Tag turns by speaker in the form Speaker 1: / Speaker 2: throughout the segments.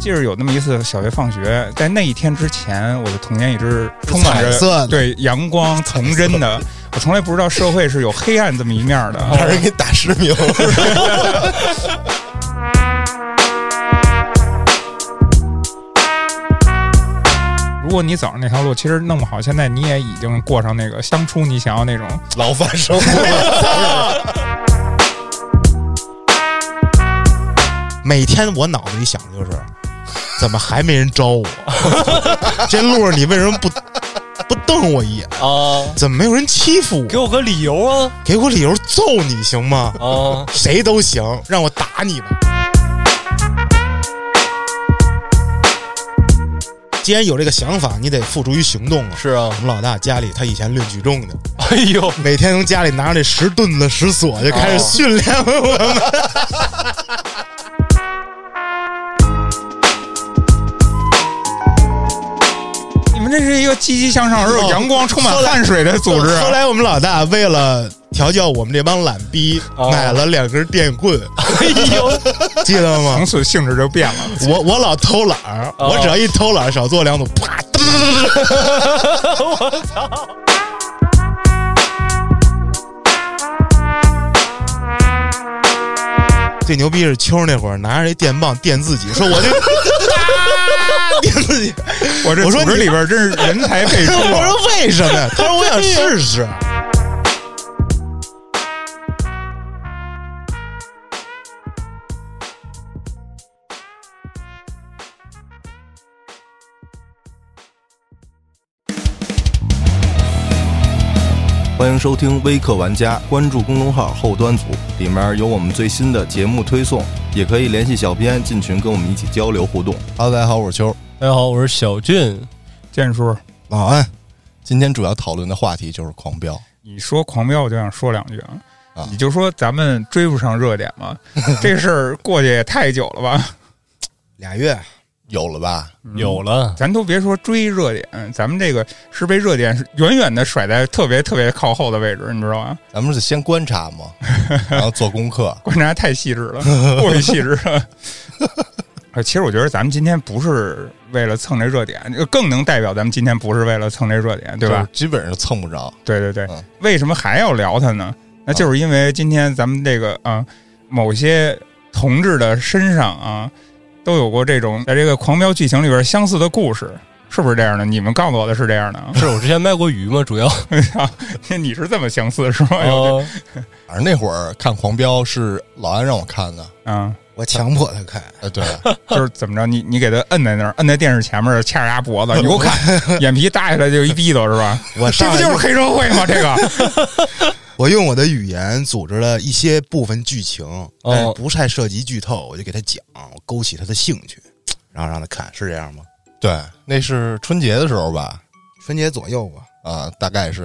Speaker 1: 记着有那么一次小学放学，在那一天之前，我的童年一直充满
Speaker 2: 彩色
Speaker 1: 着
Speaker 2: 的
Speaker 1: 对阳光童真的。我从来不知道社会是有黑暗这么一面的。
Speaker 2: 让 人给打失明。
Speaker 1: 如果你走上那条路，其实弄不好，现在你也已经过上那个当初你想要那种。
Speaker 2: 劳烦生活。 每天我脑子里想的就是，怎么还没人招我？ 这路上你为什么不不瞪我一眼？
Speaker 3: 啊，
Speaker 2: 怎么没有人欺负
Speaker 3: 给
Speaker 2: 我？
Speaker 3: 我个理由啊
Speaker 2: 给我理由揍你行吗？
Speaker 3: 啊！
Speaker 2: 谁都行，让我打你吧。既然有这个想法，你得付诸于行动啊！
Speaker 3: 是啊
Speaker 2: 我，们老大家里他以前论举重的，
Speaker 3: 哎呦，
Speaker 2: 每天从家里拿着这石墩子、石锁就开始训练 我们。
Speaker 1: 你们这是一个积极向上而有阳光、充满汗水的 组织啊。
Speaker 2: 后来我们老大为了调教我们这帮懒逼，
Speaker 3: 哦
Speaker 2: 买了两根电棍，
Speaker 3: 哎呦，
Speaker 2: 记得吗
Speaker 1: 从？此性质就变了。
Speaker 2: 我我老偷懒儿，
Speaker 3: 哦
Speaker 2: 我只要一偷懒儿，少做两组，啪，噔噔噔噔噔最牛逼是秋儿那会儿拿着这电棒电自己，说我这啊电自己，
Speaker 1: 我这
Speaker 2: 我说
Speaker 1: 组织
Speaker 2: 你
Speaker 1: 里边真是人才辈出
Speaker 2: 我
Speaker 1: 啊。
Speaker 2: 说为什么呀？他说我想试试。
Speaker 4: 欢迎收听微客玩家，关注公众号后端组，里面有我们最新的节目推送，也可以联系小编进群跟我们一起交流互动。
Speaker 2: Hello，大家好，我是秋。
Speaker 3: 大家好，我是小俊。
Speaker 1: 建叔，
Speaker 4: 老安，
Speaker 2: 今天主要讨论的话题就是狂飙，
Speaker 1: 你说狂飙，我就想说两句啊
Speaker 2: 啊。
Speaker 1: 你就说咱们追不上热点嘛，这事儿过去也太久了吧？
Speaker 2: 俩月有了吧？
Speaker 3: 有了，
Speaker 1: 咱都别说追热点，咱们这个是被热点是远远的甩在特别特别靠后的位置，你知道吗？
Speaker 2: 咱们是先观察 嘛，然后做功课。
Speaker 1: 观察太细致 了，过于细致了。呃其实我觉得咱们今天不是为了蹭这热点，更能代表咱们今天不是为了蹭这热点，对吧？？
Speaker 2: 基本上蹭不着。
Speaker 1: 对对对，
Speaker 2: 嗯
Speaker 1: 为什么还要聊它呢？那就是因为今天咱们这个啊、某些同志的身上啊，都有过这种在这个狂飙剧情里边相似的故事，是不是这样的？你们告诉我的是这样的啊？
Speaker 3: 是我之前卖过鱼吗？主要
Speaker 1: 你是这么相似是吗？
Speaker 2: 哦
Speaker 3: 啊，
Speaker 4: 反正那会儿看《狂飙》是老安让我看的，
Speaker 1: 啊，
Speaker 2: 我强迫他看，
Speaker 4: 呃，对，
Speaker 1: 就是怎么着？你你给他摁在那儿，摁在电视前面，掐着他 脖子，你给我看， 眼皮耷下来就一逼斗是吧？
Speaker 2: 我
Speaker 1: 这
Speaker 2: 上
Speaker 1: 不
Speaker 2: 来
Speaker 1: 就是
Speaker 2: 就
Speaker 1: 黑社会吗？这个
Speaker 2: 我用我的语言组织了一些部分剧情，但是不太涉及剧透，我就给他讲，我勾起他的兴趣，然后让他看，是这样吗？
Speaker 4: 对，那是春节的时候吧，
Speaker 2: 春节左右吧，
Speaker 4: 啊、大概是，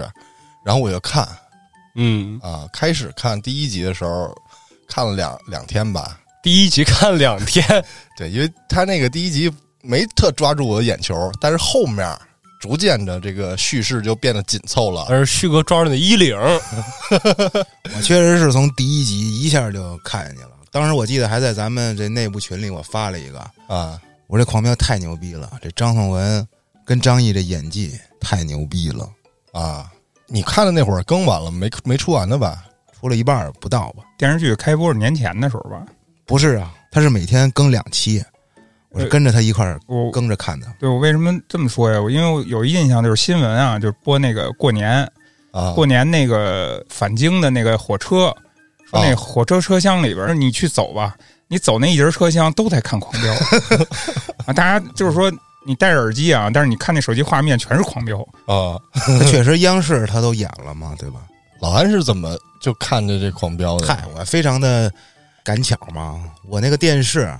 Speaker 4: 然后我就看
Speaker 3: 嗯，
Speaker 4: 啊、开始看第一集的时候，看了两两天吧，
Speaker 3: 第一集看两天，
Speaker 4: 对，因为他那个第一集没特抓住我的眼球，但是后面逐渐的这个叙事就变得紧凑了，
Speaker 3: 但是旭哥抓着你衣领，
Speaker 2: 我确实是从第一集一下就看进去了。当时我记得还在咱们这内部群里，我发了一个，
Speaker 4: 啊，
Speaker 2: 我说这狂飙太牛逼了，这张颂文跟张译这演技太牛逼了，
Speaker 4: 啊，你看的那会儿更晚了，没没出完的吧？
Speaker 2: 出了一半儿不到吧？
Speaker 1: 电视剧开播是年前的时候吧？
Speaker 2: 不是啊，他是每天更两期，我是跟着他一块儿
Speaker 1: 我
Speaker 2: 跟着看的。
Speaker 1: 对我为什么这么说呀？我因为我有一印象就是新闻啊，就是播那个过年
Speaker 2: 哦
Speaker 4: 啊，
Speaker 1: 过年那个返京的那个火车，说
Speaker 2: 哦
Speaker 1: 那火车车厢里边儿，你去走吧，你走那一节车厢都在看狂 飙啊，大家就是说你戴着耳机啊，但是你看那手机画面全是狂飙，
Speaker 4: 啊，
Speaker 2: 确实，央视他都演了嘛，对吧？
Speaker 4: 老安是怎么就看着这狂飙的？
Speaker 2: 嗨，我非常的赶巧嘛，我那个电视，
Speaker 4: 啊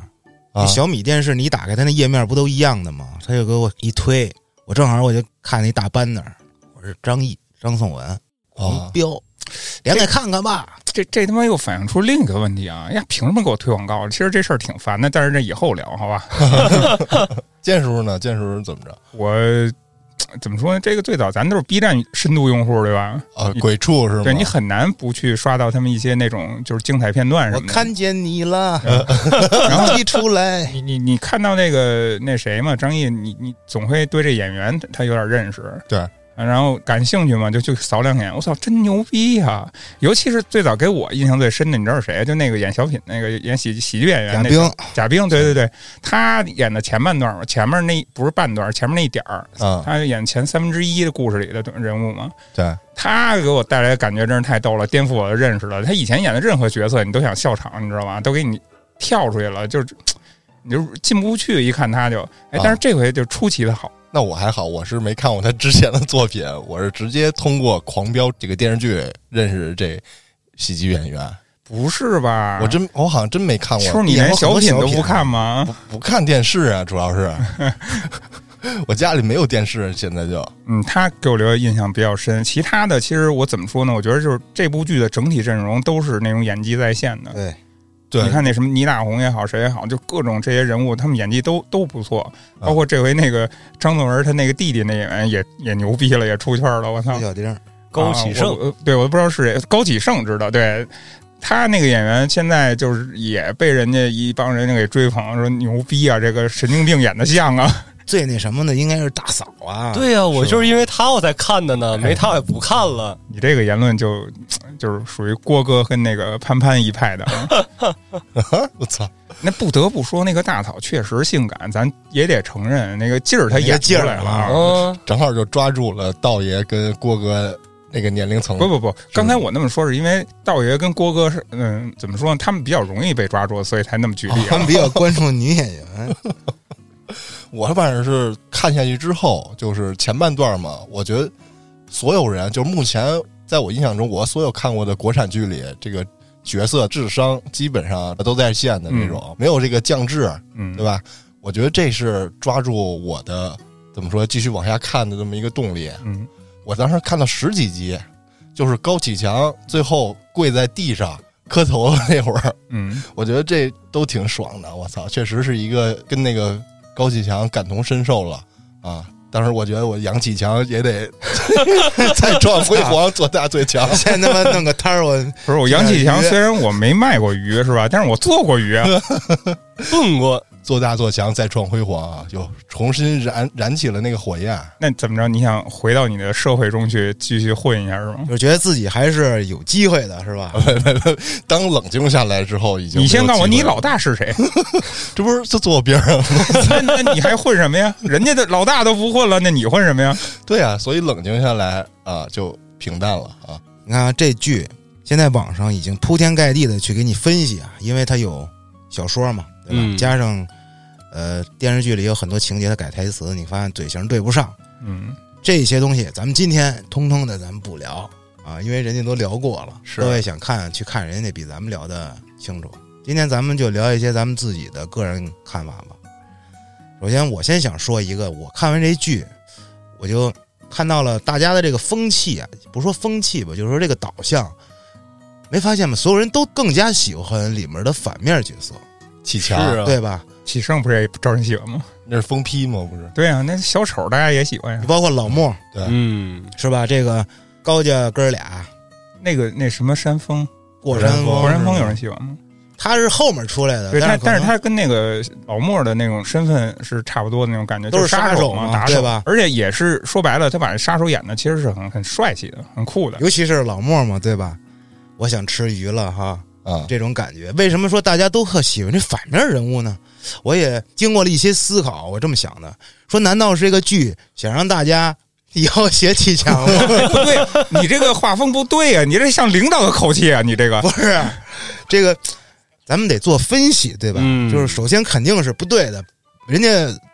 Speaker 2: 你小米电视，你打开它那页面不都一样的吗？他就给我一推，我正好我就看那大班那儿，我是张译、张颂文，
Speaker 3: 啊
Speaker 5: 哦
Speaker 2: 狂飙，连带看看吧。
Speaker 1: 这这他妈又反映出另一个问题啊！呀，凭什么给我推广告？其实这事儿挺烦的，但是这以后聊好吧？
Speaker 4: 剑叔呢？剑叔是怎么着？
Speaker 1: 我怎么说呢？这个最早咱都是 B 站深度用户，对吧？
Speaker 5: 啊，鬼畜是吗？
Speaker 1: 对你很难不去刷到他们一些那种就是精彩片段什
Speaker 2: 我
Speaker 1: 么的。
Speaker 2: 看见你了，
Speaker 5: 嗯
Speaker 2: 然后一出来，
Speaker 1: 你你你看到那个那谁嘛，张译，你你总会对这演员他有点认识，
Speaker 5: 对
Speaker 1: 啊，然后感兴趣嘛，就去扫两眼。我操，真牛逼呀、尤其是最早给我印象最深的，你知道是谁？就那个演小品那个演喜喜剧演员
Speaker 2: 贾
Speaker 1: 那
Speaker 2: 冰
Speaker 1: 个贾冰，对对对，他演的前半段嘛，前面那不是半段，前面那一点儿，
Speaker 5: 嗯，
Speaker 1: 他演前三分之一的故事里的人物嘛。
Speaker 5: 对，
Speaker 1: 他给我带来的感觉真是太逗了，颠覆我的认识了。他以前演的任何角色，你都想笑场，你知道吗？都给你跳出去了，就是你就进不去。一看他就，哎
Speaker 5: 啊，
Speaker 1: 但是这回就出奇的好，
Speaker 5: 那我还好，我是没看过他之前的作品，我是直接通过《狂飙》这个电视剧认识这喜剧演员。
Speaker 1: 不是吧？
Speaker 5: 我
Speaker 2: 啊
Speaker 5: 真，我好像真没看过，
Speaker 1: 秋儿，你
Speaker 5: 演
Speaker 1: 连
Speaker 5: 过很
Speaker 1: 小
Speaker 5: 多
Speaker 1: 品都
Speaker 5: 小啊
Speaker 1: 不看吗？
Speaker 5: 不不看电视啊，主要是 我家里没有电视，现在就
Speaker 1: 嗯，他给我留下印象比较深。其他的，其实我怎么说呢？我觉得就是这部剧的整体阵容都是那种演技在线的。
Speaker 2: 对，
Speaker 5: 对
Speaker 1: 你看那什么倪大红也好，谁也好，就各种这些人物，他们演技都都不错。包括这回那个张颂文他那个弟弟那演员也也牛逼了，也出圈了。我操
Speaker 2: 这，小丁儿
Speaker 3: 高启
Speaker 1: 啊
Speaker 3: 盛，
Speaker 1: 我我对我都不知道是谁，高启盛知道，对他那个演员现在就是也被人家一帮人给追捧，说牛逼啊，这个神经病演的像啊，
Speaker 2: 最那什么的应该是大嫂啊，
Speaker 3: 对呀、我就是因为他我才看的呢，没他我也不看了。
Speaker 1: 你这个言论就就是属于郭哥跟那个潘潘一派的。 啊。
Speaker 5: 我操，
Speaker 1: 那不得不说，那个大嫂确实性感，咱也得承认哎那个劲儿，他演出来了啊。
Speaker 3: 嗯，
Speaker 5: 正好就抓住了道爷跟郭哥那个年龄层
Speaker 1: 不。不不，刚才我那么说是因为道爷跟郭哥是嗯，怎么说呢？他们比较容易被抓住，所以才那么举
Speaker 5: 哦
Speaker 1: 例
Speaker 2: 他
Speaker 1: 啊。
Speaker 2: 们比较关注女演员，
Speaker 5: 我反正是看下去之后，就是前半段嘛，我觉得所有人，就是目前在我印象中，我所有看过的国产剧里，这个角色智商基本上都在线的那种，没有这个降智，
Speaker 1: 嗯
Speaker 5: 对，吧？我觉得这是抓住我的怎么说继续往下看的这么一个动力。
Speaker 1: 嗯，
Speaker 5: 我当时看到十几集，就是高启强最后跪在地上磕头那会儿，
Speaker 1: 嗯，
Speaker 5: 我觉得这都挺爽的。我操，确实是一个跟那个高启强感同身受了啊！当时我觉得我杨启强 也得再创辉煌，做大最强。
Speaker 2: 现在他妈弄个摊儿，我
Speaker 1: 不是我杨启强，虽然我没卖过鱼是吧，但是我做过鱼啊。
Speaker 3: 蹦过，
Speaker 5: 做大做强，再创辉煌啊！又重新燃燃起了那个火焰，
Speaker 1: 那怎么着？你想回到你的社会中去继续混一下是吗？
Speaker 2: 就觉得自己还是有机会的，是吧？
Speaker 5: 当冷静下来之后，已经
Speaker 1: 你先
Speaker 5: 没有
Speaker 1: 告诉我，
Speaker 5: 机会
Speaker 1: 你
Speaker 5: 了
Speaker 1: 老大是谁？
Speaker 5: 这不是就坐我边上吗？
Speaker 1: 那那你还混什么呀？人家的老大都不混了，那你混什么呀？
Speaker 5: 对啊，所以冷静下来啊，就平淡了啊。
Speaker 2: 你看啊这剧，现在网上已经铺天盖地的去给你分析啊，因为它有小说嘛，对吧？
Speaker 3: 嗯
Speaker 2: 加上呃电视剧里有很多情节，它改台词，你发现嘴型对不上，
Speaker 1: 嗯，
Speaker 2: 这些东西咱们今天通通的咱们不聊啊，因为人家都聊过了，
Speaker 5: 是
Speaker 2: 各位想看去看人家比咱们聊的清楚。今天咱们就聊一些咱们自己的个人看法吧。首先，我先想说一个，我看完这剧，我就看到了大家的这个风气啊，不说风气吧，就是说这个导向，没发现吗？所有人都更加喜欢里面的反面角色，
Speaker 5: 启
Speaker 3: 是
Speaker 5: 强，
Speaker 3: 啊，
Speaker 2: 对吧？
Speaker 1: 启胜不是也招人喜欢吗？
Speaker 5: 那是疯批吗？不是，
Speaker 1: 对啊，那小丑大家也喜欢呀
Speaker 2: 你。包括老莫
Speaker 3: 嗯，
Speaker 2: 是吧？这个高家哥俩
Speaker 1: 那个那什么山峰，
Speaker 2: 过山峰，
Speaker 1: 火山峰
Speaker 2: 是
Speaker 1: 有
Speaker 2: 吧
Speaker 1: 人喜欢吗？
Speaker 2: 他是后面出来的，
Speaker 1: 对，
Speaker 2: 呃但
Speaker 1: 但但是
Speaker 2: 是可能
Speaker 1: 他跟那个老莫的那种身份是差不多的那种感觉，
Speaker 2: 都是
Speaker 1: 就杀
Speaker 2: 杀手嘛
Speaker 1: 嘛，打
Speaker 2: 对
Speaker 1: 手
Speaker 2: 吧
Speaker 1: 而且也是说白了，他把杀手演的其实是很很帅气的，很酷的。
Speaker 2: 尤其是老莫嘛，对吧？我想吃鱼了哈，
Speaker 5: 啊，
Speaker 2: 这种感觉。为什么说大家都特喜欢这反面人物呢？我也经过了一些思考，我这么想的：说难道是这个剧想让大家以后学砌墙吗？
Speaker 1: 不 对，你这个画风不对啊，你这像领导的口气啊，你这个
Speaker 2: 不是，这个咱们得做分析，对吧？
Speaker 3: 嗯
Speaker 2: 就是首先肯定是不对的，人家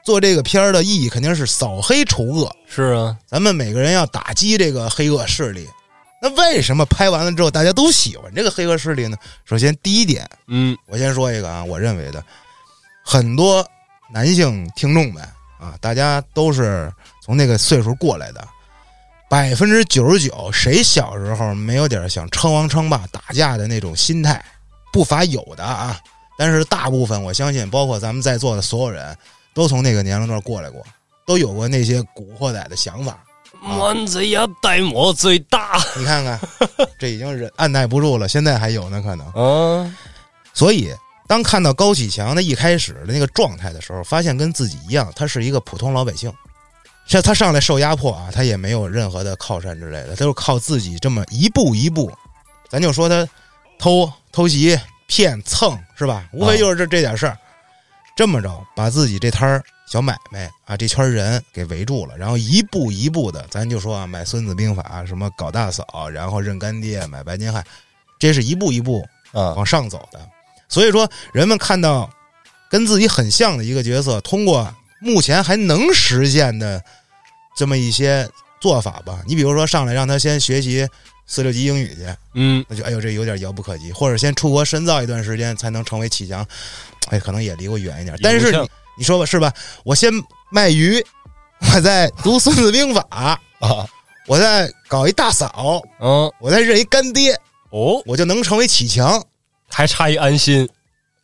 Speaker 2: 做这个片儿的意义肯定是扫黑除恶，
Speaker 3: 是啊，
Speaker 2: 咱们每个人要打击这个黑恶势力。那为什么拍完了之后大家都喜欢这个黑恶势力呢？首先，第一点，
Speaker 3: 嗯，
Speaker 2: 我先说一个啊，我认为的很多男性听众们啊，大家都是从那个岁数过来的，百分之九十九，谁小时候没有点想称王称霸、打架的那种心态？不乏有的啊，但是大部分我相信，包括咱们在座的所有人都从那个年龄段过来过，都有过那些古惑仔的想法。
Speaker 3: 嗯蚊子也对我最大。
Speaker 2: 你看看，这已经忍按耐不住了，现在还有呢，可能。
Speaker 3: 嗯，
Speaker 2: 所以，当看到高启强的一开始的那个状态的时候，发现跟自己一样，他是一个普通老百姓。像他上来受压迫啊，他也没有任何的靠山之类的，他就是靠自己这么一步一步。咱就说他偷偷袭、骗、蹭，是吧？无非就是这这点事儿。这么着，把自己这摊儿小买卖啊，这圈人给围住了，然后一步一步的，咱就说啊，买《孙子兵法》，什么搞大嫂，然后认干爹，买白金汉，这是一步一步
Speaker 5: 啊
Speaker 2: 往上走的。所以说，人们看到跟自己很像的一个角色，通过目前还能实现的这么一些做法吧，你比如说上来让他先学习四六级英语去，
Speaker 3: 嗯，
Speaker 2: 那就哎呦这有点遥不可及，或者先出国深造一段时间才能成为启强，哎，可能也离我远一点。但是
Speaker 3: 也不
Speaker 2: 你你
Speaker 3: 像
Speaker 2: 说吧，是吧？我先卖鱼，我再读《孙子兵 法》，
Speaker 5: 啊，
Speaker 2: 我再搞一大嫂，
Speaker 3: 嗯
Speaker 2: 我再认一干爹，
Speaker 3: 哦，
Speaker 2: 我就能成为启强。
Speaker 3: 还差一安心，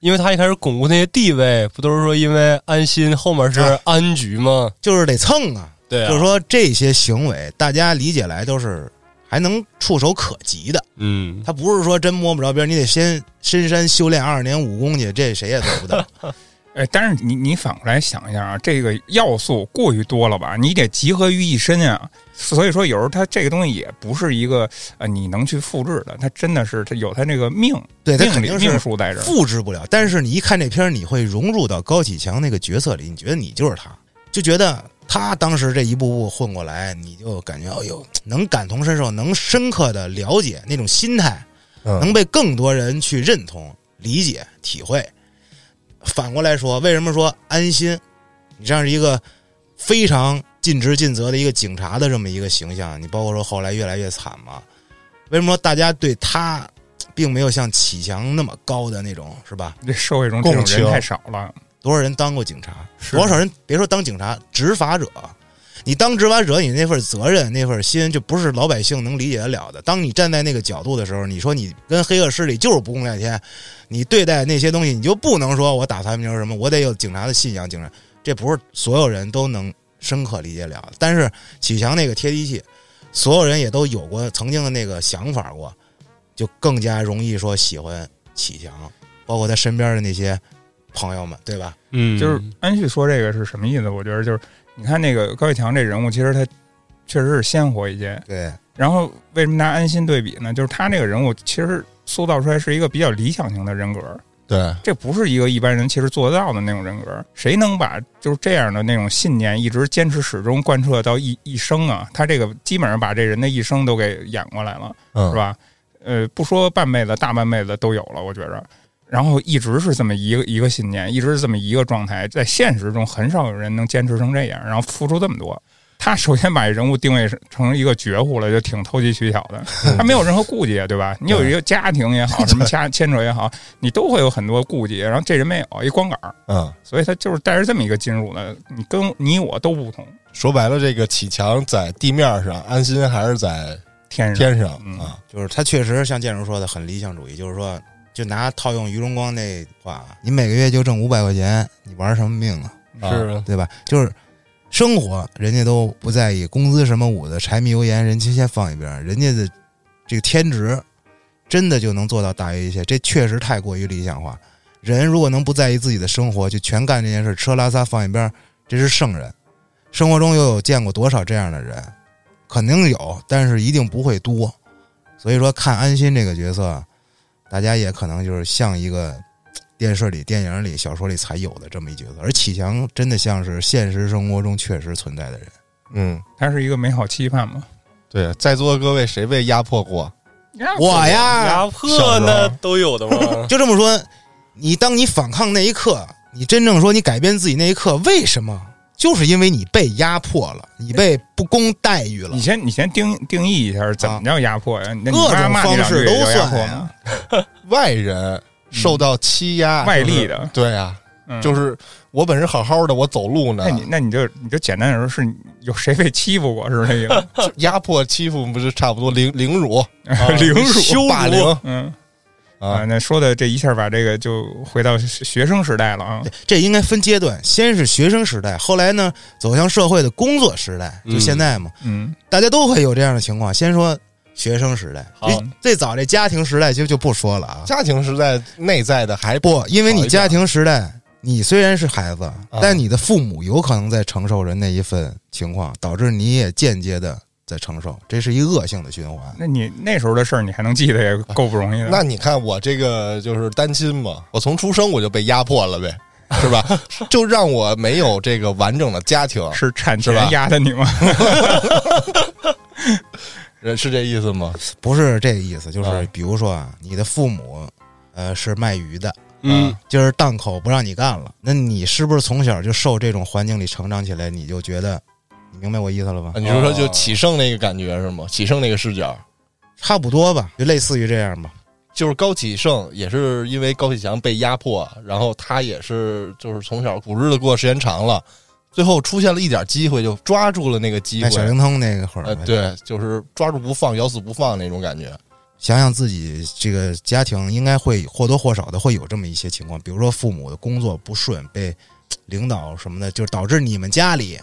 Speaker 3: 因为他一开始巩固那些地位，不都是说因为安心后面是
Speaker 5: 哎
Speaker 2: 啊
Speaker 3: 安局吗？
Speaker 2: 就是得蹭啊。
Speaker 3: 对啊，
Speaker 2: 就是说这些行为，大家理解来都是还能触手可及的。
Speaker 3: 嗯，
Speaker 2: 他不是说真摸不着边儿，你得先深山修炼二十年武功去，这谁也做不 到。
Speaker 1: 哎，但是你你反过来想一下啊，这个要素过于多了吧？你得集合于一身啊。所以说，有时候它这个东西也不是一个呃你能去复制的，它真的是它有它那个命，
Speaker 2: 对它
Speaker 1: 命
Speaker 2: 肯
Speaker 1: 里
Speaker 2: 定是
Speaker 1: 命数在这儿。
Speaker 2: 复制不了。但是你一看这片儿，你会融入到高启强那个角色里，你觉得你就是他，就觉得他当时这一步步混过来，你就感觉哎呦，能感同身受，能深刻的了解那种心态，能
Speaker 5: 嗯
Speaker 2: 被更多人去认同、理解、体会。反过来说，为什么说安心？你这样一个非常尽职尽责的一个警察的这么一个形象，你包括说后来越来越惨嘛？为什么说大家对他并没有像启强那么高的那种，是吧？
Speaker 1: 这社会中这种
Speaker 5: 共情
Speaker 1: 人太少了。
Speaker 2: 多少人当过警察？
Speaker 1: 是
Speaker 2: 多少人别说当警察，执法者，你当执法者，你那份责任、那份心，就不是老百姓能理解得了的。当你站在那个角度的时候，你说你跟黑恶势力就是不共戴天，你对待那些东西，你就不能说我打擦边球什么，我得有警察的信仰精神，这不是所有人都能深刻理解了的。但是启强那个贴地气，所有人也都有过曾经的那个想法过，就更加容易说喜欢启强，包括他身边的那些朋友们，对吧？
Speaker 3: 嗯，
Speaker 1: 就是安旭说这个是什么意思？我觉得就是你看那个高启强这人物，其实他确实是鲜活一些。
Speaker 2: 对，
Speaker 1: 然后为什么拿安心对比呢？就是他这个人物其实塑造出来是一个比较理想型的人格，
Speaker 5: 对，
Speaker 1: 这不是一个一般人其实做得到的那种人格。谁能把就是这样的那种信念一直坚持始终贯彻到一一生啊？他这个基本上把这人的一生都给演过来了，
Speaker 5: 嗯
Speaker 1: 是吧？呃，不说半辈子、大半辈子都有了，我觉着。然后一直是这么一个一个信念，一直是这么一个状态，在现实中很少有人能坚持成这样，然后付出这么多。他首先把人物定位成一个绝户了，就挺投机取巧的，他没有任何顾忌，啊对吧？你有一个家庭也好，什么牵牵扯也好，你都会有很多顾忌。然后这人没有一光杆儿，
Speaker 5: 嗯。
Speaker 1: 所以他就是带着这么一个金属的，你跟你我都不同，
Speaker 5: 说白了，这个启强在地面上，安心还是在
Speaker 1: 天生
Speaker 5: 天上
Speaker 1: 嗯
Speaker 5: 啊。
Speaker 2: 就是他确实像建荣说的很理想主义，就是说，就拿套用于荣光那话，你每个月就挣五百块钱，你玩什么命啊？
Speaker 5: 啊
Speaker 3: 是
Speaker 2: 对吧？就是生活，人家都不在意工资什么五的，柴米油盐，人家先放一边儿，人家的这个天职真的就能做到大于一切，这确实太过于理想化。人如果能不在意自己的生活，就全干这件事，吃喝拉撒放一边儿，这是圣人。生活中又有见过多少这样的人？肯定有，但是一定不会多。所以说，看安心这个角色，大家也可能就是像一个电视里、电影里、小说里才有的这么一角色，而启强真的像是现实生活中确实存在的人。
Speaker 5: 嗯，
Speaker 1: 他是一个美好期盼嘛。
Speaker 5: 对，在座各位谁被压迫过？啊
Speaker 2: 我呀，
Speaker 3: 压迫那都有的吗？
Speaker 2: 就这么说，你当你反抗那一刻，你真正说你改变自己那一刻，为什么？就是因为你被压迫了，你被不公待遇了
Speaker 1: 你。先你先定定义一下怎么叫压迫呀？那你
Speaker 2: 各
Speaker 1: 妈
Speaker 2: 种
Speaker 1: 骂你两
Speaker 2: 方式
Speaker 1: 句也
Speaker 2: 都
Speaker 1: 叫压迫
Speaker 2: 算
Speaker 1: 吗？
Speaker 2: 呀，
Speaker 5: 外人受到欺压，
Speaker 3: 嗯
Speaker 1: 外
Speaker 5: 就是
Speaker 1: 力的
Speaker 5: 对啊，
Speaker 1: 嗯
Speaker 5: 就是我本身好好的，我走路呢
Speaker 3: 哎
Speaker 1: 那，你那你就你就简单点说，是有谁被欺负过是那个
Speaker 5: 啊就压迫、欺负不是差不多凌凌辱、
Speaker 1: 凌辱
Speaker 5: 羞霸凌
Speaker 1: 嗯，
Speaker 5: 啊
Speaker 1: 那说的这一下把这个就回到学生时代了啊
Speaker 2: 对，这应该分阶段，先是学生时代，后来呢走向社会的工作时代，就
Speaker 3: 嗯
Speaker 2: 现在嘛，
Speaker 1: 嗯，
Speaker 2: 大家都会有这样的情况。先说学生时代，
Speaker 3: 好
Speaker 2: 因最早这家庭时代就就不说了啊，
Speaker 5: 家庭时代内在的还
Speaker 2: 不，因为
Speaker 5: 好
Speaker 2: 你
Speaker 5: 一点啊
Speaker 2: 家庭时代，你虽然是孩子，但你的父母有可能在承受着那一份情况，导致你也间接的在承受，这是一恶性的循环。
Speaker 1: 那你那时候的事儿你还能记得也够不容易的。
Speaker 5: 那你看我这个就是单亲嘛，我从出生我就被压迫了呗， 是吧？就让我没有这个完整的家庭，
Speaker 1: 是产
Speaker 5: 是吧
Speaker 1: 权压的你吗？
Speaker 5: 是是这意思吗？
Speaker 2: 不是这个意思，就是
Speaker 5: 嗯
Speaker 2: 比如说啊，你的父母，呃，是卖鱼的，
Speaker 3: 嗯，
Speaker 2: 今儿档口不让你干了，那你是不是从小就受这种环境里成长起来，你就觉得，你明白我意思了吧
Speaker 5: 啊？你就说就启胜那个感觉是吗？启胜那个视角，
Speaker 2: 差不多吧，就类似于这样吧。
Speaker 5: 就是高启盛也是因为高启强被压迫，然后他也是就是从小苦日子过时间长了，最后出现了一点机会就抓住了那个机
Speaker 2: 卖小
Speaker 5: 会，
Speaker 2: 灵通那会儿呗，
Speaker 5: 呃，对，就是抓住不放，咬死不放那种感觉。
Speaker 2: 想想自己这个家庭，应该会或多或少的会有这么一些情况，比如说父母的工作不顺，被嘖领导什么的，就是导致你们家里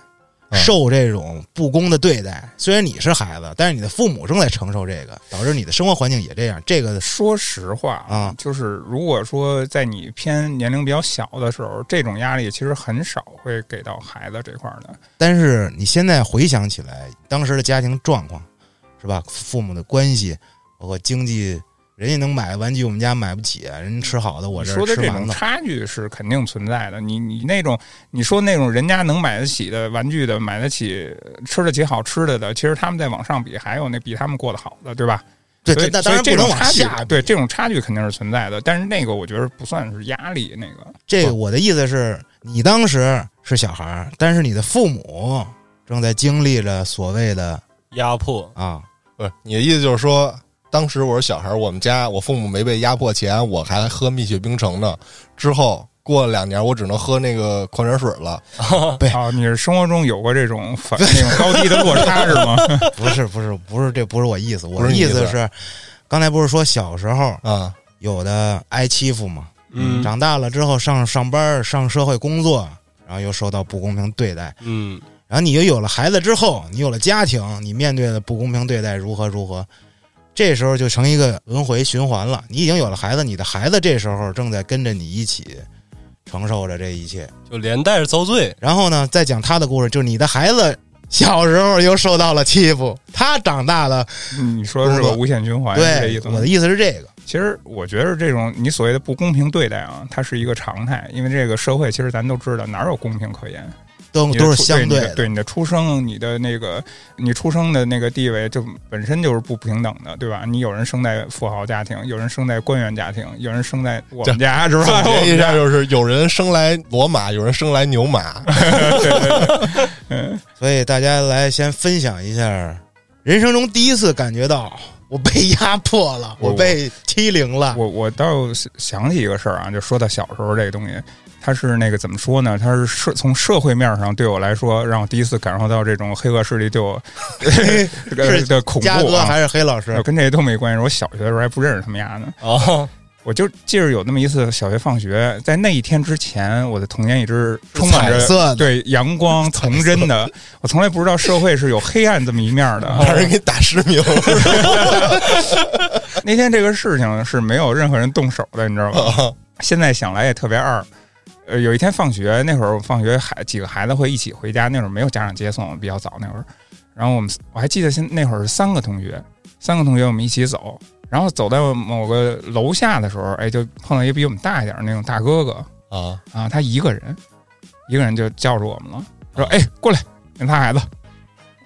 Speaker 5: 嗯
Speaker 2: 受这种不公的对待。虽然你是孩子，但是你的父母正在承受这个，导致你的生活环境也这样。这个
Speaker 1: 说实话
Speaker 2: 啊
Speaker 1: 就是如果说在你偏年龄比较小的时候，这种压力其实很少会给到孩子这块儿的。
Speaker 2: 但是你现在回想起来，当时的家庭状况，是吧？父母的关系，包括经济，人家能买玩具，我们家买不起，啊人家吃好的，我
Speaker 1: 你
Speaker 2: 这
Speaker 1: 说
Speaker 2: 儿
Speaker 1: 的
Speaker 2: 吃
Speaker 1: 这
Speaker 2: 馒
Speaker 1: 种
Speaker 2: 头。
Speaker 1: 差距是肯定存在的。你你那种你说那种人家能买得起的玩具的，买得起吃得起好吃的的，其实他们在往上比，还有那比他们过得好的，对吧？
Speaker 2: 对，
Speaker 1: 所以
Speaker 2: 但但当然
Speaker 1: 所以
Speaker 2: 不
Speaker 1: 这种
Speaker 2: 能往
Speaker 1: 差距
Speaker 2: 下比
Speaker 1: 对，这种差距肯定是存在的。但是那个我觉得不算是压力，那个
Speaker 2: 这
Speaker 5: 哦
Speaker 2: 个我的意思是，你当时是小孩儿，但是你的父母正在经历着所谓的
Speaker 3: 压迫，
Speaker 2: 啊，
Speaker 5: 不是你的意思就是说，当时我是小孩儿，我们家我父母没被压迫前，我还喝蜜雪冰城呢。之后过了两年，我只能喝那个矿泉水了。
Speaker 2: 对
Speaker 1: 哦，你是生活中有过这种 反那种高低的落差是吗？
Speaker 2: 不是不是不是，这不是我意思，我
Speaker 5: 不
Speaker 2: 的
Speaker 5: 是你意思
Speaker 2: 思是，刚才不是说小时候
Speaker 5: 啊，
Speaker 2: 有的挨欺负吗？
Speaker 3: 嗯
Speaker 2: 长大了之后上上班儿上社会工作，然后又受到不公平对待，
Speaker 3: 嗯，
Speaker 2: 然后你又有了孩子之后，你有了家庭，你面对的不公平对待如何如何，这时候就成一个轮回循环了。你已经有了孩子，你的孩子这时候正在跟着你一起承受着这一切。
Speaker 3: 就连带着遭罪，
Speaker 2: 然后呢，再讲他的故事，就是你的孩子小时候又受到了欺负，他长大了，
Speaker 1: 你说的是个无限循环，是这
Speaker 2: 对
Speaker 1: 意，思
Speaker 2: 我
Speaker 1: 吗
Speaker 2: 的？意思是这个，
Speaker 1: 其实我觉得这种你所谓的不公平对待啊，它是一个常态，因为这个社会其实咱都知道哪有公平可言，
Speaker 2: 都
Speaker 1: 你的
Speaker 2: 都是
Speaker 1: 出
Speaker 2: 相
Speaker 1: 对你的
Speaker 2: 的。
Speaker 1: 对你的出生，你的那个你出生的那个地位就本身就是不平等的，对吧？你有人生在富豪家庭，有人生在官员家庭，有人生在我们家，是吧？
Speaker 5: 总
Speaker 1: 我
Speaker 5: 结一
Speaker 1: 们
Speaker 5: 下
Speaker 1: 家
Speaker 5: 就是，有人生来骡马，有人生来牛马。
Speaker 2: 所以大家来先分享一下人生中第一次感觉到我被压迫了，
Speaker 1: 我
Speaker 2: 我被欺凌了。
Speaker 1: 我我倒想起一个事儿啊，就说到小时候这个东西，它是那个怎么说呢？它是社从社会面上对我来说，让我第一次感受到这种黑恶势力对我这个
Speaker 2: 是
Speaker 1: 的恐怖、啊。
Speaker 2: 嘉哥还是黑老师？
Speaker 1: 跟这些都没关系。我小学的时候还不认识他们家呢。
Speaker 3: 哦，
Speaker 1: 我就记着有那么一次小学放学，在那一天之前，我的童年一直充满
Speaker 2: 彩色
Speaker 1: 着
Speaker 2: 的
Speaker 1: 对阳光、童真的。我从来不知道社会是有黑暗这么一面
Speaker 2: 嗯
Speaker 1: 的。
Speaker 5: 让人给打失明，
Speaker 1: 那天这个事情是没有任何人动手的，你知道吗？现在想来也特别二。呃，有一天放学那会儿，我放学孩几个孩子会一起回家，那会儿没有家长接送，比较早那会儿。然后我们我还记得现那会儿是三个同学，三个同学我们一起走，然后走到某个楼下的时候，哎，就碰到一个比我们大一点儿那种大哥哥
Speaker 5: 啊，
Speaker 1: 啊，他一个人，一个人就叫住我们了，说：“哎，过来，你仨孩子。”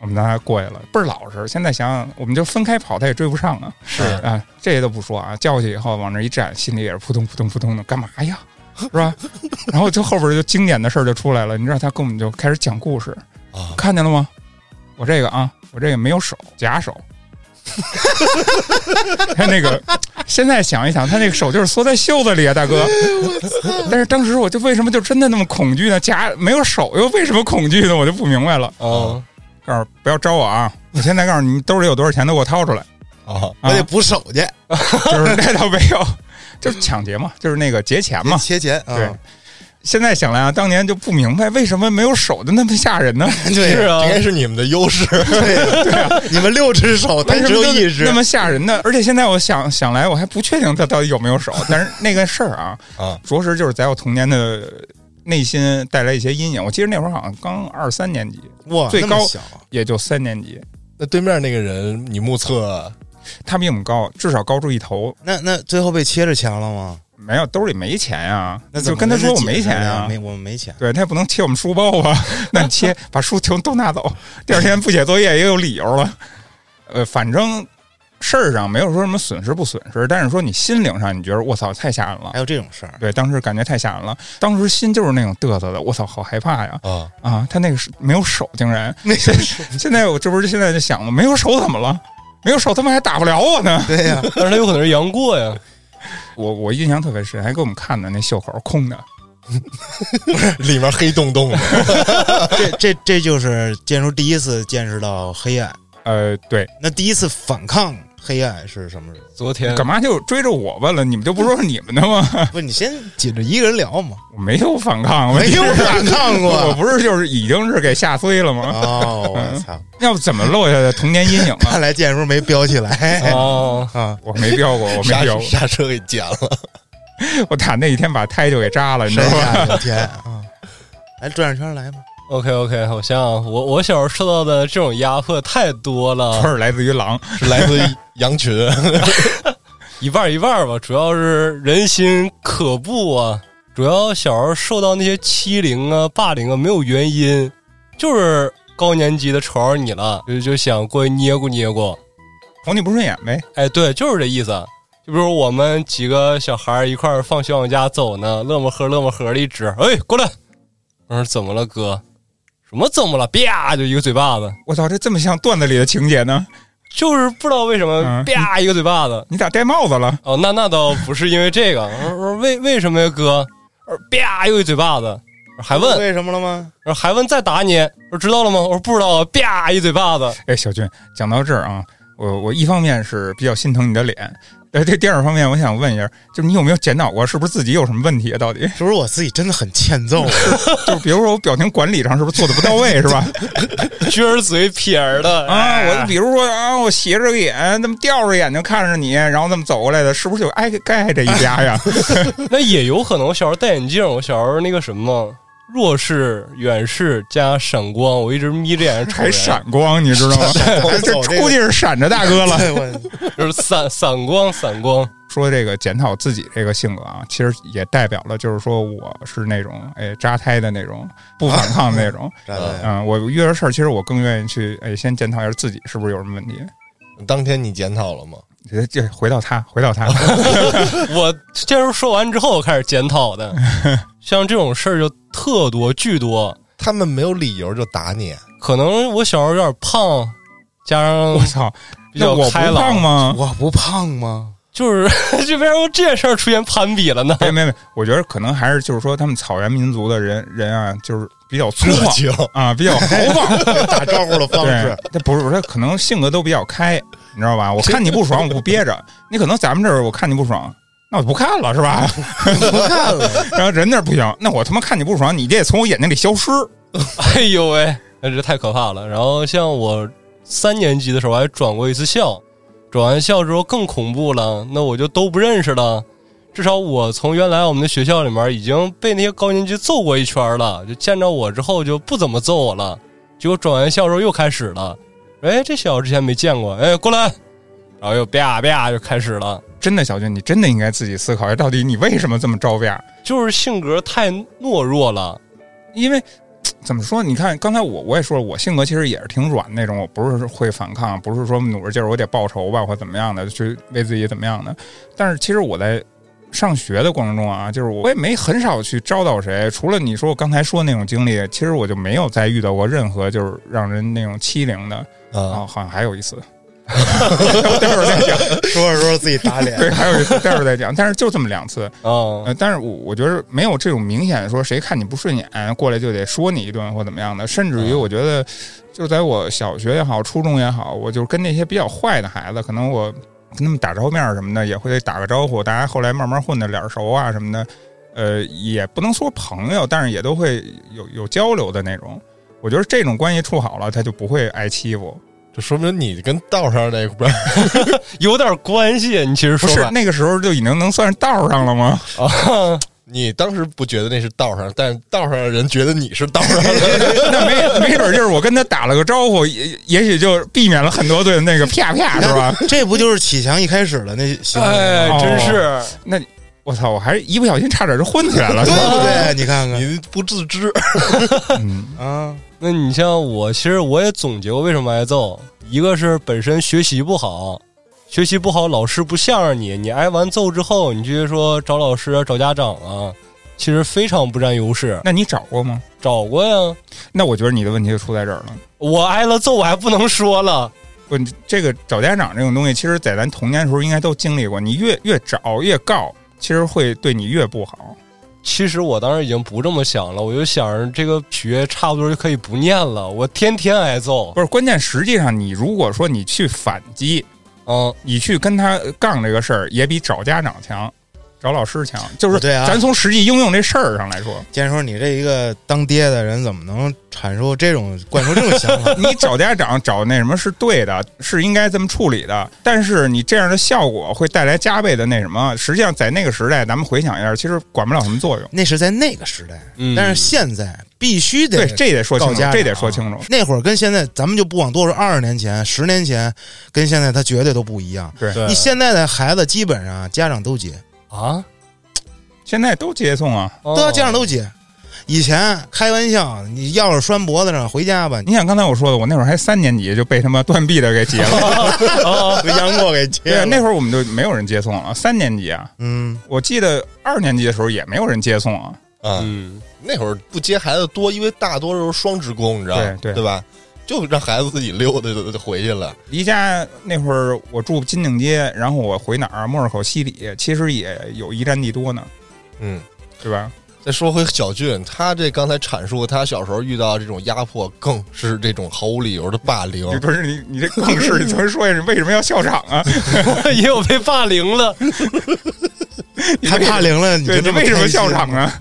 Speaker 1: 我们让他过去了，倍儿老实。现在想想，我们就分开跑，他也追不上啊。
Speaker 5: 是
Speaker 1: 啊，这些都不说啊，叫过去以后往那儿一站，心里也是扑通扑通扑通的，干嘛呀？是吧？然后就后边就经典的事儿就出来了，你知道他跟我们就开始讲故事，
Speaker 5: 啊
Speaker 1: 看见了吗？我这个啊，我这个没有手，假手。 他那个，现在想一想，他那个手就是缩在袖子里啊，大哥。但是当时我就为什么就真的那么恐惧呢？假没有手又为什么恐惧呢？我就不明白了。
Speaker 5: 啊
Speaker 1: 告诉不要招我啊！我现在告诉你，你兜里有多少钱都给我掏出来。
Speaker 5: 啊！
Speaker 2: 我得补手去。
Speaker 1: 就是那倒没有。就是抢劫嘛，就是那个劫钱嘛。
Speaker 2: 切钱啊，
Speaker 1: 对现在想来啊，当年就不明白为什么没有手的那么吓人呢？
Speaker 2: 对
Speaker 3: 是啊
Speaker 5: 这应该是你们的优势。
Speaker 2: 啊你们六只手，他
Speaker 1: 为什
Speaker 2: 只
Speaker 1: 么
Speaker 2: 有
Speaker 1: 就
Speaker 2: 一只
Speaker 1: 啊那。么吓人呢？而且现在我想想来，我还不确定他到底有没有手。但是那个事儿啊，
Speaker 5: 啊
Speaker 1: 着实就是在我童年的内心带来一些阴影。我记得那会儿好像刚二三年级，
Speaker 2: 哇，
Speaker 1: 最
Speaker 2: 那么
Speaker 1: 高
Speaker 2: 小啊
Speaker 1: 也就三年级，
Speaker 5: 那对面那个人，你目测
Speaker 1: 他比我们高，至少高出一头。
Speaker 2: 那那最后被切着钱了吗？
Speaker 1: 没有，兜里没钱呀、
Speaker 2: 那怎
Speaker 1: 就
Speaker 2: 么
Speaker 1: 跟他说我没
Speaker 2: 解释
Speaker 1: 钱啊
Speaker 2: 的
Speaker 1: 呀、
Speaker 2: 呀没我们没钱。
Speaker 1: 对他也不能切我们书包吧？ 那你切，把书全都拿走，第二天不写作业也有理由了。 呃，反正事儿上没有说什么损失不损失，但是说你心灵上，你觉得我操太吓人了
Speaker 2: 还。有这种事儿，
Speaker 1: 对，当时感觉太吓人了，当时心就是那种嘚瑟的，我操，好害怕呀！
Speaker 5: 啊，
Speaker 1: 啊，他那个是没有手，竟然
Speaker 2: 没有
Speaker 1: 现在我这不是现在就想了，没有手怎么了？没有手他妈还打不了我呢！
Speaker 2: 对 呀，
Speaker 3: 但是他有可能是杨过呀，
Speaker 1: 我我印象特别深，还给我们看的那袖口空的，
Speaker 5: 里面黑洞洞的，
Speaker 2: 这这这就是建叔第一次见识到黑暗。
Speaker 1: 呃，对，
Speaker 2: 那第一次反抗黑暗是什么时候？
Speaker 3: 昨天
Speaker 1: 干嘛就追着我问了？你们就不说说你们的吗？
Speaker 2: 不，你先紧着一个人聊嘛，
Speaker 1: 我没有反抗，我
Speaker 2: 没有反抗
Speaker 1: 我
Speaker 2: 过。
Speaker 1: 不是就是已经是给吓碎了吗？
Speaker 2: 哦，我操！
Speaker 1: 要不怎么落下的童年阴影啊？
Speaker 2: 看来建叔没飙起来
Speaker 3: 哦，
Speaker 2: 啊！
Speaker 1: 我没飙过，我没
Speaker 5: 刹
Speaker 1: 飙过，
Speaker 5: 刹车给剪了。
Speaker 1: 我打那一天把胎就给扎了，你知
Speaker 2: 山
Speaker 1: 道吗？
Speaker 2: 下有天啊！来转转圈来吧，
Speaker 3: OK OK，我想想，我我小时候受到的这种压迫太多
Speaker 1: 不
Speaker 3: 了，
Speaker 1: 是来自于狼，
Speaker 5: 是来自羊群，
Speaker 3: 一半儿一半儿吧，主要是人心可怖啊。主要小时候受到那些欺凌啊、霸凌啊，没有原因，就是高年级的瞅着你了，就就想过去捏咕捏咕。
Speaker 1: 瞅你不顺眼呗。
Speaker 3: 哎，对，就是这意思。就比如我们几个小孩儿一块儿放学往家走呢，乐么呵乐么呵的一指，哎，过来！我说怎么了，哥？什么怎么了？啪，就一个嘴巴子。
Speaker 1: 我操，这这么像段子里的情节呢？
Speaker 3: 就是不知道为什么，
Speaker 1: 嗯
Speaker 3: 啪、一个嘴巴子。
Speaker 1: 你咋戴帽子了？
Speaker 3: 哦，那那倒不是因为这个，我说我说为为什么呀，哥？我说啪又一嘴巴子，我说还问，
Speaker 2: 为什么了吗？
Speaker 3: 我说还问再打你，我说知道了吗？我说不知道啊，啪一嘴巴子，
Speaker 1: 哎，小俊，讲到这儿啊，我我一方面是比较心疼你的脸，呃，这第二方面我想问一下，就是你有没有检讨过，是不是自己有什么问题啊？到底
Speaker 2: 是不是我自己真的很欠揍啊？
Speaker 1: 就是比如说我表情管理上是不是做的不到位，是吧？
Speaker 3: 撅着嘴撇儿的
Speaker 2: 哎
Speaker 1: 啊，我就比如说啊，我斜着个眼，那么吊着眼睛看着你，然后那么走过来的，是不是就挨该这一家 呀？
Speaker 3: 那也有可能，我小时候戴眼镜，我小时候那个什么弱视、远视加闪光，我一直眯着眼睛瞅
Speaker 1: 还
Speaker 3: 人，
Speaker 1: 闪光，你知道吗？
Speaker 2: 光
Speaker 1: 这
Speaker 2: 走这个
Speaker 1: 估计是闪着大哥了。
Speaker 2: 对我
Speaker 3: 就是散散光散光。
Speaker 1: 说这个检讨自己这个性格啊，其实也代表了，就是说我是那种哎扎胎的那种，不
Speaker 2: 啊
Speaker 1: 反抗的那种。
Speaker 2: 站在
Speaker 1: 嗯，我遇到事儿，其实我更愿意去哎先检讨一下自己是不是有什么问题。
Speaker 5: 当天你检讨了吗？
Speaker 1: 这这回到他，回到 他，
Speaker 3: 我这时候说完之后，我开始检讨的，像这种事儿就特多巨多。
Speaker 5: 他们没有理由就打你，
Speaker 3: 可能我小时候有点胖，加上
Speaker 1: 我操，
Speaker 3: 比
Speaker 1: 那
Speaker 3: 较
Speaker 1: 我不
Speaker 3: 开朗
Speaker 1: 胖，吗？
Speaker 2: 我不胖吗？
Speaker 3: 就是 这边这件事儿出现攀比了呢。
Speaker 1: 没没没，我觉得可能还是就是说他们草原民族的人人啊，就是比较粗
Speaker 5: 热
Speaker 1: 犷
Speaker 5: 情。
Speaker 1: 啊，比较豪放。
Speaker 2: 打招呼的方
Speaker 1: 对
Speaker 2: 式，，
Speaker 1: 他不是他可能性格都比较开，你知道 吧？我看你不爽，我不憋着。你可能咱们这儿我看你不爽，那我不看了是吧？
Speaker 2: 不看了。
Speaker 1: 然后人那儿不行，那我他妈看你不爽，你这也从我眼睛里消失。
Speaker 3: 哎呦喂，那这太可怕了。然后像我三年级的时候还转过一次校，转完校之后更恐怖了，那我就都不认识了。至少我从原来我们的学校里面已经被那些高年级揍过一圈了，就见着我之后就不怎么揍我了。结果转完校之后又开始了，哎，这小子之前没见过，哎，过来，然后又啪啪就开始了。
Speaker 1: 真的，小俊，你真的应该自己思考一下，到底你为什么这么招架？
Speaker 3: 就是性格太懦弱了。
Speaker 1: 因为怎么说？你看刚才我我也说了，我性格其实也是挺软那种，我不是会反抗，不是说努着劲儿我得报仇吧或怎么样的去为自己怎么样的。但是其实我在上学的过程中啊，就是我也没很少去招到谁，除了你说我刚才说那种经历，其实我就没有再遇到过任何就是让人那种欺凌的
Speaker 5: 啊，
Speaker 1: 啊，好像还有一次。待会儿再讲，
Speaker 2: 说着说着自己打 脸，
Speaker 1: 对，还有一次，待会儿再讲。但是就这么两次，
Speaker 3: 嗯，
Speaker 1: 呃，但是我我觉得没有这种明显说谁看你不顺眼过来就得说你一顿或怎么样的，甚至于
Speaker 3: 嗯
Speaker 1: 我觉得，就在我小学也好，初中也好，我就跟那些比较坏的孩子，可能我跟他们打照面儿什么的，也会打个招呼。大家后来慢慢混的脸儿熟啊什么的，呃，也不能说朋友，但是也都会有有交流的那种。我觉得这种关系处好了，他就不会挨欺负。
Speaker 5: 这说明你跟道上那边儿
Speaker 3: 有点关系。你其实
Speaker 1: 不
Speaker 3: 说
Speaker 1: 是
Speaker 3: 吧，
Speaker 1: 那个时候就已经能算是道上了吗？
Speaker 3: 啊，
Speaker 5: 你当时不觉得那是道上，但是道上的人觉得你是道上的。
Speaker 1: 那没没准儿就是我跟他打了个招呼，也也许就避免了很多对那个啪啪是吧？
Speaker 2: 这不就是启强一开始的那行为
Speaker 3: 哎
Speaker 2: 吗？，
Speaker 3: 真是
Speaker 1: 那你我操，我还是一不小心差点就混起来了
Speaker 2: 对。不对？你看看
Speaker 5: 你不自知，
Speaker 1: 嗯
Speaker 2: 啊，
Speaker 3: 那你像我，其实我也总结过为什么挨揍，一个是本身学习不好，学习不好，老师不向着你，你挨完揍之后，你去说找老师啊、找家长啊，其实非常不占优势。
Speaker 1: 那你找过吗？
Speaker 3: 找过呀，
Speaker 1: 那我觉得你的问题就出在这儿了。
Speaker 3: 我挨了揍，我还不能说了。
Speaker 1: 不，你这个找家长这种东西，其实在咱童年的时候应该都经历过。你越越找越告，其实会对你越不好。
Speaker 3: 其实我当时已经不这么想了，我就想着这个学差不多就可以不念了，我天天挨揍。
Speaker 1: 不是，关键实际上你如果说你去反击，
Speaker 3: 嗯，
Speaker 1: 你去跟他杠这个事儿，也比找家长强，找老师强。就是
Speaker 2: 对啊
Speaker 1: 咱从实际应用这事儿上来说，？
Speaker 2: 建叔，你这一个当爹的人怎么能阐述这种灌输这种想法
Speaker 1: 你找家长找那什么是对的，是应该这么处理的。但是你这样的效果会带来加倍的那什么。实际上，在那个时代，咱们回想一下，其实管不了什么作用。
Speaker 2: 那是在那个时代，
Speaker 3: 嗯
Speaker 2: 但是现在必须得
Speaker 1: 对，这得说清
Speaker 2: 告
Speaker 1: 楚
Speaker 2: 家，
Speaker 1: 这
Speaker 2: 长
Speaker 1: 得说清楚。
Speaker 2: 那会儿跟现在，咱们就不往多说，二十年前、十年前跟现在，他绝对都不一样。
Speaker 3: 对
Speaker 2: 你现在的孩子基本上家长都接，
Speaker 3: 啊，
Speaker 1: 现在都接送啊。
Speaker 3: 哦
Speaker 2: 都要家长都接。以前开玩笑，你要是拴脖子上，回家吧，
Speaker 1: 你想刚才我说的，我那会儿还三年级就被他妈断臂的给截 了。
Speaker 2: 回杨过给接
Speaker 1: 对，
Speaker 2: 了。
Speaker 1: 那会儿我们就没有人接送了。三年级啊，
Speaker 2: 嗯，
Speaker 1: 我记得二年级的时候也没有人接送啊。
Speaker 5: 啊，
Speaker 3: 嗯，
Speaker 5: 那会儿不接孩子多，因为大多数双职工，你知道
Speaker 1: 对对
Speaker 5: 吧？就让孩子自己溜达就就回去了。
Speaker 1: 离家那会儿我住金鼎街，然后我回哪儿啊？莫尔口西里，其实也有一站地多呢，
Speaker 5: 嗯，
Speaker 1: 对吧？
Speaker 5: 再说回小俊，他这刚才阐述他小时候遇到这种压迫，更是这种毫无理由的霸 凌。
Speaker 1: 不是你，你这更是你怎么说呀？你为什么要笑场 啊？
Speaker 3: 也有被霸凌了，
Speaker 1: 你
Speaker 2: 他
Speaker 1: 为什么
Speaker 2: 霸凌了，你
Speaker 1: 对
Speaker 2: 就
Speaker 1: 你
Speaker 2: 这么
Speaker 1: 为什么笑
Speaker 2: 开
Speaker 1: 场
Speaker 2: 心？
Speaker 1: 啊？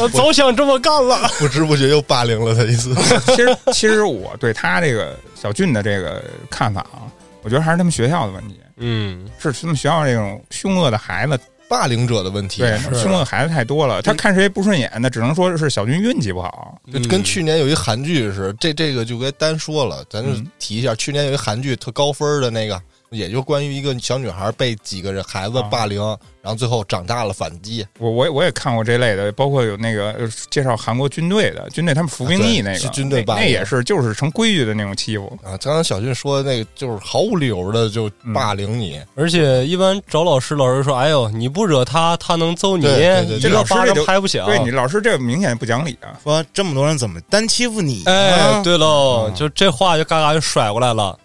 Speaker 3: 我早想这么干了。
Speaker 5: 不知不觉又霸凌了他一次。
Speaker 1: 其实，其实我对他这个小俊的这个看法啊，我觉得还是他们学校的问题，
Speaker 3: 嗯，
Speaker 1: 是他们学校这种凶恶的孩子，
Speaker 5: 霸凌者的问题，啊
Speaker 1: 对凶恶的孩子太多了，他看谁不顺眼那只能说是小俊运气不好。
Speaker 5: 就跟去年有一韩剧似的，这这个就该单说了，咱就
Speaker 1: 嗯
Speaker 5: 提一下，去年有一韩剧特高分的那个，也就关于一个小女孩被几个人孩
Speaker 1: 啊
Speaker 5: 子霸凌，然后最后长大了反击，
Speaker 1: 我我也我也看过这类的，包括有那个呃介绍韩国军队的军队，他们服兵役那
Speaker 5: 啊对
Speaker 1: 个
Speaker 5: 是军队
Speaker 1: 那
Speaker 5: 霸
Speaker 1: 那
Speaker 5: 凌
Speaker 1: 也是就是成规矩的那种欺负。
Speaker 5: 啊，刚刚小俊说的那个就是毫无理由的就
Speaker 1: 嗯
Speaker 5: 霸凌你，
Speaker 3: 而且一般找老师，老师说：“哎呦，你不惹他，他能揍你，
Speaker 5: 对对对
Speaker 1: 这
Speaker 3: 一
Speaker 1: 老
Speaker 3: 个
Speaker 1: 师
Speaker 3: 巴
Speaker 1: 这
Speaker 3: 掌
Speaker 1: 就
Speaker 3: 拍不响。
Speaker 1: 对你老师这明显不讲理啊！
Speaker 2: 说这么多人怎么单欺负你？
Speaker 3: 哎，
Speaker 2: 啊，
Speaker 3: 对喽，
Speaker 1: 嗯
Speaker 3: 就这话就嘎嘎就甩过来了。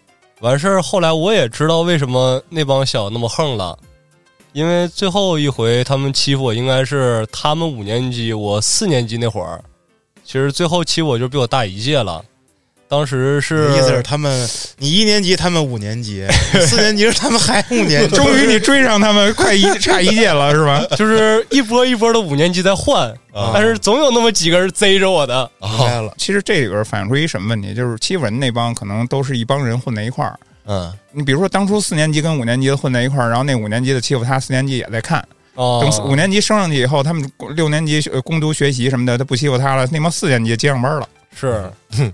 Speaker 3: 完事儿，后来我也知道为什么那帮小子那么横了，因为最后一回他们欺负我，应该是他们五年级，我四年级那会儿。其实最后欺负我就比我大一届了，当时是
Speaker 2: 意思是他们，你一年级，他们五年 级，四年级是他们还五 年 级，
Speaker 1: 终于你追上他们，快一差一届了是 吧？
Speaker 3: 就是一波一波的五年级在换，
Speaker 5: 啊
Speaker 3: 但是总有那么几个人贼着我的。
Speaker 2: 明白了。
Speaker 1: 其实这里边反映出一什么问题，就是欺负人那帮可能都是一帮人混在一块儿。
Speaker 5: 嗯，
Speaker 1: 你比如说，当初四年级跟五年级的混在一块儿，然后那五年级的欺负他，四年级也在看。
Speaker 3: 哦
Speaker 1: 等四，五年级升上去以后，他们六年级呃攻读学习什么的，他不欺负他了，那帮四年级接上班了。
Speaker 3: 是，
Speaker 5: 嗯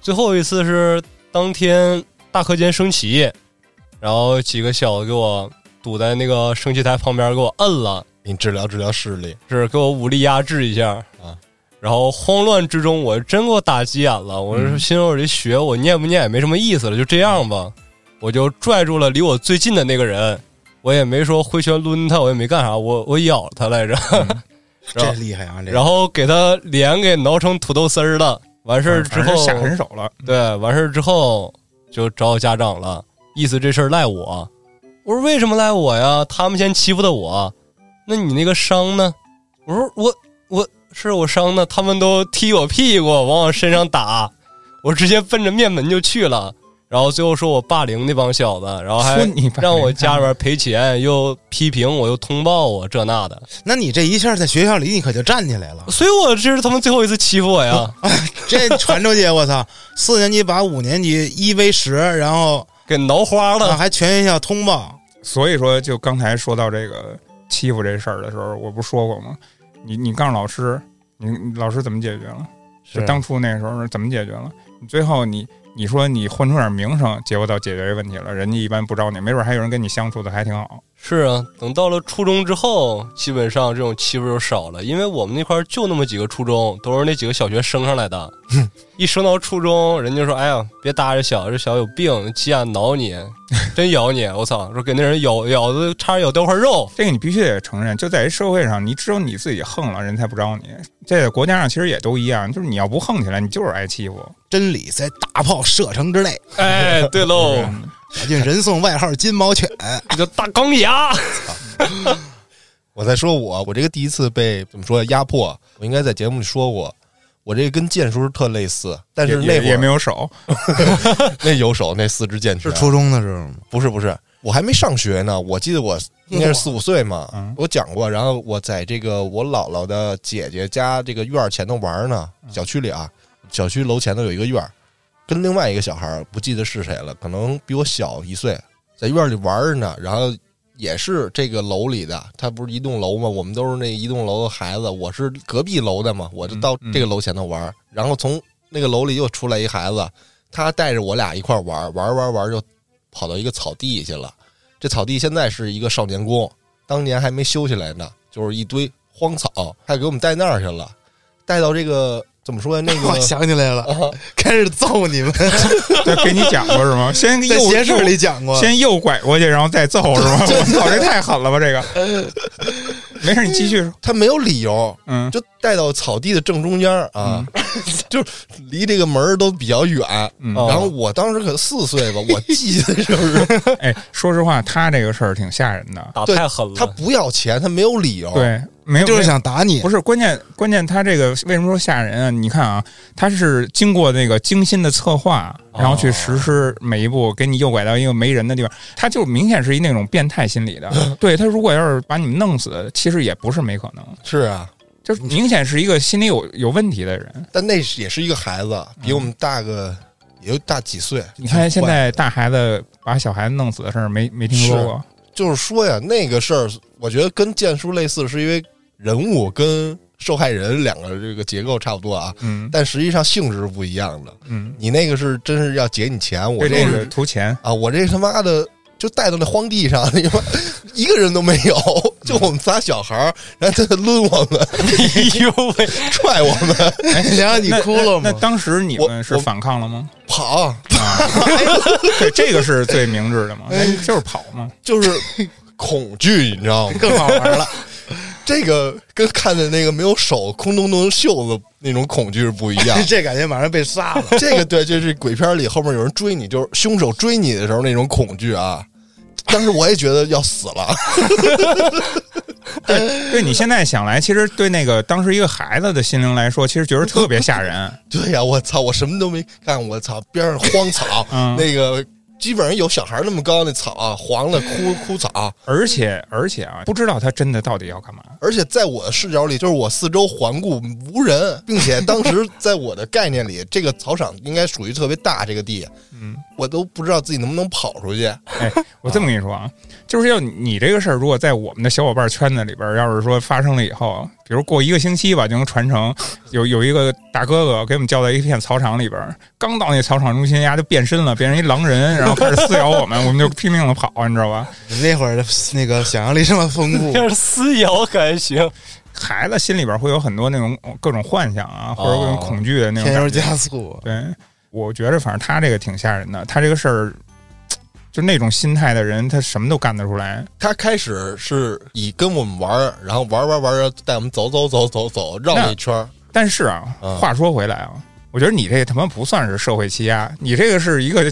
Speaker 3: 最后一次是当天大课间升旗，然后几个小子给我堵在那个升旗台旁边，给我摁了，
Speaker 5: 你治疗治疗视力，
Speaker 3: 是给我武力压制一下
Speaker 5: 啊。
Speaker 3: 然后慌乱之中，我真给我打急眼了。我是心说，我这学我念不念也没什么意思了，就这样吧。我就拽住了离我最近的那个人，我也没说挥拳抡他，我也没干啥，我我咬他来着。然
Speaker 2: 这
Speaker 3: 后
Speaker 2: 厉害啊！这
Speaker 1: 哎
Speaker 3: 然后给他脸给挠成土豆丝儿了。完事儿之
Speaker 1: 反正
Speaker 3: 后
Speaker 1: 下狠手了，
Speaker 3: 对，完事儿之后就找我家长了，意思这事儿赖我。我说为什么赖我呀？他们先欺负的我，那你那个伤呢？我说我我是我伤的，他们都踢我屁股，往我身上打，我直接奔着面门就去了。然后最后说我霸凌那帮小子，然后还
Speaker 1: 说你霸凌
Speaker 3: 让我家里边赔钱，又批评我，又通报我这那的，
Speaker 2: 那你这一下在学校里你可就站起来 了，
Speaker 3: 所以我这是他们最后一次欺负我
Speaker 1: 哦
Speaker 3: 呀，
Speaker 2: 这传出去，我操，四年级把五年级一 v 十，然后
Speaker 3: 给挠花
Speaker 2: 啊
Speaker 3: 了。
Speaker 2: 还全学校通报，
Speaker 1: 所以说，就刚才说到这个欺负这事儿的时候，我不说过吗？你你告诉老师，你你老师怎么解决了？就当初那时候是怎么解决了？你最后你你说你混出点名声，结果到解决这问题了，人家一般不招你，没准还有人跟你相处的还挺好。
Speaker 3: 是啊，等到了初中之后，基本上这种欺负就少了，因为我们那块儿就那么几个初中，都是那几个小学升上来的。 一升到初中，人家说：“哎呀，别搭这小子，这小子有病，鸡眼挠你，真咬你！”我操，说给那人咬咬的，差点咬掉块肉。
Speaker 1: 这个你必须得承认，就在这社会上，你只有你自己横了，人才不招你。这在国家上其实也都一样，就是你要不横起来，你就是挨欺负。
Speaker 2: 真理在大炮射程之内，
Speaker 3: 哎，对 喽，
Speaker 2: 小俊人送外号金毛犬，
Speaker 3: 你个大钢牙。
Speaker 5: 我在说我，我这个第一次被怎么说压迫，我应该在节目里说过，我这个跟剑叔特类似，但是
Speaker 1: 也
Speaker 5: 那
Speaker 1: 也
Speaker 5: 会儿
Speaker 1: 也没有手，
Speaker 5: 那有手那四肢健全，
Speaker 2: 是初中的时候吗？
Speaker 5: 不是不是，我还没上学呢，我记得我应该是四五岁嘛，
Speaker 1: 嗯
Speaker 5: 我讲过。然后我在这个我姥姥的姐姐家这个院儿前头玩呢，小区里啊，小区楼前头有一个院儿，跟另外一个小孩儿不记得是谁了，可能比我小一岁，在院里玩儿呢，然后。也是这个楼里的，他不是一栋楼吗？我们都是那一栋楼的孩子，我是隔壁楼的嘛，我就到
Speaker 1: 嗯嗯
Speaker 5: 这个楼前头玩儿，然后从那个楼里又出来一孩子，他带着我俩一块儿玩儿，玩儿玩儿玩儿就跑到一个草地去了。这草地现在是一个少年宫，当年还没修起来呢，就是一堆荒草，他给我们带那儿去了，带到这个怎么说那
Speaker 2: 我
Speaker 5: 个
Speaker 2: 想起来了，开始揍你们，
Speaker 1: 对，给你讲过是吗？先
Speaker 2: 在
Speaker 1: 右
Speaker 2: 斜视里讲过，
Speaker 1: 先右拐过去，然后再揍是吗？我操，这太狠了吧！这个， 没事，你继续说。
Speaker 5: 他没有理由，
Speaker 1: 嗯，
Speaker 5: 就带到草地的正中间儿啊， 就是离这个门儿都比较远。
Speaker 1: 嗯
Speaker 5: 然
Speaker 3: 哦
Speaker 5: 后我当时可四岁吧，我记得 就是
Speaker 1: 哎，说实话，他这个事儿挺吓人的。
Speaker 3: 打
Speaker 5: 对
Speaker 3: 太狠
Speaker 5: 他
Speaker 3: 了，
Speaker 5: 不要钱，他没有理由。
Speaker 1: 对，没有，
Speaker 2: 哦就是想打
Speaker 1: 没有
Speaker 2: 你
Speaker 1: 不。是关键，关键他这个为什么说吓人啊？你看啊，他是经过那个精心的策划，
Speaker 2: 哦
Speaker 1: 然后去实施每一步，给你诱拐到一个没人的地方，他就明显是一那种变态心理的。
Speaker 2: 嗯
Speaker 1: 对他如果要是把你们弄死，其实也不是没可能，
Speaker 5: 是啊，
Speaker 1: 就是
Speaker 2: 嗯
Speaker 1: 明显是一个心理有有问题的人。
Speaker 5: 但那是也是一个孩子，比我们大个也就大几岁。
Speaker 1: 你看现
Speaker 5: 挺坏
Speaker 1: 在大孩子把小孩子弄死的事儿没没听说
Speaker 5: 是
Speaker 1: 过？
Speaker 5: 就是说呀，那个事儿，我觉得跟剑叔类似，是因为人物跟受害人两个这个结构差不多啊，
Speaker 1: 嗯
Speaker 5: 但实际上性质是不一样的。
Speaker 1: 嗯，
Speaker 5: 你那个是真是要劫你钱，我
Speaker 1: 对
Speaker 5: 这
Speaker 1: 这
Speaker 5: 是
Speaker 1: 个图 钱，
Speaker 5: 啊，我这他妈的就带到那荒地上， 你妈一个人都没有，就我们仨小孩儿，然后他就抡我们，
Speaker 3: 哎呦喂，
Speaker 5: 踹我们，
Speaker 1: 哎
Speaker 2: 然后你
Speaker 1: 那
Speaker 2: 哭了
Speaker 1: 那
Speaker 2: 吗
Speaker 1: 那？当时你
Speaker 5: 我
Speaker 1: 们是
Speaker 5: 我
Speaker 1: 反抗了 吗？
Speaker 5: 跑，
Speaker 1: 啊，对，这个是最明智的嘛，那就是跑嘛。
Speaker 5: 就是恐惧，你知道吗？
Speaker 2: 更好玩了，
Speaker 5: 这个跟看见那个没有手空洞洞袖子那种恐惧是不一 样的。
Speaker 2: 这感 觉马上被杀了。
Speaker 5: 这个对，就是鬼片里后面有人追你，就是凶手追你的时候那种恐惧啊。当时我也觉得要死了，
Speaker 1: 对你现在想来，其实对那个当时一个孩子的心灵来说，其实觉得特别吓人。
Speaker 5: 对呀、我操，我什么都没干，我操，边上荒 草，
Speaker 1: 嗯
Speaker 5: 那个基本上有小孩那么高那草啊，黄的枯枯草，
Speaker 1: 而且而且啊，不知道他真的到底要干嘛。
Speaker 5: 而且在我的视角里，就是我四周环顾无人，并且当 时在我的概念里，这个草场应该属于特别大这个地，
Speaker 1: 嗯，
Speaker 5: 我都不知道自己能不能跑出去。
Speaker 1: 哎，我这么跟你说啊，就是要你这个事儿，如果在我们的小伙伴圈子里边儿，要是说发生了以后，比如过一个星期吧，就能传承。有有一个大哥哥给我们叫到一片草场里边儿，刚到那草场中心，人家就变身了，变成一狼人，然后开始撕咬我们，我们就拼命的跑，啊你知道吧？
Speaker 2: 你那会儿的那个想象力这么丰富，
Speaker 3: 要是撕咬还行，
Speaker 1: 孩子心里边会有很多那种各种幻想啊，或者各种恐惧的那种
Speaker 2: 添油
Speaker 1: 感觉。
Speaker 2: 加醋。
Speaker 1: 对，我觉着反正他这个挺吓人的，他这个事儿，就那种心态的人，他什么都干得出来。
Speaker 5: 他开始是以跟我们玩儿，然后玩儿玩儿玩儿，带我们走走走走走，绕了一圈儿。
Speaker 1: 但是啊，
Speaker 5: 嗯
Speaker 1: 话说回来啊，我觉得你这他妈不算是社会欺压，你这个是一个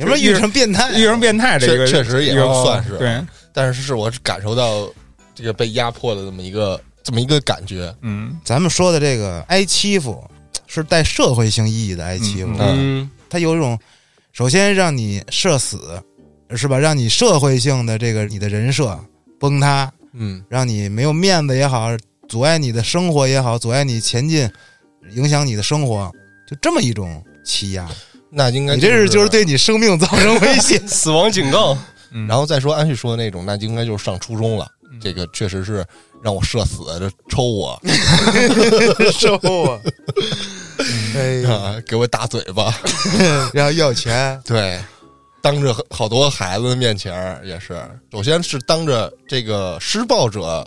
Speaker 2: 你们遇上变态，
Speaker 1: 遇上变态的一个，
Speaker 5: 确确实也
Speaker 1: 一个
Speaker 5: 算是
Speaker 1: 对，
Speaker 5: 但是是我感受到这个被压迫的这么一个这么一个感觉。
Speaker 1: 嗯，
Speaker 2: 咱们说的这个挨欺负，是带社会性意义的挨欺负，啊
Speaker 1: 嗯
Speaker 5: 嗯
Speaker 3: 嗯，。
Speaker 2: 它有一种首先让你社死，是吧？让你社会性的这个你的人设崩塌，
Speaker 5: 嗯，
Speaker 2: 让你没有面子也好，阻碍你的生活也好，阻碍你前进，影响你的生活，就这么一种欺压。
Speaker 5: 那应该
Speaker 2: 你这
Speaker 5: 是
Speaker 2: 是就是。对你生命造成威胁
Speaker 3: 死亡警告，
Speaker 1: 嗯
Speaker 5: 然后再说安旭说的那种，那就应该就是上初中了。
Speaker 1: 嗯
Speaker 5: 这个确实是让我社死，这抽我，
Speaker 2: 收 啊！哎呀，
Speaker 1: 嗯
Speaker 5: 啊，给我大嘴巴。
Speaker 2: 然后要钱，
Speaker 5: 对，当着好多孩子的面前儿也是，首先是当着这个施暴者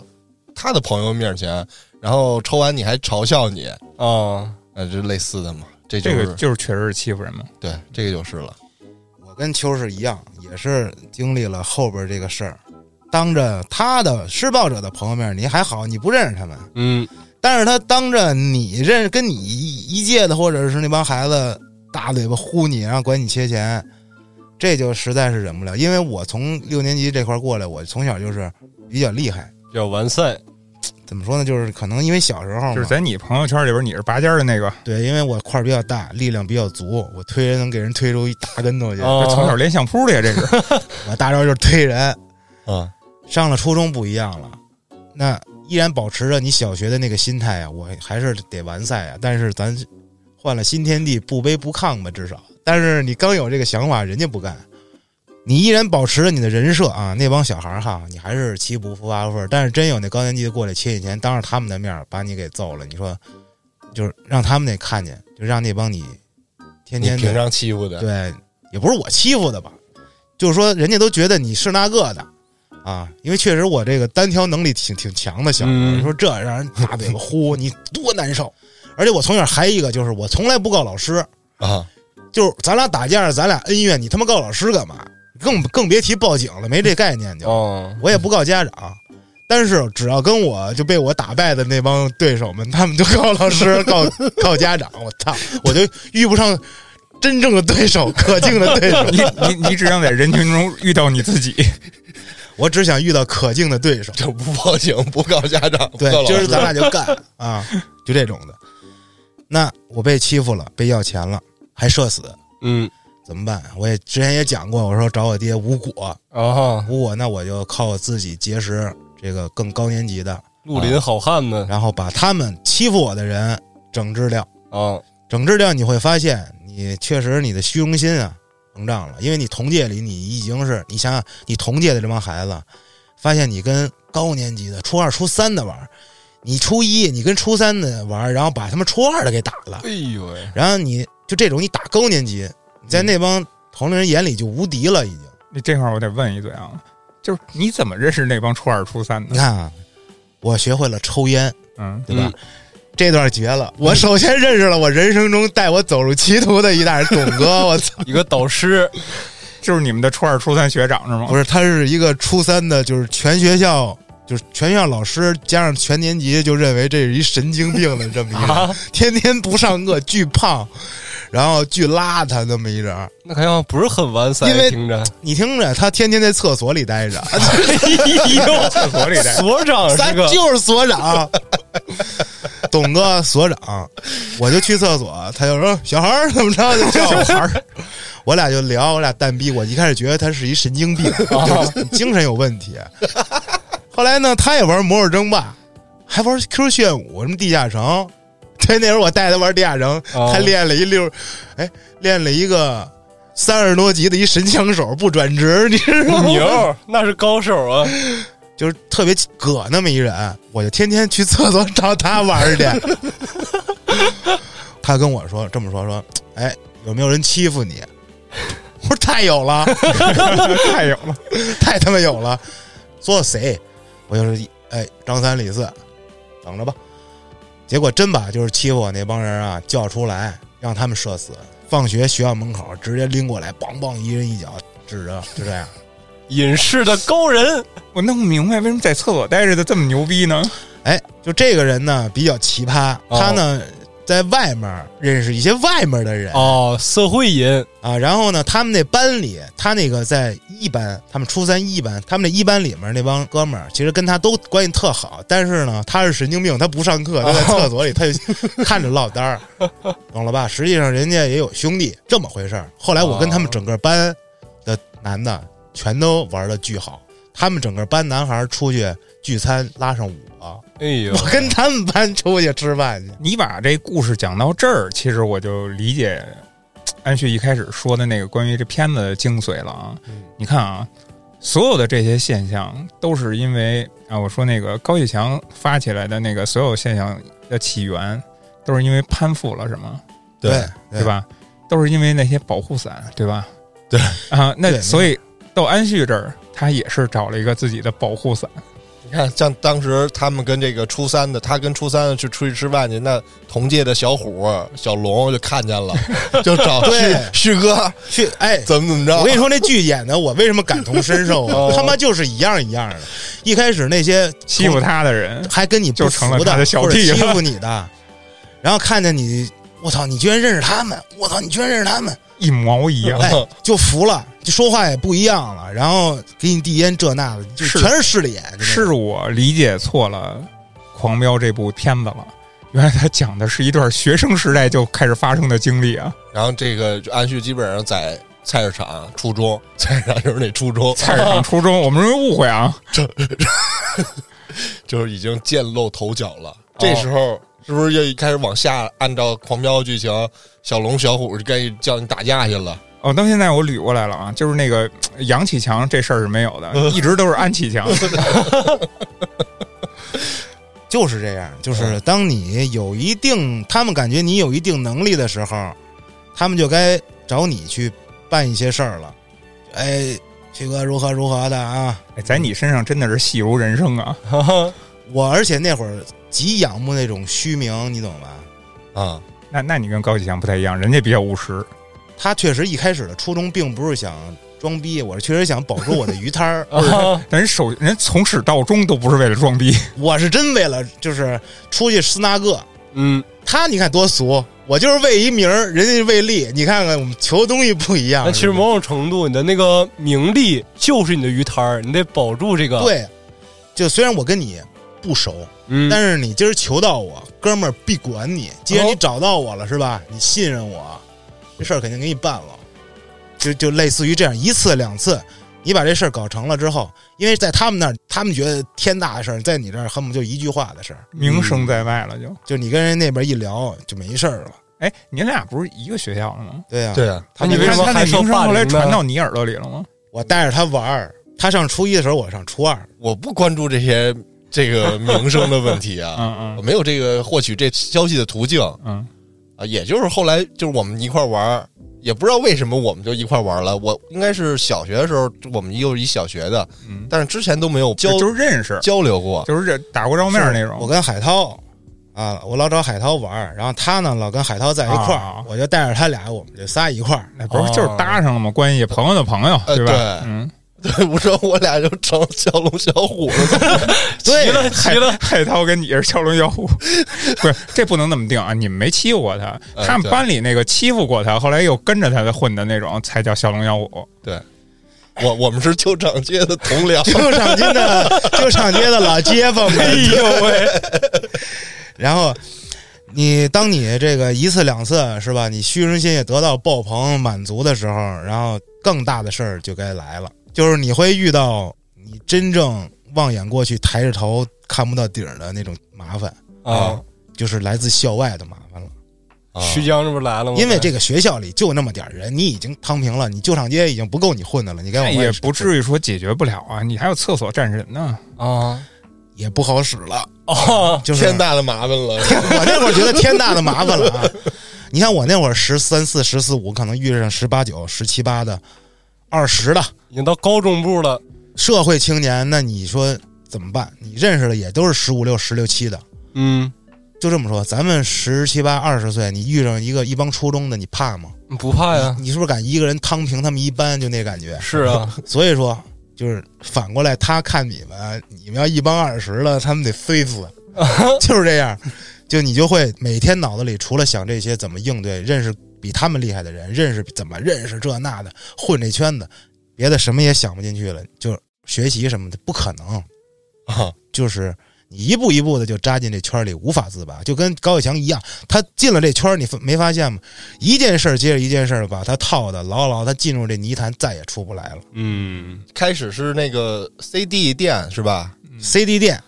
Speaker 5: 他的朋友面前，然后抽完你还嘲笑你，
Speaker 3: 啊，
Speaker 5: 呃，这类似的嘛，这就
Speaker 1: 这
Speaker 5: 是、
Speaker 1: 个就是确实是欺负人嘛。
Speaker 5: 对，这个就是了。
Speaker 2: 我跟秋是一样，也是经历了后边这个事儿。当着他的施暴者的朋友面，你还好，你不认识他们，
Speaker 3: 嗯，
Speaker 2: 但是他当着你认跟你一一届的，或者是那帮孩子大嘴巴呼你，然后管你切钱，这就实在是忍不了。因为我从六年级这块儿过来，我从小就是比较厉害。
Speaker 3: 比较完赛，
Speaker 2: 怎么说呢？就是啊可能因为小时候嘛，
Speaker 1: 就是在你朋友圈里边，你是拔尖儿的那个，
Speaker 2: 对，因为我块儿比较大，力量比较足，我推人能给人推出一大跟头去。
Speaker 3: 哦
Speaker 1: 这从小练相扑的呀，这是。
Speaker 2: 我大招就是推人。
Speaker 5: 嗯，
Speaker 2: 上了初中不一样了，那依然保持着你小学的那个心态啊，我还是得完赛啊。但是咱换了新天地，不卑不亢吧，至少。但是你刚有这个想法，人家不干，你依然保持着你的人设啊。那帮小孩儿哈，你还是欺不服发愤，但是真有那高年级的过来切你钱，当着他们的面儿把你给揍了，你说就是让他们得看见，就让那帮你天
Speaker 5: 你
Speaker 2: 天的
Speaker 5: 平常欺负的，
Speaker 2: 对，也不是我欺负的吧，就是说人家都觉得你是那个的啊，因为确实我这个单挑能力挺挺强的小孩儿，
Speaker 3: 嗯
Speaker 2: 你说这让人大嘴巴呼你多难受，而且我从小还一个就是我从来不告老师，
Speaker 5: 啊，
Speaker 2: 就是咱俩打架咱俩恩怨，你他妈告老师干嘛？更更别提报警了，没这概念就。
Speaker 3: 哦，
Speaker 2: 我也不告家长，但是只要跟我就被我打败的那帮对手们，他们就告老师、告告家长，我操，我就遇不上真正的对手，可敬的对手，
Speaker 1: 你你你只想在人群中遇到你自己，
Speaker 2: 我只想遇到可敬的对手，
Speaker 5: 就不报警，不告家长，不
Speaker 2: 对
Speaker 5: 告，老
Speaker 2: 今儿
Speaker 5: 师，
Speaker 2: 咱俩就干啊，就这种的。那我被欺负了，被要钱了，还社死，
Speaker 3: 嗯，
Speaker 2: 怎么办？啊我也之前也讲过，我说找我爹无果，
Speaker 3: 啊，
Speaker 2: 无果，那我就靠我自己结识这个更高年级的，
Speaker 3: 绿林好汉们
Speaker 2: 然后把他们欺负我的人整治掉。
Speaker 3: 啊，
Speaker 2: 整治掉，你会发现你确实你的虚荣心啊膨胀了，因为你同届里你已经是你想想你同届的这帮孩子，发现你跟高年级的初二、初三的玩儿，你初一你跟初三的玩儿，然后把他们初二的给打了，
Speaker 3: 哎呦喂，
Speaker 2: 然后你就这种你打高年级，你在那帮同龄人眼里就无敌了，已经。
Speaker 1: 你这块儿我得问一嘴啊，就是你怎么认识那帮初二、初三
Speaker 2: 你
Speaker 1: 的？
Speaker 2: 看啊，我学会了抽烟，
Speaker 1: 嗯，
Speaker 2: 对吧？这段绝了！我首先认识了我人生中带我走入歧途的一代人，董哥，我操！
Speaker 3: 一个导师，
Speaker 1: 就是你们的初二、初三学长是吗？
Speaker 2: 不是，他是一个初三的，就是全学校，就是全校老师加上全年级就认为这是一神经病的这么一个，
Speaker 3: 啊
Speaker 2: 天天不上课，巨胖，然后巨邋遢那么一人。
Speaker 3: 那好像不是很完赛
Speaker 2: 因为，
Speaker 3: 听着，
Speaker 2: 你听着，他天天在厕所里待着，
Speaker 3: 哎
Speaker 1: 厕所里
Speaker 3: 呦，
Speaker 1: 的，
Speaker 3: 所长
Speaker 2: 咱
Speaker 3: 是个，
Speaker 2: 就是所 长，董哥所长，我就去厕所，他就说小孩儿怎么着就叫我孩儿，我俩就聊，我俩蛋逼，我一开始觉得他是一神经 病，就是精神有问题，后来呢，他也玩魔兽争霸，还玩 Q 炫舞，什么地下城，对，那时候我带他玩地下城，
Speaker 3: 哦
Speaker 2: 他练了一溜，哎，练了一个。三十多级的一神枪手不转职，你知道吗？
Speaker 3: 牛，哦那是高手啊，
Speaker 2: 就是特别葛那么一人，我就天天去厕所找他玩儿去。 他跟我说这么说说，哎，有没有人欺负你？我说太有了，
Speaker 1: 太有了，
Speaker 2: 太他妈有了，说谁？我就是哎，张三李四，等着吧。结果真把就是欺负我那帮人啊叫出来，让他们社死。放学学校门口直接拎过来，梆梆一人一脚指着，就这样。
Speaker 3: 隐士的高人，
Speaker 1: 我弄不明白为什么在厕所待着的这么牛逼呢？
Speaker 2: 哎，就这个人呢比较奇葩，
Speaker 3: 哦
Speaker 2: 他呢、在外面认识一些外面的人、
Speaker 3: 哦，社会人
Speaker 2: 啊。然后呢，他们那班里，他那个在一班，他们初三一班，他们那一班里面那帮哥们儿，其实跟他都关系特好。但是呢，他是神经病，他不上课，他
Speaker 3: 哦
Speaker 2: 在厕所里，他就看着落单儿，懂了吧？实际上人家也有兄弟这么回事儿。后来我跟他
Speaker 3: 哦
Speaker 2: 们整个班的男的全都玩的巨好，他们整个班男孩儿出去聚餐拉上我。
Speaker 3: 哎呦，，
Speaker 2: 我跟他们班出去吃饭去，
Speaker 1: 你把这故事讲到这儿，其实我就理解安旭一开始说的那个关于这片子的精髓了啊。
Speaker 2: 嗯
Speaker 1: 你看啊，所有的这些现象都是因为啊，我说那个高启强发起来的那个所有现象的起源，都是因为攀附了什么，
Speaker 2: 对
Speaker 1: 对？吧？都是因为那些保护伞，对吧？
Speaker 5: 对
Speaker 1: 啊，那
Speaker 2: 哎对
Speaker 1: 所以到安旭这儿，他也是找了一个自己的保护伞。
Speaker 5: 你看，像当时他们跟这个初三的，他跟初三的去出去吃饭去，那同届的小虎、小龙就看见 了，就找旭
Speaker 2: 对
Speaker 5: 旭哥
Speaker 2: 去哎，
Speaker 5: 怎么怎么着。
Speaker 2: 我跟你说那剧演的，我为什么感同身受 啊？他妈就是一样一样的。一开始那些
Speaker 1: 哦欺负他的人，
Speaker 2: 还跟你不
Speaker 1: 就成了
Speaker 2: 服
Speaker 1: 他的小
Speaker 2: 或者
Speaker 1: 弟
Speaker 2: 欺
Speaker 1: 了
Speaker 2: 负你的，然后看见你，我操，你居然认识他们！我操，你居然认识他们！
Speaker 1: 一毛一样。
Speaker 2: 哎，就服了，就说话也不一样了，然后给你递烟这那的，就是全是势利眼。真的
Speaker 1: 是我理解错了《狂飙》这部片子了。原来他讲的是一段学生时代就开始发生的经历啊！
Speaker 5: 然后这个安旭基本上在菜市场、初中，菜市场就是那初中，
Speaker 1: 菜市场初中，我们容易误会啊。
Speaker 5: 就是已经渐露头角了。
Speaker 2: 哦
Speaker 5: 这时候是不是又开始往下按照狂飙剧情，小龙、小虎就该叫你打架去了？
Speaker 1: 哦，到现在我捋过来了啊，就是那个呃杨启强这事儿是没有的，一直都是安启强。
Speaker 2: 就是这样，就是当你有一定，他们感觉你有一定能力的时候，他们就该找你去办一些事儿了。哎，旭哥如何如何的啊？
Speaker 1: 哎在你身上真的是戏如人生啊！
Speaker 2: 我而且那会儿极仰慕那种虚名，你懂吧？
Speaker 5: 啊、
Speaker 1: 那那你跟高启强不太一样，人家比较务实。
Speaker 2: 他确实一开始的初衷并不是想装逼，我是确实想保住我的鱼摊儿
Speaker 3: 啊，
Speaker 1: 但人首人从始到终都不是为了装逼，
Speaker 2: 我是真为了就是出去撕那个。
Speaker 3: 嗯，
Speaker 2: 他你看多俗，我就是为一名儿，人家是为利。你看看我们求的东西不一样。
Speaker 3: 那其
Speaker 2: 是
Speaker 3: 实
Speaker 2: 不是
Speaker 3: 某种程度，你的那个名利就是你的鱼摊儿，你得保住这个。，
Speaker 2: 对，就虽然我跟你不熟，
Speaker 3: 嗯，
Speaker 2: 但是你今儿求到我，哥们儿必管你。既然
Speaker 3: 哦
Speaker 2: 你找到我了，是吧？你信任我，这事儿肯定给你办了。就就类似于这样，一次两次，你把这事儿搞成了之后，因为在他们那儿，他们觉得天大的事儿，在你这儿恨不得就一句话的事儿，
Speaker 1: 名
Speaker 3: 嗯
Speaker 1: 声在外了就。
Speaker 2: 就你跟人那边一聊就没事儿了。
Speaker 1: 哎，你俩不是一个学校的吗？
Speaker 2: 对啊，
Speaker 5: 对啊，
Speaker 1: 他
Speaker 3: 那你为什么
Speaker 1: 他那
Speaker 3: 还受
Speaker 1: 名声
Speaker 3: 霸
Speaker 1: 后来
Speaker 3: 凌呢
Speaker 1: 传到你耳朵里了吗？
Speaker 2: 我带着他玩儿，他上初一的时候，我上初二。
Speaker 5: 我不关注这些这个名声的问 题啊，
Speaker 1: 嗯嗯
Speaker 5: 我没有这个获取这消息的途径
Speaker 1: 嗯，
Speaker 5: 啊。也就是后来就是我们一块玩儿，也不知道为什么我们就一块玩了。我应该是小学的时候，我们又一小学的，
Speaker 1: 嗯
Speaker 5: 但是之前都没有交
Speaker 1: 就就是认识，
Speaker 5: 交流过。
Speaker 1: 就是这打过照面那种。
Speaker 2: 我跟海涛啊，我老找海涛玩儿，然后他呢老跟海涛在一块儿，
Speaker 1: 啊
Speaker 2: 我就带着他俩，我们就仨一块儿。
Speaker 1: 那哎不是
Speaker 3: 哦
Speaker 1: 就是 搭上了吗？关系朋友的朋友，
Speaker 5: 呃
Speaker 1: 吧？
Speaker 5: 对
Speaker 1: 嗯，
Speaker 5: 对，我说我俩就成小龙小虎了。
Speaker 1: 对
Speaker 3: 了急了
Speaker 1: 海涛跟你是蛟龙妖虎，不是这不能那么定啊！你们没欺负过他，
Speaker 5: 呃
Speaker 1: 他们
Speaker 5: 对
Speaker 1: 班里那个欺负过他，后来又跟着他的混的那种，才叫蛟龙妖虎。
Speaker 5: 对，我我们是旧长街的同僚。
Speaker 2: 旧上街的旧上街的老街坊
Speaker 1: 哎
Speaker 2: 们。
Speaker 1: 呦喂！
Speaker 2: 然后你当你这个一次两次是吧，你虚荣心也得到爆棚满足的时候，然后更大的事儿就该来了，就是你会遇到你真正望眼过去抬着头看不到底儿的那种麻烦，
Speaker 3: 啊，
Speaker 2: 就是来自校外的麻烦了。
Speaker 5: 啊
Speaker 3: 徐江这不来了
Speaker 1: 哦
Speaker 3: 吗？
Speaker 2: 啊因为这个学校里就那么点儿人，你已经躺平了，你旧上街已经不够你混的了，你该
Speaker 1: 那
Speaker 2: 往外
Speaker 1: 也
Speaker 2: 使
Speaker 1: 不至于说解决不了啊！你还有厕所站人呢，
Speaker 3: 啊
Speaker 2: 也不好使了，
Speaker 3: 哦，
Speaker 2: 就是
Speaker 5: 天大的麻烦了，
Speaker 2: 我那会儿觉得天大的麻烦了 啊！你看我那会儿十三四、十四五，可能遇上十八九、十七八的、二十的
Speaker 3: 已经到高中部了，
Speaker 2: 社会青年，那你说怎么办？你认识的也都是十五六、十六七的，
Speaker 3: 嗯，
Speaker 2: 就这么说，咱们十七八、二十岁，你遇上一个一帮初中的，你怕吗？
Speaker 3: 不怕呀，
Speaker 2: 你是不是敢一个人趟平他们一班？就那感觉。
Speaker 3: 是啊，
Speaker 2: 所以说，就是反过来，他看你们，你们要一帮二十的，他们得飞死，就是这样。就你就会每天脑子里除了想这些怎么应对，认识比他们厉害的人，认识怎么认识这那的，混这圈子，别的什么也想不进去了，就学习什么的不可能，
Speaker 5: 啊，
Speaker 2: 就是你一步一步的就扎进这圈里，无法自拔，就跟高伟强一样，他进了这圈儿，你发没发现吗？一件事儿接着一件事儿把他套的牢牢，他进入这泥潭再也出不来了。
Speaker 3: 嗯，
Speaker 5: 开始是那个 CD 店是吧？
Speaker 2: CD 店。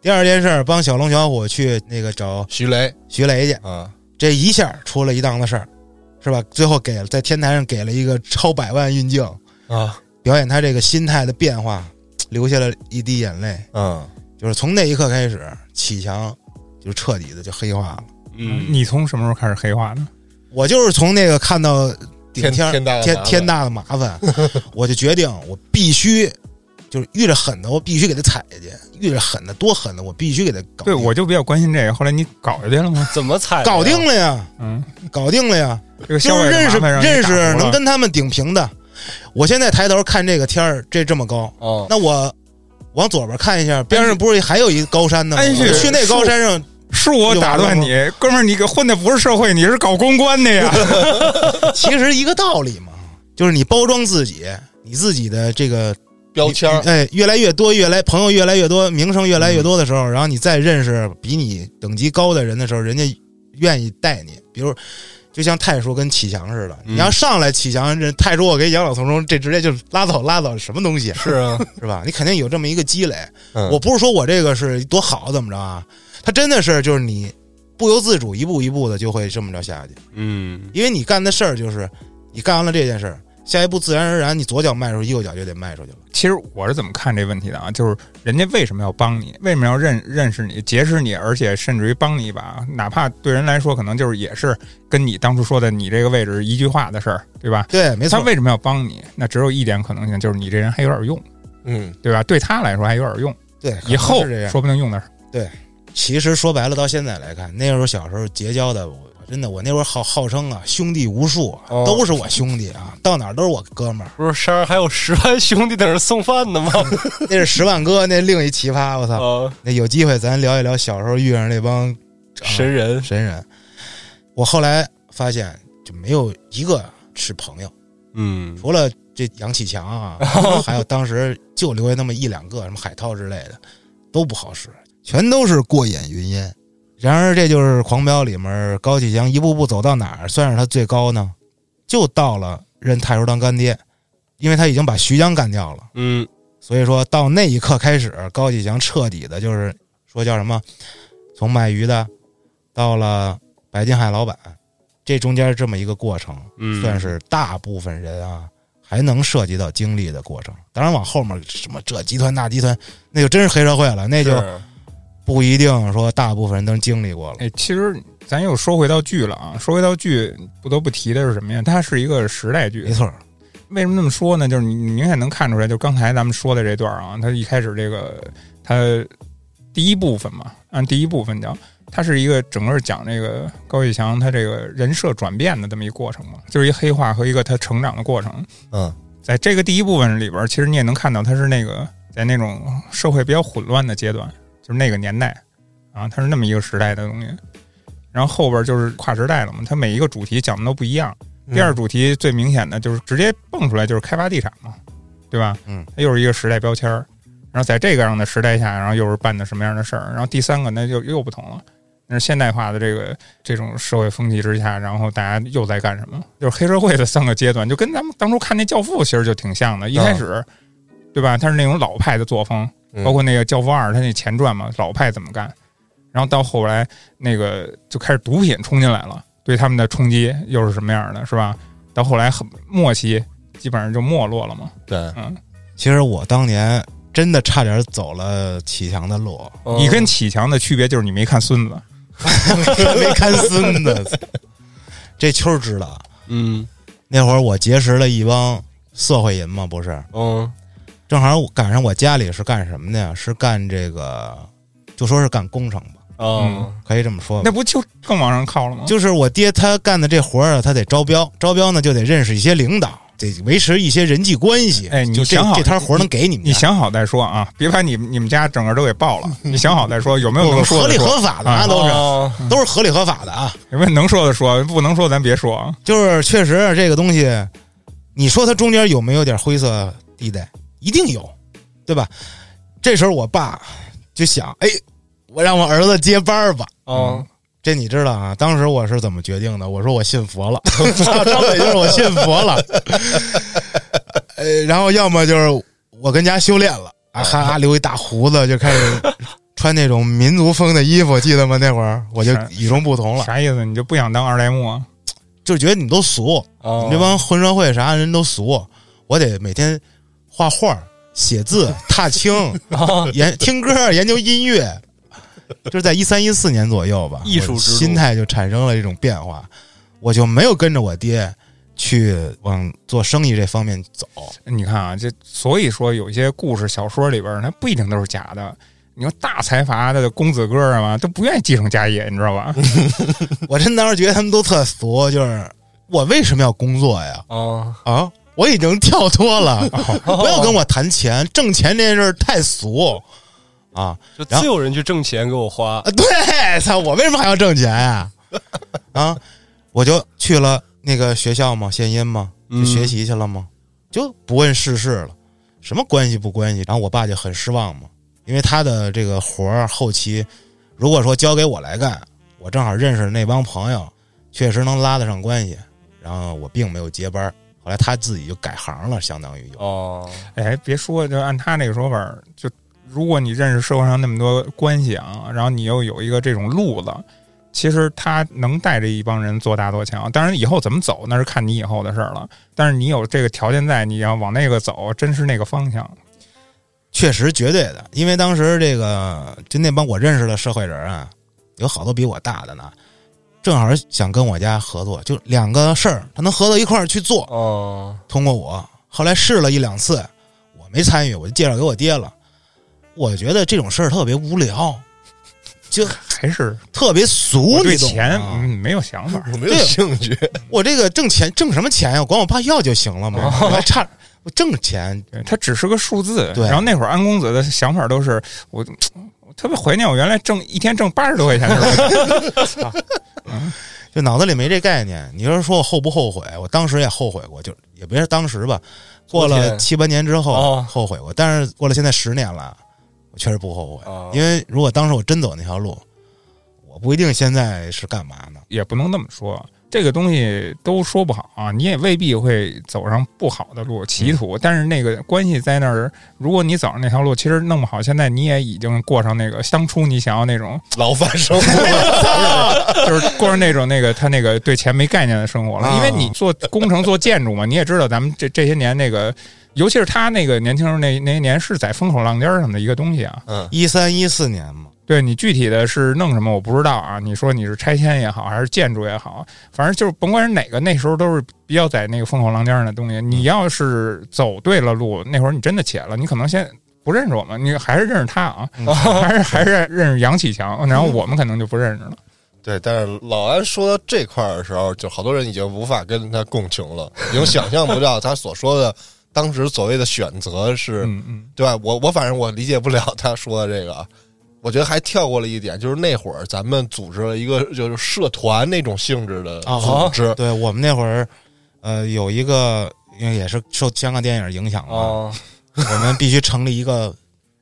Speaker 2: 第二件事儿，帮小龙小虎去那个找
Speaker 5: 徐雷
Speaker 2: 徐雷去，
Speaker 5: 啊，
Speaker 2: 这一下出了一档子事儿，是吧？最后给了在天台上给了一个超百万运镜
Speaker 5: 啊，
Speaker 2: 表演他这个心态的变化，流下了一滴眼泪。
Speaker 5: 嗯，
Speaker 2: 就是从那一刻开始，启强就彻底的就黑化了。
Speaker 1: 嗯，你从什么时候开始黑化的？
Speaker 2: 我就是从那个看到顶
Speaker 5: 天
Speaker 2: 天儿
Speaker 5: 天大的麻
Speaker 2: 天
Speaker 5: 烦
Speaker 2: 天大的麻烦，我就决定我必须就是遇着狠的，我必须给他踩下去；遇着狠的多狠的，我必须给他搞定。
Speaker 1: 对，我就比较关心这个。后来你搞下去了吗？
Speaker 3: 怎么踩的呀？
Speaker 2: 搞定了呀，
Speaker 1: 嗯，
Speaker 2: 搞定了呀。
Speaker 1: 这个
Speaker 2: 就
Speaker 1: 消
Speaker 2: 是
Speaker 1: 费
Speaker 2: 认识
Speaker 1: 麻烦让你
Speaker 2: 认识
Speaker 1: 打服
Speaker 2: 能
Speaker 1: 了
Speaker 2: 跟他们顶平的。我现在抬头看这个天儿，这这么高，
Speaker 3: 哦，
Speaker 2: 那我往左边看一下，边上不是还有一高山呢吗？
Speaker 1: 安旭
Speaker 2: 我去那高山上，
Speaker 1: 是我打断你，哥们儿，你给混的不是社会，你是搞公关的呀。
Speaker 2: 其实一个道理嘛，就是你包装自己，你自己的这个
Speaker 5: 标签儿
Speaker 2: 哎，越来越多，越来朋友越来越多，名声越来越多的时候，然后你再认识比你等级高的人的时候，人家愿意带你。比如，就像泰叔跟启强似的，你
Speaker 5: 嗯
Speaker 2: 要上来启强，这泰叔我给养老送终，这直接就拉倒拉倒，什么东西
Speaker 5: 是啊，
Speaker 2: 是吧？你肯定有这么一个积累。
Speaker 5: 嗯
Speaker 2: 我不是说我这个是多好怎么着啊，他真的是就是你不由自主一步一步的就会这么着下去，
Speaker 3: 嗯，
Speaker 2: 因为你干的事儿就是你干完了这件事儿，下一步自然而然你左脚迈出去，右脚就得迈出去了。
Speaker 1: 其实我是怎么看这问题的啊？就是人家为什么要帮你，为什么要认认识你、结识你，而且甚至于帮你一把，哪怕对人来说可能就是也是跟你当初说的你这个位置一句话的事儿，对吧？
Speaker 2: 对，没
Speaker 1: 他
Speaker 2: 错。
Speaker 1: 为什么要帮你？那只有一点可能性，就是你这人还有点用，
Speaker 5: 嗯，
Speaker 1: 对吧？对他来说还有点用，
Speaker 2: 对，
Speaker 1: 以后
Speaker 2: 可能是这样。
Speaker 1: 说不定用的是。
Speaker 2: 其实说白了，到现在来看，那时候小时候结交的，我真的我那会儿号号称啊兄弟无数啊，
Speaker 3: 哦
Speaker 2: 都是我兄弟啊，到哪儿都是我哥们儿。
Speaker 3: 不是山上还有十万兄弟在那儿送饭呢吗？
Speaker 2: 那是十万哥，那另一奇葩，我操！
Speaker 1: 哦
Speaker 3: 啊，
Speaker 2: 那有机会咱聊一聊小时候遇上那帮
Speaker 3: 神人，
Speaker 2: 神人。我后来发现，就没有一个是朋友，
Speaker 3: 嗯
Speaker 2: 除了这杨启强啊，还有当时就留下那么一两个，什么海涛之类的，都不好使，全都是过眼云烟。然而，这就是《狂飙》里面高启强一步步走到哪儿，算是他最高呢？就到了认太叔当干爹，因为他已经把徐江干掉了。
Speaker 3: 嗯，
Speaker 2: 所以说到那一刻开始，高启强彻底的就是说叫什么，从卖鱼的到了白金海老板，这中间这么一个过程，
Speaker 3: 嗯
Speaker 2: 算是大部分人啊还能涉及到经历的过程。当然往后面什么这集团那集团，那就真是黑社会了，那就是不一定说大部分人都经历过了。
Speaker 1: 哎，其实咱又说回到剧了啊，说回到剧，不得不提的是什么呀？它是一个时代剧
Speaker 2: 没，错，
Speaker 1: 为什么那么说呢？就是你你明显能看出来，就是刚才咱们说的这段啊，它一开始这个它第一部分嘛，按第一部分讲，它是一个整个讲这个高启强他这个人设转变的这么一过程嘛，就是一黑化和一个他成长的过程。
Speaker 5: 嗯，
Speaker 1: 在这个第一部分里边，其实你也能看到他是那个在那种社会比较混乱的阶段，就是那个年代啊，它是那么一个时代的东西。然后后边就是跨时代了嘛，它每一个主题讲的都不一样。第二主题最明显的就是直接蹦出来就是开发地产嘛，对吧？
Speaker 2: 嗯，
Speaker 1: 它又是一个时代标签儿。然后在这个样的时代下，然后又是办的什么样的事儿？然后第三个那就又不同了，那是现代化的这个这种社会风气之下，然后大家又在干什么？就是黑社会的三个阶段，就跟咱们当初看那《教父》其实就挺像的。一开始，对吧？它是那种老派的作风，
Speaker 5: 嗯
Speaker 1: 包括那个《教父二》，它那前传嘛，老派怎么干？然后到后来，那个就开始毒品冲进来了，对他们的冲击又是什么样的，是吧？到后来很末期，基本上就没落了嘛。
Speaker 5: 对，
Speaker 1: 嗯，
Speaker 2: 其实我当年真的差点走了启强的路，
Speaker 3: 嗯
Speaker 1: 你跟启强的区别就是你没看孙子，
Speaker 2: 没看孙子。这秋儿知道啊。
Speaker 3: 嗯
Speaker 2: 那会儿我结识了一帮社会人嘛，不是，
Speaker 3: 嗯
Speaker 2: 正好赶上我家里是干什么的呀？是干这个，就说是干工程吧，
Speaker 3: 哦
Speaker 2: 可以这么说吧
Speaker 1: 那。不就更往上靠了吗？
Speaker 2: 就是我爹他干的这活儿啊，他得招标，招标呢就得认识一些领导，得维持一些人际关系。
Speaker 1: 哎你
Speaker 2: 就这
Speaker 1: 想好
Speaker 2: 这摊活能给你们家
Speaker 1: 你想好再说啊，别把你们你们家整个都给爆 了。你想好再说，有没有能说
Speaker 2: 合
Speaker 1: 的哦
Speaker 2: 理
Speaker 1: 说？
Speaker 2: 合法的啊，都是、
Speaker 3: 啊
Speaker 2: 都是合理合法的啊。
Speaker 1: 有没有能说的说？不能说咱别说啊。
Speaker 2: 就是确实这个东西，你说它中间有没有点灰色地带？一定有，对吧？这时候我爸就想，哎，我让我儿子接班儿吧。
Speaker 3: 啊
Speaker 2: 这你知道啊？当时我是怎么决定的？我说我信佛了， 张嘴就是我信佛了。呃，然后要么就是我跟家修炼了，啊哈哈，留一大胡子，就开始穿那种民族风的衣服，记得吗？那会儿我就是与众不同了，
Speaker 1: 啥意思？你就不想当二代目啊？
Speaker 2: 就觉得你们都俗，
Speaker 3: 啊！
Speaker 2: 你这帮混社会啥人都俗，我得每天画画、写字、踏 青、
Speaker 3: 哦
Speaker 2: 研听歌、研究音乐，就是在一三一四年左右吧，
Speaker 3: 艺术
Speaker 2: 我
Speaker 3: 之路
Speaker 2: 心态就产生了一种变化，我就没有跟着我爹去往做生意这方面走。
Speaker 1: 你看啊，这所以说有些故事小说里边儿，它不一定都是假的。你说大财阀的公子哥儿啊嘛，都不愿意继承家业，你知道吧？
Speaker 2: 我真当时觉得他们都特俗，就是我为什么要工作呀？
Speaker 3: 啊，
Speaker 2: 啊，我已经跳脱了， 不要跟我谈钱，挣钱这件事儿太俗啊。
Speaker 3: 就自有人去挣钱给我花
Speaker 2: 啊，对，操，我为什么还要挣钱啊？啊，我就去了那个学校嘛，献音嘛，去
Speaker 3: 嗯
Speaker 2: 学习去了嘛，就不问世事了，什么关系不关系？然后我爸就很失望嘛，因为他的这个活儿后期，如果说交给我来干，我正好认识那帮朋友，确实能拉得上关系，然后我并没有接班儿。后来他自己就改行了，相当于有
Speaker 3: 哦，
Speaker 1: 哎，别说，就按他那个说法儿，就如果你认识社会上那么多关系啊，然后你又有一个这种路子，其实他能带着一帮人做大做强。当然，以后怎么走那是看你以后的事儿了。但是你有这个条件在，你要往那个走，真是那个方向。
Speaker 2: 确实绝对的，因为当时这个就那帮我认识的社会人啊，有好多比我大的呢，正好想跟我家合作，就两个事儿，他能合到一块儿去做。
Speaker 3: 哦，
Speaker 2: 通过我，后来试了一两次，我没参与，我就介绍给我爹了。我觉得这种事儿特别无聊，就
Speaker 1: 还是
Speaker 2: 特别俗
Speaker 1: 我，对
Speaker 2: 你懂
Speaker 1: 钱、
Speaker 2: 吗
Speaker 1: 嗯、没有想 法儿。
Speaker 5: 我没有兴趣，
Speaker 2: 我这个挣钱挣什么钱呀、我管我爸要就行了嘛，
Speaker 1: 哦
Speaker 2: 我还差我挣钱
Speaker 1: 对它只是个数字。
Speaker 2: 对
Speaker 1: 然后那会儿安公子的想法都是我，我特别怀念我原来挣一天挣八十多块钱的时候。
Speaker 2: 就脑子里没这概念。你要说我后不后悔？我当时也后悔过，就也别是当时吧，过
Speaker 3: 昨
Speaker 2: 了
Speaker 3: 天
Speaker 2: 七八年之后、
Speaker 3: 哦
Speaker 2: 后悔过，但是过了现在十年了，我确实不后悔，
Speaker 3: 哦
Speaker 2: 因为如果当时我真走那条路，我不一定现在是干嘛呢。
Speaker 1: 也不能那么说，啊这个东西都说不好啊，你也未必会走上不好的路歧途。但是那个关系在那儿，如果你走上那条路，其实弄不好，现在你也已经过上那个当初你想要那种，
Speaker 5: 老发生
Speaker 1: 就是过上那种那个他那个对钱没概念的生活了。
Speaker 2: 啊
Speaker 1: 因为你做工程做建筑嘛，你也知道咱们这这些年那个。尤其是他那个年轻时候那那些年是在风口浪尖儿上的一个东西啊，
Speaker 3: 嗯
Speaker 2: 一三一四年嘛，
Speaker 1: 对你具体的是弄什么我不知道啊。你说你是拆迁也好，还是建筑也好，反正就是甭管是哪个，那时候都是比较在那个风口浪尖上的东西。你要是走对了路，那会儿你真的起来了，你可能先。不认识我们，你还是认识他啊，还是还是认识杨启强，然后我们可能就不认识了。
Speaker 5: 对，但是老安说到这块儿的时候，就好多人已经无法跟他共情了，已经想象不到他所说的当时所谓的选择是，
Speaker 1: 嗯嗯，
Speaker 5: 对吧？我我反正我理解不了他说的这个啊。我觉得还跳过了一点，就是那会儿咱们组织了一个就是社团那种性质的
Speaker 2: 啊
Speaker 3: 哦
Speaker 5: 组织，
Speaker 2: 对我们那会儿，呃，有一个因为也是受香港电影影响嘛，
Speaker 3: 哦，
Speaker 2: 我们必须成立一个，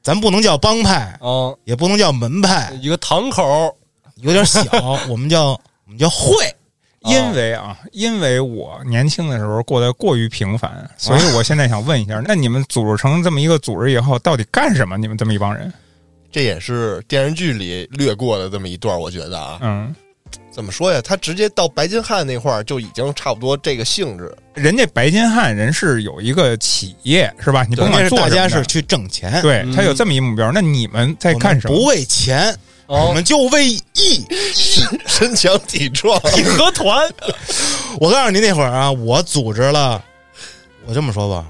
Speaker 2: 咱不能叫帮派，
Speaker 3: 哦，
Speaker 2: 也不能叫门派，
Speaker 3: 一个堂口
Speaker 2: 有点小，我们叫我们叫会。
Speaker 1: 因为啊，因为我年轻的时候过得过于平凡，所以我现在想问一下，那你们组织成这么一个组织以后，到底干什么？你们这么一帮人，
Speaker 5: 这也是电视剧里略过的这么一段儿。我觉得啊，
Speaker 1: 嗯，
Speaker 5: 怎么说呀？他直接到白金汉那块儿就已经差不多这个性质，
Speaker 1: 人家白金汉人是有一个企业是吧？你甭
Speaker 2: 关
Speaker 1: 管
Speaker 2: 键是
Speaker 1: 做
Speaker 2: 大
Speaker 1: 什么
Speaker 2: 家
Speaker 1: 的
Speaker 2: 是去挣钱，
Speaker 1: 对
Speaker 3: 嗯
Speaker 1: 他有这么一目标，那你们在
Speaker 2: 我们
Speaker 1: 干什
Speaker 2: 不
Speaker 1: 么？
Speaker 2: 为钱，我
Speaker 3: 哦，
Speaker 2: 们就为义。
Speaker 5: 身强体壮，
Speaker 3: 义和团
Speaker 2: 我告诉你，那会儿啊，我组织了，我这么说吧，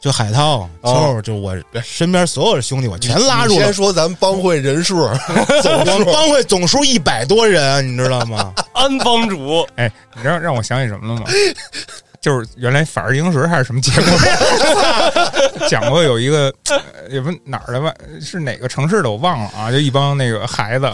Speaker 2: 就海涛、秋
Speaker 5: 哦
Speaker 2: 儿，就我身边所有的兄弟，我全拉入
Speaker 5: 你
Speaker 2: 了
Speaker 5: 先。说咱帮会人数，
Speaker 2: 我们帮会总数一啊百多人，你知道吗？
Speaker 3: 安帮主
Speaker 1: 哎，你知道让我想起什么了吗？ 就是原来法制进行时还是什么节目， 讲过有一个呃也不是哪儿的吧，是哪个城市的我忘了啊，就一帮那个孩子，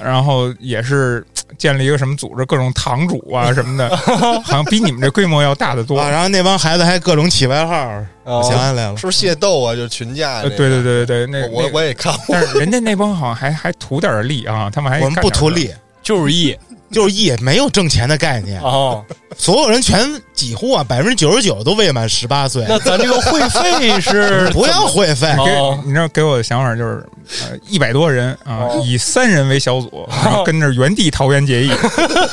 Speaker 1: 然后也是建立一个什么组织，各种堂主啊什么 的，好像比你们这规模要大得多。
Speaker 2: 啊，然后那帮孩子还各种起外号，
Speaker 1: 哦
Speaker 2: 我想
Speaker 3: 啊
Speaker 2: 起来了，
Speaker 5: 是不是械斗啊？就是群
Speaker 1: 呃
Speaker 5: 架这个、
Speaker 1: 对对对对对，那
Speaker 5: 我
Speaker 1: 那
Speaker 5: 我我也看过，，
Speaker 1: 但是人家那帮好像还还图点儿利啊，他们还
Speaker 2: 我们
Speaker 1: 干
Speaker 2: 不
Speaker 1: 点
Speaker 2: 图
Speaker 1: 事儿，
Speaker 2: 利，
Speaker 3: 就是义
Speaker 2: 就是义，没有挣钱的概念，
Speaker 3: 哦，
Speaker 2: 所有人全几乎啊，百分之九十九都未满十八岁，
Speaker 3: 那咱这个会费是
Speaker 2: 不要会费，
Speaker 3: 哦
Speaker 1: 给你知道给我的想法就是，呃，一百多人啊，
Speaker 3: 哦
Speaker 1: 以三人为小组，然后跟着原地桃园 结义，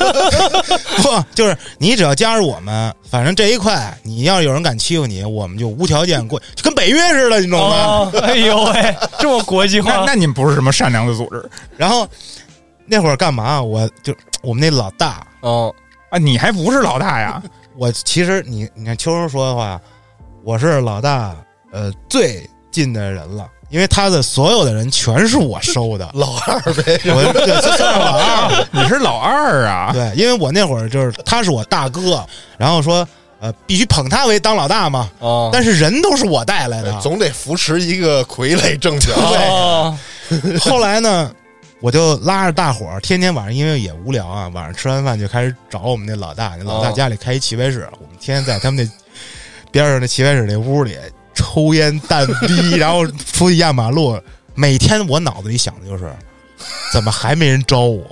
Speaker 2: 不就是你只要加入我们，反正这一块，你要有人敢欺负你，我们就无条件过，就跟北约似的，你懂吗？
Speaker 3: 哦，哎呦喂，这么国际
Speaker 1: 那
Speaker 3: 化
Speaker 1: 那你们不是什么善良的组织
Speaker 2: 然后那会儿干嘛？我就我们那老大，
Speaker 3: 哦，
Speaker 1: 啊？你还不是老大 呀？
Speaker 2: 我其实你你看秋儿说的话，我是老大，呃，最近的人了，因为他的所有的人全是我收 的
Speaker 5: 老二呗，
Speaker 2: 我对，就算是老二，
Speaker 1: 你是老二啊？
Speaker 2: 对，因为我那会儿就是他是我大哥，然后说呃必须捧他为当老大嘛，
Speaker 3: 哦，呃
Speaker 2: 但是人都是我带来的。
Speaker 5: 总得扶持一个傀儡政权。
Speaker 3: 哦，
Speaker 2: 后来呢，我就拉着大伙儿，天天晚上因为也无聊啊，晚上吃完饭就开始找我们那老大，那老大
Speaker 3: 哦
Speaker 2: 家里开一棋牌室，我们天天在他们那边上那棋牌室那屋里抽烟蛋逼，然后出去压马路。每天我脑子里想的就是，怎么还没人招我？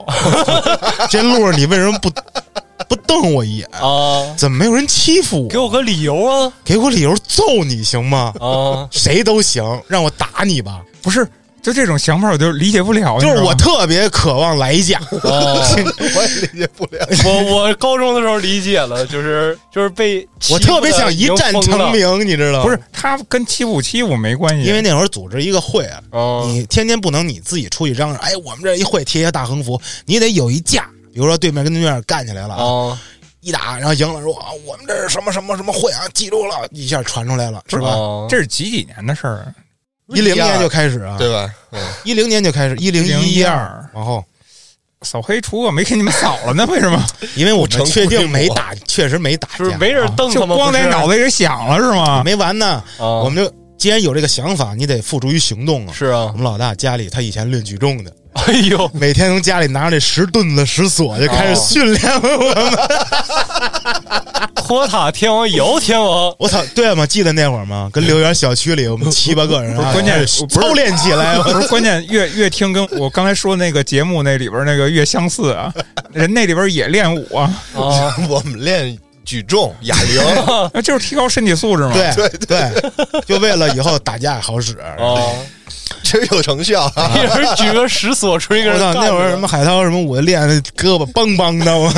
Speaker 2: 这路上你为什么不 不瞪我一眼？
Speaker 3: 哦，
Speaker 2: 怎么没有人欺负我？
Speaker 3: 给我个理由啊，
Speaker 2: 给我理由揍你行吗？
Speaker 3: 哦，
Speaker 2: 谁都行，让我打你吧。
Speaker 1: 不是，就这种想法我就理解不了。
Speaker 2: 就
Speaker 1: 哦你知
Speaker 2: 是
Speaker 1: 道吗
Speaker 2: 我特别渴望来一架，
Speaker 3: 哦。
Speaker 5: 我也理解不了。
Speaker 3: 我我高中的时候理解了，就是就是被欺
Speaker 2: 我
Speaker 3: 负的
Speaker 2: 特别想一战
Speaker 3: 已经疯了
Speaker 2: 成，名，你知道吗？嗯
Speaker 1: 不是，他跟欺负不欺负没关系，
Speaker 2: 因为那会儿组织一个会啊，
Speaker 3: 嗯
Speaker 2: 你天天不能你自己出去嚷嚷，哎，我们这一会贴一个大横幅，你得有一架。比如说对面跟对面干起来了，啊，
Speaker 3: 哦，
Speaker 2: 一打然后赢了，说啊，我们这是什么什么什么会啊，记住了，一下传出来了，是吧？
Speaker 3: 哦
Speaker 1: 这是几几年的事儿？
Speaker 2: 一零年就开始啊，
Speaker 5: 对吧？嗯，
Speaker 2: 一零年就开始，一零一
Speaker 1: 1012
Speaker 2: 往后，
Speaker 1: 扫黑除恶没给你们扫了呢？为什么？
Speaker 2: 因为我
Speaker 5: 不成
Speaker 2: 们确
Speaker 5: 规
Speaker 2: 定
Speaker 5: 模
Speaker 2: 没打，确实没打架，
Speaker 3: 就是没人瞪
Speaker 1: 就
Speaker 3: 他们，
Speaker 1: 光
Speaker 3: 不
Speaker 1: 在
Speaker 3: 是
Speaker 1: 脑子里想了是吗？
Speaker 2: 没完呢。
Speaker 3: 啊
Speaker 2: 我们就既然有这个想法，你得付诸于行动啊。
Speaker 3: 是
Speaker 2: 我
Speaker 3: 啊，
Speaker 2: 们老大家里他以前论举重的，
Speaker 3: 哎呦，
Speaker 2: 每天从家里拿着这石盾子、石锁就开始训练我们。
Speaker 3: 托塔天王姚天王，
Speaker 2: 我操，对吗？记得那会儿吗？跟刘源小区里我们七八个 人
Speaker 1: 不
Speaker 2: 啊，
Speaker 1: 是关键是
Speaker 2: 操练起 来。我
Speaker 1: 不是关键，越越听跟我刚才说那个节目那里边那个越相似啊，人那里边也练武 啊，
Speaker 3: 啊
Speaker 5: 我们练举重、哑铃，
Speaker 1: 那就是提高身体素质嘛。
Speaker 2: 对对，就为了以后打架好使。
Speaker 3: 哦，
Speaker 5: 真有成效啊！
Speaker 3: 一人举个石锁锤，一个
Speaker 2: 我
Speaker 3: 人
Speaker 2: 操，
Speaker 3: 干
Speaker 2: 那会儿什
Speaker 3: 着
Speaker 2: 么海涛什么，我练的胳膊梆梆 的。我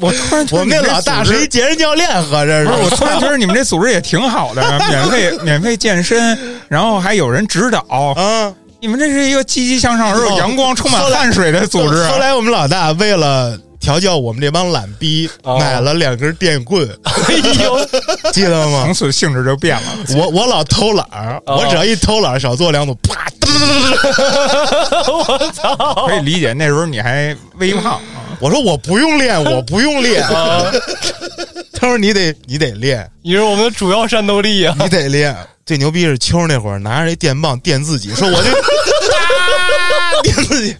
Speaker 1: 我突然觉得
Speaker 2: 我们那老大
Speaker 1: 你们这组织
Speaker 2: 是一健身教练，合着
Speaker 1: 不是，
Speaker 2: 是
Speaker 1: 我突然觉得你们这组织也挺 好的，免费免费健身，然后还有人指导，
Speaker 2: 啊。
Speaker 1: 你们这是一个积极向上、而有阳光、充满汗水的组织啊。
Speaker 2: 后来我们老大为了调教我们这帮懒逼，
Speaker 3: 哦
Speaker 2: 买了两根电 棍，
Speaker 3: 哎呦，
Speaker 2: 记得吗
Speaker 1: 从？此性质就变了。
Speaker 2: 我我老偷懒儿，
Speaker 3: 哦
Speaker 2: 我只要一偷懒儿，少做两组， 啪，噔
Speaker 3: 我操！
Speaker 1: 可以理解，那时候你还微胖，
Speaker 2: 我说我不用 练，我不用练。
Speaker 3: 啊，
Speaker 2: 他说你得你得 练，
Speaker 3: 你是我们的主要战斗力啊！
Speaker 2: 你得练。最牛逼是秋儿那会儿拿着一电棒电自己，说 我就啊电自己。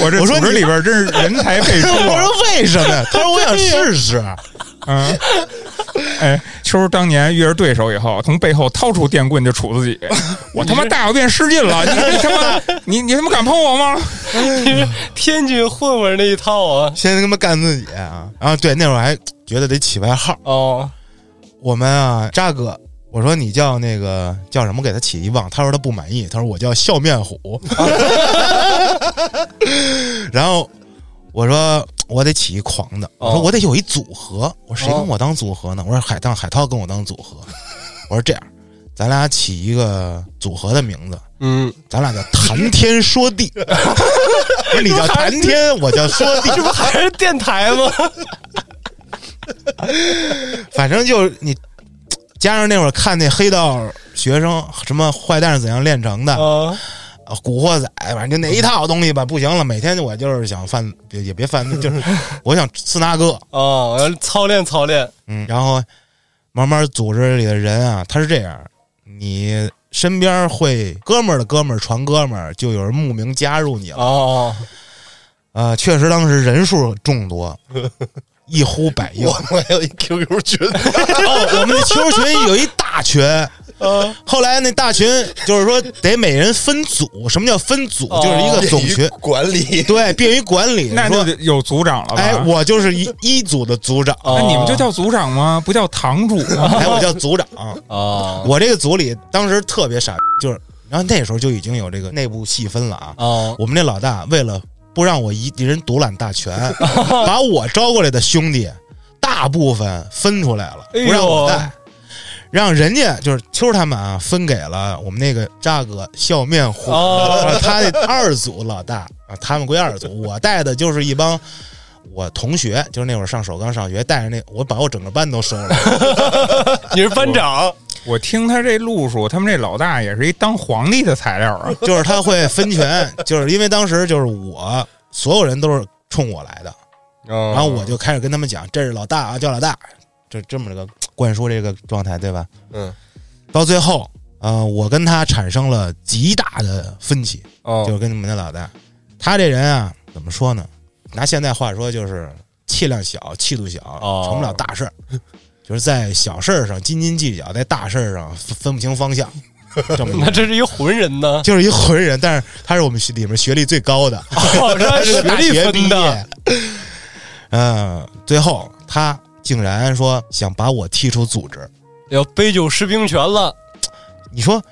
Speaker 1: 我这
Speaker 2: 我说
Speaker 1: 组织
Speaker 2: 你
Speaker 1: 里边真是人才辈出
Speaker 2: 我
Speaker 1: 啊。
Speaker 2: 说为什么呀？他说我想试试。
Speaker 1: 嗯，哎，秋儿当年遇着对手以后，从背后掏出电棍就杵自 己，我他妈大小便失禁了，你你他妈你你他妈敢碰我吗？
Speaker 3: 你是天津混混那一套啊！
Speaker 2: 先他妈干自己啊！然后对那会儿还觉得得起外号，
Speaker 3: 哦，
Speaker 2: 我们啊扎哥。我说你叫那个叫什么？给他起一忘，他说他不满意，他说我叫笑面 虎。然后我说我得起一狂的，我说
Speaker 3: 哦
Speaker 2: 我得有一组合，我说谁
Speaker 3: 哦
Speaker 2: 跟我当组合呢？我说海当海涛跟我当组合，我说这样，咱俩起一个组合的名字，
Speaker 3: 嗯，
Speaker 2: 咱俩叫谈天说 地。我说你叫谈天，我叫说地，
Speaker 3: 这不还是电台吗？
Speaker 2: 反正就是你加上那会儿看那黑道学生什么坏蛋是怎样炼成的
Speaker 3: 啊，
Speaker 2: 呃古惑仔，反正就那一套东西吧，不行了，每天我就是想犯，也也别犯，就是我想刺那个，
Speaker 3: 啊，我要操练操练，
Speaker 2: 嗯，然后慢慢组织里的人啊，他是这样，你身边会哥们儿的哥们儿传哥们儿，就有人慕名加入你了。
Speaker 3: 哦，
Speaker 2: 啊，确实当时人数众多，一呼百应。
Speaker 5: 我我还有一 QQ 群，
Speaker 2: 哦，我们那 QQ 群有一大群，
Speaker 5: 啊
Speaker 2: 后来那大群就是说得每人分组。什么叫分组？就是一个总群，
Speaker 5: 管理，
Speaker 2: 对，便于管理。
Speaker 1: 那就
Speaker 2: 说
Speaker 1: 得有组长了吧？
Speaker 2: 哎，我就是一一组的组长，
Speaker 1: 那
Speaker 3: 哦
Speaker 1: 你们就叫组长吗？不叫堂主吗？
Speaker 2: 哎，我叫组长。
Speaker 3: 啊
Speaker 2: 我这个组里当时特别傻，就是，然后那时候就已经有这个内部细分了啊。
Speaker 3: 啊
Speaker 2: 我们那老大为了不让我一人独揽大 权，把我招过来的兄弟大部分分出来了，
Speaker 3: 哎呦
Speaker 2: 不让我带，让人家就是 Q 他们啊，分给了我们那个扎哥笑面虎，
Speaker 3: 哦
Speaker 2: 他那二组老大啊，他们归二组，我带的就是一帮。我同学就是那会儿上首钢上学，带着那我把我整个班都收 了，
Speaker 3: 你是 班
Speaker 2: 哦
Speaker 3: 长，
Speaker 1: 我听他这路数，他们这老大也是一当皇帝的材料啊！
Speaker 2: 就是他会分权，就是因为当时就是我所有人都是冲我来的，
Speaker 3: 然
Speaker 2: 然后我就开始跟他们讲，这是老大啊，叫老大，就这么个灌输这个状态，对吧？
Speaker 5: 嗯，
Speaker 2: 到最后，呃，我跟他产生了极大的分歧，就
Speaker 3: 哦
Speaker 2: 是跟你们的老大，他这人啊，怎么说呢？拿现在话说就是气量小，气度小，
Speaker 3: 哦
Speaker 2: 成不了大事儿，就是在小事儿上斤斤计较，在大事儿上分分不清方向，这么一
Speaker 3: 那
Speaker 2: 个。
Speaker 3: 这是一浑人呢，
Speaker 2: 就是一浑人，但是他是我们学里面学历最高的，
Speaker 3: 哦，这按学
Speaker 2: 大
Speaker 3: 历
Speaker 2: 学毕
Speaker 3: 分的，
Speaker 2: 业。嗯，最后他竟然说想把我踢出组织。
Speaker 3: 要杯酒释兵权了，
Speaker 2: 你说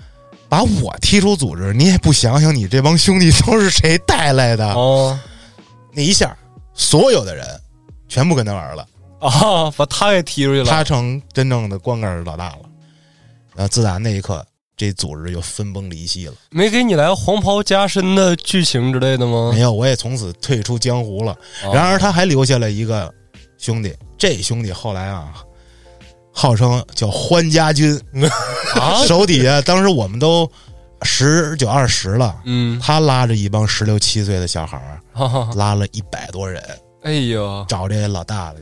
Speaker 2: 把我踢出组织，你也不想想你这帮兄弟都是谁带来的？
Speaker 3: 哦
Speaker 2: 那一下，所有的人全部跟他玩了，
Speaker 3: 啊，把他给踢出去了
Speaker 2: 他，成真正的光杆老大了。然后自打那一刻，这组织就分崩离析了。
Speaker 3: 没给你来黄袍加身的剧情之类的吗
Speaker 2: 没？有，我也从此退出江湖了。
Speaker 3: 哦
Speaker 2: 然而他还留下了一个兄弟，这兄弟后来啊，号称叫欢家军，
Speaker 3: 啊，
Speaker 2: 手底下当时我们都十九二十了，
Speaker 3: 嗯，啊
Speaker 2: 他拉着一帮十六七岁的小孩儿，
Speaker 3: 哈哈
Speaker 2: 拉了一百多人
Speaker 3: 哎呦，
Speaker 2: 找这老大的，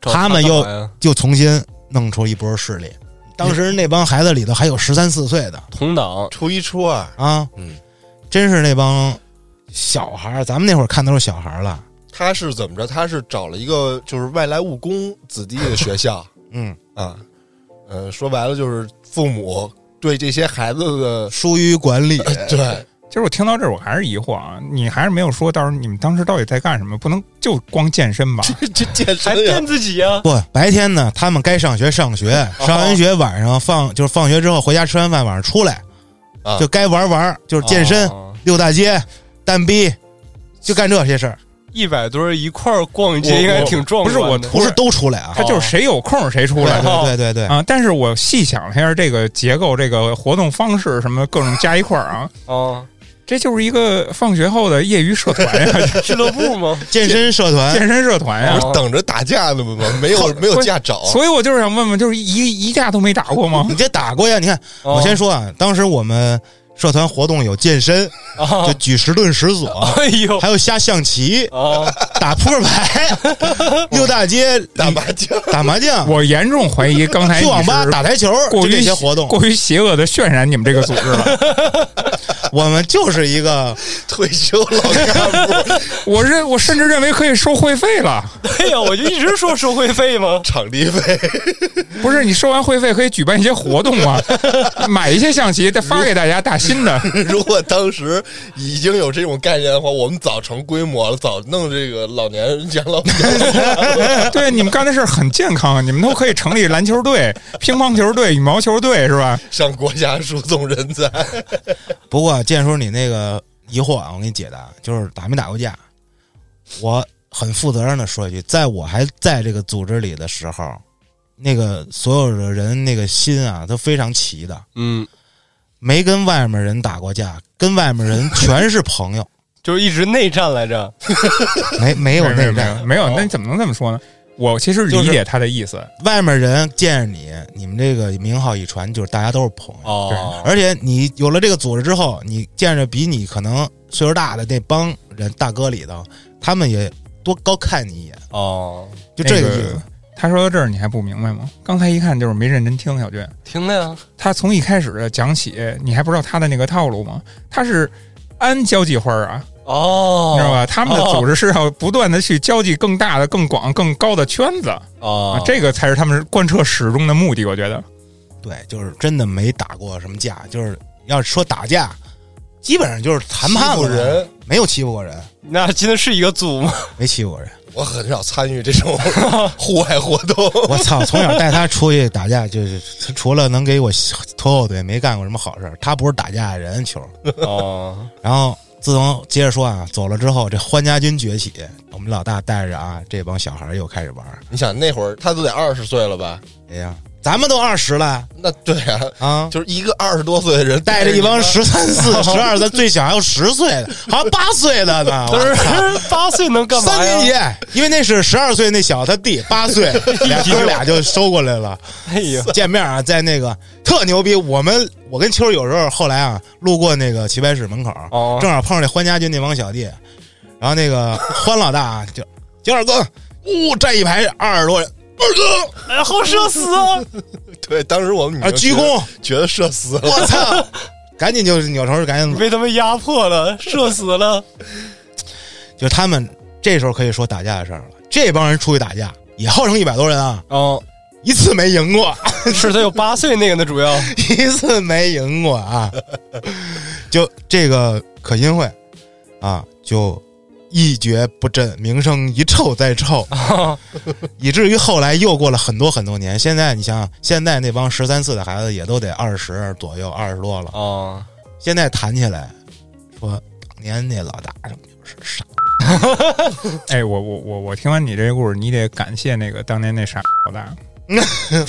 Speaker 3: 找
Speaker 2: 他们又
Speaker 3: 干嘛呀
Speaker 2: 就重新弄出一波势力。当时那帮孩子里头还有十三四岁的
Speaker 3: 同党
Speaker 5: 初一初二，
Speaker 2: 啊，
Speaker 5: 嗯，
Speaker 2: 真是那帮小孩儿，咱们那会儿看都是小孩儿了，
Speaker 5: 他是怎么着？他是找了一个就是外来务工子弟的学校
Speaker 2: 嗯，
Speaker 5: 啊，呃，说白了就是父母对这些孩子的
Speaker 2: 疏于管 理。
Speaker 5: 对
Speaker 1: 其实我听到这儿，我还是疑惑啊，你还是没有说到时候你们当时到底在干什么？不能就光健身吧？
Speaker 5: 这健
Speaker 3: 还
Speaker 5: 身呀
Speaker 3: 骗自己啊，
Speaker 2: 不，白天呢，他们该上学上学，
Speaker 1: 哦
Speaker 2: 上完学晚上放就是放学之后回家吃完饭，晚上出来，
Speaker 5: 啊
Speaker 2: 就该玩玩，就是健身、
Speaker 1: 哦
Speaker 3: 哦
Speaker 2: 溜大街、蛋逼，就干这些事儿，
Speaker 3: 一百堆儿一块儿逛街，
Speaker 1: 我
Speaker 3: 应该挺壮观的。
Speaker 1: 不是我图
Speaker 2: 不是都出来啊
Speaker 1: 他？就是谁有空谁出
Speaker 2: 对
Speaker 1: 来
Speaker 3: 哦
Speaker 2: 对对对对，
Speaker 1: 啊！但是我细想了一下这个结构、这个活动方式什么各种加一块儿啊，
Speaker 3: 啊，
Speaker 1: 这就是一个放学后的业余社团 呀，
Speaker 3: 俱乐部吗？
Speaker 2: 健身社团
Speaker 1: 健身社团呀
Speaker 2: 哦
Speaker 5: 不。是等着打架呢吗？ 没有没有架找，
Speaker 1: 所以我就是想问问，就是一一架都没打过吗
Speaker 2: 你？这打过呀？你看，
Speaker 3: 哦
Speaker 2: 我先说啊，当时我们社团活动有健身，
Speaker 1: 哦
Speaker 3: 啊
Speaker 2: 就，举十吨石锁，
Speaker 3: 哎呦
Speaker 2: 还有下象棋、
Speaker 1: 哦
Speaker 3: 啊，
Speaker 2: 打扑 克牌、溜大街、
Speaker 5: 打麻 将，
Speaker 2: 打麻将、
Speaker 1: 我严重怀疑刚才
Speaker 2: 去网吧
Speaker 1: 你是
Speaker 2: 打台球，
Speaker 1: 过
Speaker 2: 就
Speaker 1: 于
Speaker 2: 这些活动，
Speaker 1: 过于邪恶的渲染你们这个组织 了。
Speaker 2: 我们就是一个
Speaker 5: 退休老干部，
Speaker 1: 我认我甚至认为可以收会费了，
Speaker 3: 对哎呀，我就一直说收会费吗？
Speaker 5: 场地费，
Speaker 1: 不是你收完会费可以举办一些活动 啊，买一些象棋再发给大家打新的。
Speaker 5: 如果当时已经有这种概念的话，我们早成规模了，早弄这个老年人养老。
Speaker 1: 对，你们干的事儿很健康，啊你们都可以成立篮球队、乒乓球队、羽毛球队，是吧？
Speaker 5: 向国家输送人 才。
Speaker 2: 不过建叔，你那个疑惑啊，我给你解答，就是打没打过架？我很负责任的说一句，在我还在这个组织里的时候，那个所有的人那个心啊，都非常齐的，
Speaker 3: 嗯，
Speaker 2: 没跟外面人打过架，跟外面人全是朋 友，
Speaker 3: 就是一直内战来着。
Speaker 2: 没没有内战。
Speaker 1: 没有，那你怎么能这么说呢？我其实
Speaker 2: 哦就
Speaker 1: 理
Speaker 2: 是
Speaker 1: 解他的意思，
Speaker 2: 外面人见着你，你们这个名号一传，就是大家都是朋友。
Speaker 3: 哦，
Speaker 2: 而且你有了这个组织之后，你见着比你可能岁数大的那帮人大哥里头，他们也多高看你一眼，
Speaker 3: 哦，
Speaker 2: 就
Speaker 1: 那
Speaker 2: 这个意思。
Speaker 1: 个他说到这儿，你还不明白吗？刚才一看就是没认真听小俊，
Speaker 3: 听的呀，
Speaker 1: 他从一开始讲起，你还不知道他的那个套路吗？他是安交际花啊，
Speaker 3: 哦，
Speaker 1: 你知道吧？他们的组织是要不断的去交际更大的、更广、更高的圈子啊
Speaker 3: 哦，，
Speaker 1: 这个才是他们贯彻始终的目的。我觉得，
Speaker 2: 对，就是真的没打过什么架，就是要说打架，基本上就是谈判
Speaker 5: 欺
Speaker 2: 了，
Speaker 5: 负人，
Speaker 2: 没有欺负过人，
Speaker 3: 那真的是一个组吗？
Speaker 2: 没欺负过人。
Speaker 5: 我很少参与这 种户外活动。
Speaker 2: 我操！从小带他出去打架，就是除了能给我拖后腿，没干过什么好事儿。他不是打架人，球。
Speaker 3: 哦，
Speaker 2: 然后自从接着说啊，走了之后，这欢家军崛起，我们老大带着啊这帮小孩儿又开始玩儿。
Speaker 5: 你想那会儿他都得二十岁了吧？
Speaker 2: 哎呀，咱们都二十了
Speaker 5: 那对啊，
Speaker 2: 啊，
Speaker 5: 就是一个二十多岁的人
Speaker 2: 带着一帮
Speaker 5: 你
Speaker 2: 十三四、十二三，最小还有十岁的，好像八岁的 呢。
Speaker 3: 都是八岁能干嘛
Speaker 2: 三
Speaker 3: 呀？
Speaker 2: 年级，因为那是十二岁那小他弟八 岁，俩哥俩就收过来了。
Speaker 3: 哎呦，
Speaker 2: 见面啊，在那个特牛逼。我们我跟秋儿有时候后来啊，路过那个棋牌室门口，
Speaker 3: 哦
Speaker 2: 正好碰上那欢家军那帮小弟，然后那个 欢老大啊，就九二哥，呜、站一排二十多人，二
Speaker 3: 哎，好社死啊！
Speaker 5: 对，当时我们女
Speaker 2: 哥啊，
Speaker 5: 生
Speaker 2: 鞠
Speaker 5: 觉得
Speaker 2: 躬，
Speaker 5: 觉得社死了。
Speaker 2: 我操！赶紧就扭头，赶紧走。
Speaker 3: 被他们压迫了，社死了。
Speaker 2: 就他们这时候可以说打架的事儿了。这帮人出去打架也号称一百多人啊，
Speaker 3: 哦，
Speaker 2: 一次没赢过。
Speaker 3: 是他有八岁那个呢，主要
Speaker 2: 一次没赢过啊。 就这个可心会啊，就一蹶不振，名声一臭再臭， 以至于后来又过了很多很多年。现在你想想，现在那帮十三四的孩子也都得二十左右，二十多了。
Speaker 3: 哦，
Speaker 2: 现在谈起来，说当年那老大就是傻。
Speaker 1: 哎，我我我我听完你这个故事，你得感谢那个当年那傻老 大，真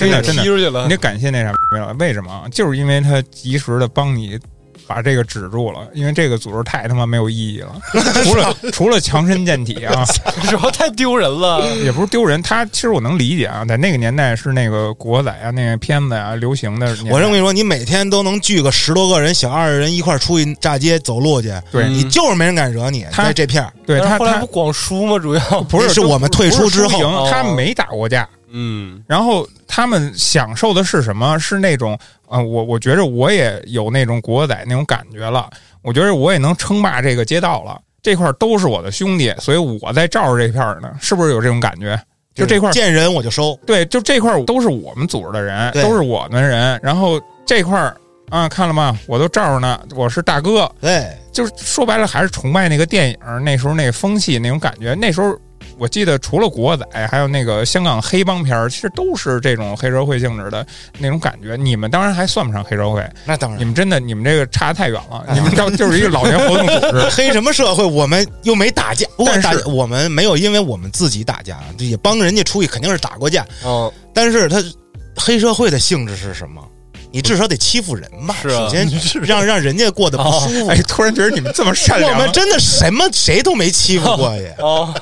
Speaker 1: 的真的
Speaker 3: 踢，出去了
Speaker 1: 你得。感谢那啥没有？为什么？啊就是因为他及时的帮你把这个止住了，因为这个组织太他妈没有意义了， 除了除了强身健体 啊，
Speaker 3: 主要太丢人了。
Speaker 1: 也不是丢人。他其实我能理解啊，在那个年代是那个国仔啊、那个片子啊流行的年代，
Speaker 2: 我认为说，你每天都能聚个十多个人、小二十人一块儿出去炸街走路去，
Speaker 1: 对嗯
Speaker 2: 你就是没人敢惹你。
Speaker 1: 他
Speaker 2: 在这片儿，
Speaker 1: 对
Speaker 3: 但
Speaker 1: 他
Speaker 3: 是后来不
Speaker 1: 他
Speaker 3: 光输吗？主要
Speaker 1: 不是
Speaker 2: 那是我们退出之后
Speaker 1: 不是输赢
Speaker 3: 哦
Speaker 1: 他没打过架。
Speaker 3: 嗯，
Speaker 1: 然后他们享受的是什么？是那种啊、呃我我觉着我也有那种国仔那种感觉了，我觉着我也能称霸这个街道了。这块儿都是我的兄弟，所以我在罩着这片儿呢，是不是有这种感觉？就这块儿，
Speaker 2: 见人我就收。
Speaker 1: 对，就这块儿都是我们组织的人，
Speaker 2: 对
Speaker 1: 都是我们人。然后这块儿啊，看了吗？我都罩着呢，我是大哥。
Speaker 2: 对，
Speaker 1: 就是说白了，还是崇拜那个电影那时候那个风气那种感觉。那时候我记得，除了国仔，还有那个香港黑帮片儿，其实都是这种黑社会性质的那种感觉。你们当然还算不上黑社会，
Speaker 2: 那当。
Speaker 1: 你。们真的你们这个差得太远了，你们到就是一个老年活动组织
Speaker 2: 黑什么社会？我们又没打架，不过
Speaker 1: 但是
Speaker 2: 打我们没有，因为我们自己打架，这也帮人家出去，肯定是打过架。
Speaker 3: 哦，
Speaker 2: 但是他黑社会的性质是什么？你至少得欺负人吧，
Speaker 3: 是啊
Speaker 2: 首先让让人家过得不舒服。
Speaker 1: 哎，突然觉得你们这么善
Speaker 2: 我
Speaker 1: 良啊
Speaker 2: 们，真的什么谁都没欺负过也。
Speaker 3: 哦，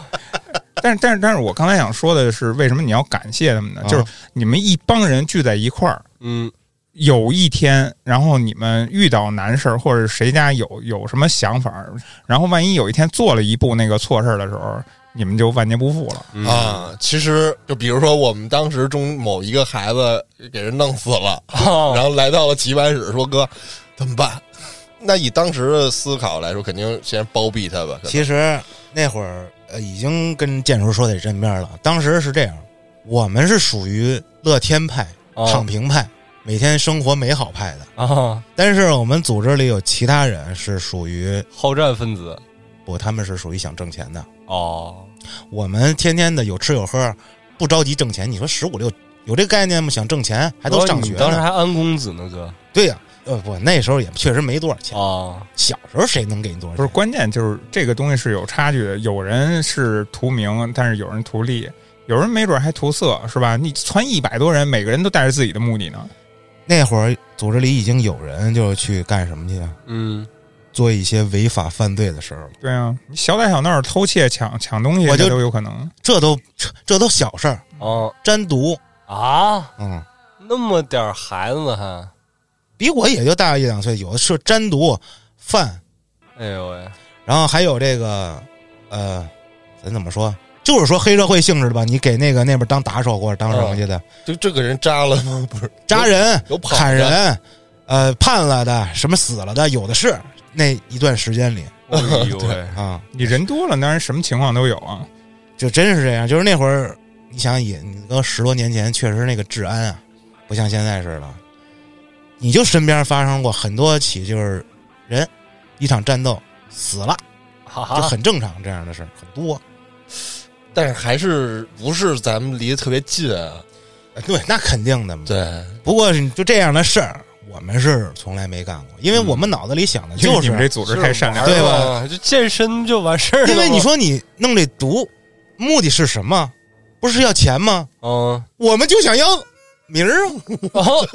Speaker 1: 但是但是但是我刚才想说的是，为什么你要感谢他们呢？
Speaker 2: 啊
Speaker 1: 就是你们一帮人聚在一块儿，
Speaker 3: 嗯，
Speaker 1: 有一天，然后你们遇到难事儿，或者谁家有有什么想法儿，然后万一有一天做了一步那个错事儿的时候，你们就万劫不复了。
Speaker 3: 嗯，
Speaker 5: 啊，其实就比如说，我们当时中某一个孩子给人弄死 了，然
Speaker 3: 哦，
Speaker 5: 后来到了棋盘室，说哥怎么办？那以当时的思考来说，肯定先包庇他吧。可能
Speaker 2: 其实那会儿呃，已经跟建叔说得正面了。当时是这样，我们是属于乐天派、
Speaker 3: 哦
Speaker 2: 躺平派，每天生活美好派的。
Speaker 3: 啊，
Speaker 2: 但是我们组织里有其他人是属于
Speaker 3: 好战分子。
Speaker 2: 不，他们是属于想挣钱的。
Speaker 3: 哦，
Speaker 2: 我们天天的有吃有喝，不着急挣钱。你说十五六有这概念吗？想挣钱还都上
Speaker 3: 哦你
Speaker 2: 学
Speaker 3: 当时
Speaker 2: 呢。
Speaker 3: 还安公子呢，哥。
Speaker 2: 对呀、呃不，那时候也确实没多少钱。
Speaker 3: 哦，
Speaker 2: 小时候谁能给你多少
Speaker 1: 不是，
Speaker 2: 钱？
Speaker 1: 关键就是这个东西是有差距的，有人是图名，但是有人图利，有人没准还图色，是吧？你传一百多人，每个人都带着自己的目的呢。
Speaker 2: 那会儿组织里已经有人就去干什么去啊？
Speaker 3: 嗯，
Speaker 2: 做一些违法犯罪的事儿了。
Speaker 1: 对啊，你小打小闹、偷窃、抢抢东西，
Speaker 2: 我就
Speaker 1: 这都有可能。
Speaker 2: 这都这这都小事儿，
Speaker 3: 哦
Speaker 2: 沾毒，
Speaker 3: 啊，
Speaker 2: 嗯，
Speaker 3: 那么点儿孩子还，
Speaker 2: 比我也就大一两岁，有的是沾毒犯，
Speaker 3: 哎呦 喂，
Speaker 2: 然后还有这个，呃，咱怎么说？就是说黑社会性质的吧，你给那个那边当打手或者当什么去的，
Speaker 5: 就这个人扎了吗？不是
Speaker 2: 扎人、
Speaker 5: 嗯有跑
Speaker 2: 砍人，呃，判了的，什么死了的，有的是。那一段时间里
Speaker 3: 哎呦喂，
Speaker 2: 啊，
Speaker 1: 你人多了，当然什么情况都有啊。
Speaker 2: 就真是这样。就是那会儿，你想也，你跟十多年前确实那个治安啊，不像现在似的。你就身边发生过很多起，就是人一场战斗死了，
Speaker 3: 哈
Speaker 2: 就
Speaker 3: 哈，
Speaker 2: 很正常，这样的事儿很多。
Speaker 5: 但是还是不是咱们离得特别近啊？
Speaker 2: 呃对，那肯定的嘛。
Speaker 5: 对，
Speaker 2: 不过你就这样的事儿，我们是从来没干过，因为我们脑子里想的
Speaker 1: 因为
Speaker 2: 就是
Speaker 1: 你们这组织太善良了，
Speaker 2: 对吧
Speaker 3: 吧？就健身就完事儿了 吗。
Speaker 2: 因为你说你弄这毒，目的是什么？不是要钱吗？
Speaker 3: 嗯，
Speaker 2: 我们就想要名儿 啊。
Speaker 3: 然 后哦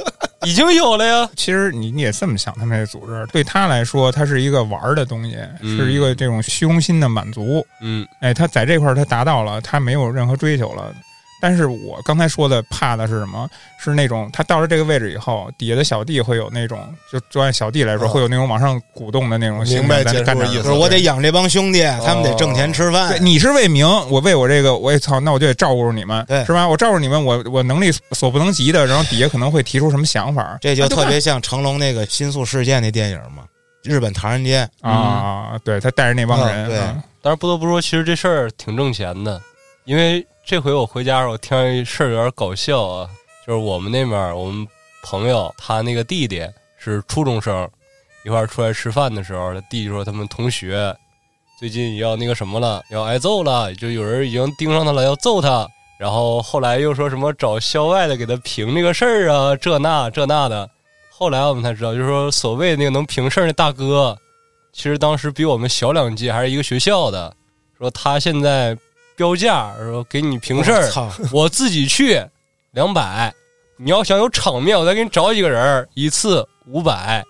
Speaker 3: 已经有了呀，
Speaker 1: 其实你你也这么想，他们这组织对他来说，它是一个玩儿的东西，
Speaker 3: 嗯
Speaker 1: 是一个这种虚荣心的满足。
Speaker 3: 嗯，
Speaker 1: 哎，他在这块儿他达到了，他没有任何追求了。但是我刚才说的怕的是什么？是那种他到了这个位置以后，底下的小弟会有那种，就就按小弟来说，
Speaker 5: 嗯
Speaker 1: 会有那种往上鼓动的那种心
Speaker 5: 明白
Speaker 1: 在
Speaker 5: 结束
Speaker 1: 干
Speaker 5: 的
Speaker 1: 点
Speaker 5: 意
Speaker 1: 儿
Speaker 5: 思
Speaker 2: 就是我得养这帮兄弟，他们得挣钱吃
Speaker 1: 对，
Speaker 2: 饭。
Speaker 1: 你是为名，我为我这个，我也操，那我就得照顾你们，
Speaker 2: 对
Speaker 1: 是吧？我照顾你们，我我能力所不能及的，然后底下可能会提出什么想法
Speaker 2: 这就特别像成龙那个《新宿事件》那电影嘛，日本唐人街。
Speaker 1: 啊，对他带着那帮人，
Speaker 2: 嗯嗯对
Speaker 1: 啊
Speaker 3: 但是不得不说，其实这事儿挺挣钱的，因为这回我回家的时候，我听着一事儿有点搞笑啊，就是我们那边儿我们朋友他那个弟弟是初中生，一块儿出来吃饭的时候，他弟弟说他们同学最近要那个什么了，要挨揍了，就有人已经盯上他了，要揍他。然后后来又说什么找校外的给他评这个事儿啊，这那这那的。后来我们才知道，就是说所谓那个能评事儿那大哥，其实当时比我们小两届，还是一个学校的。说他现在标价，说给你评事
Speaker 2: 我
Speaker 3: 儿，
Speaker 2: 操！
Speaker 3: 我自己去两百，你要想有场面，我再给你找几个人儿，一次五百，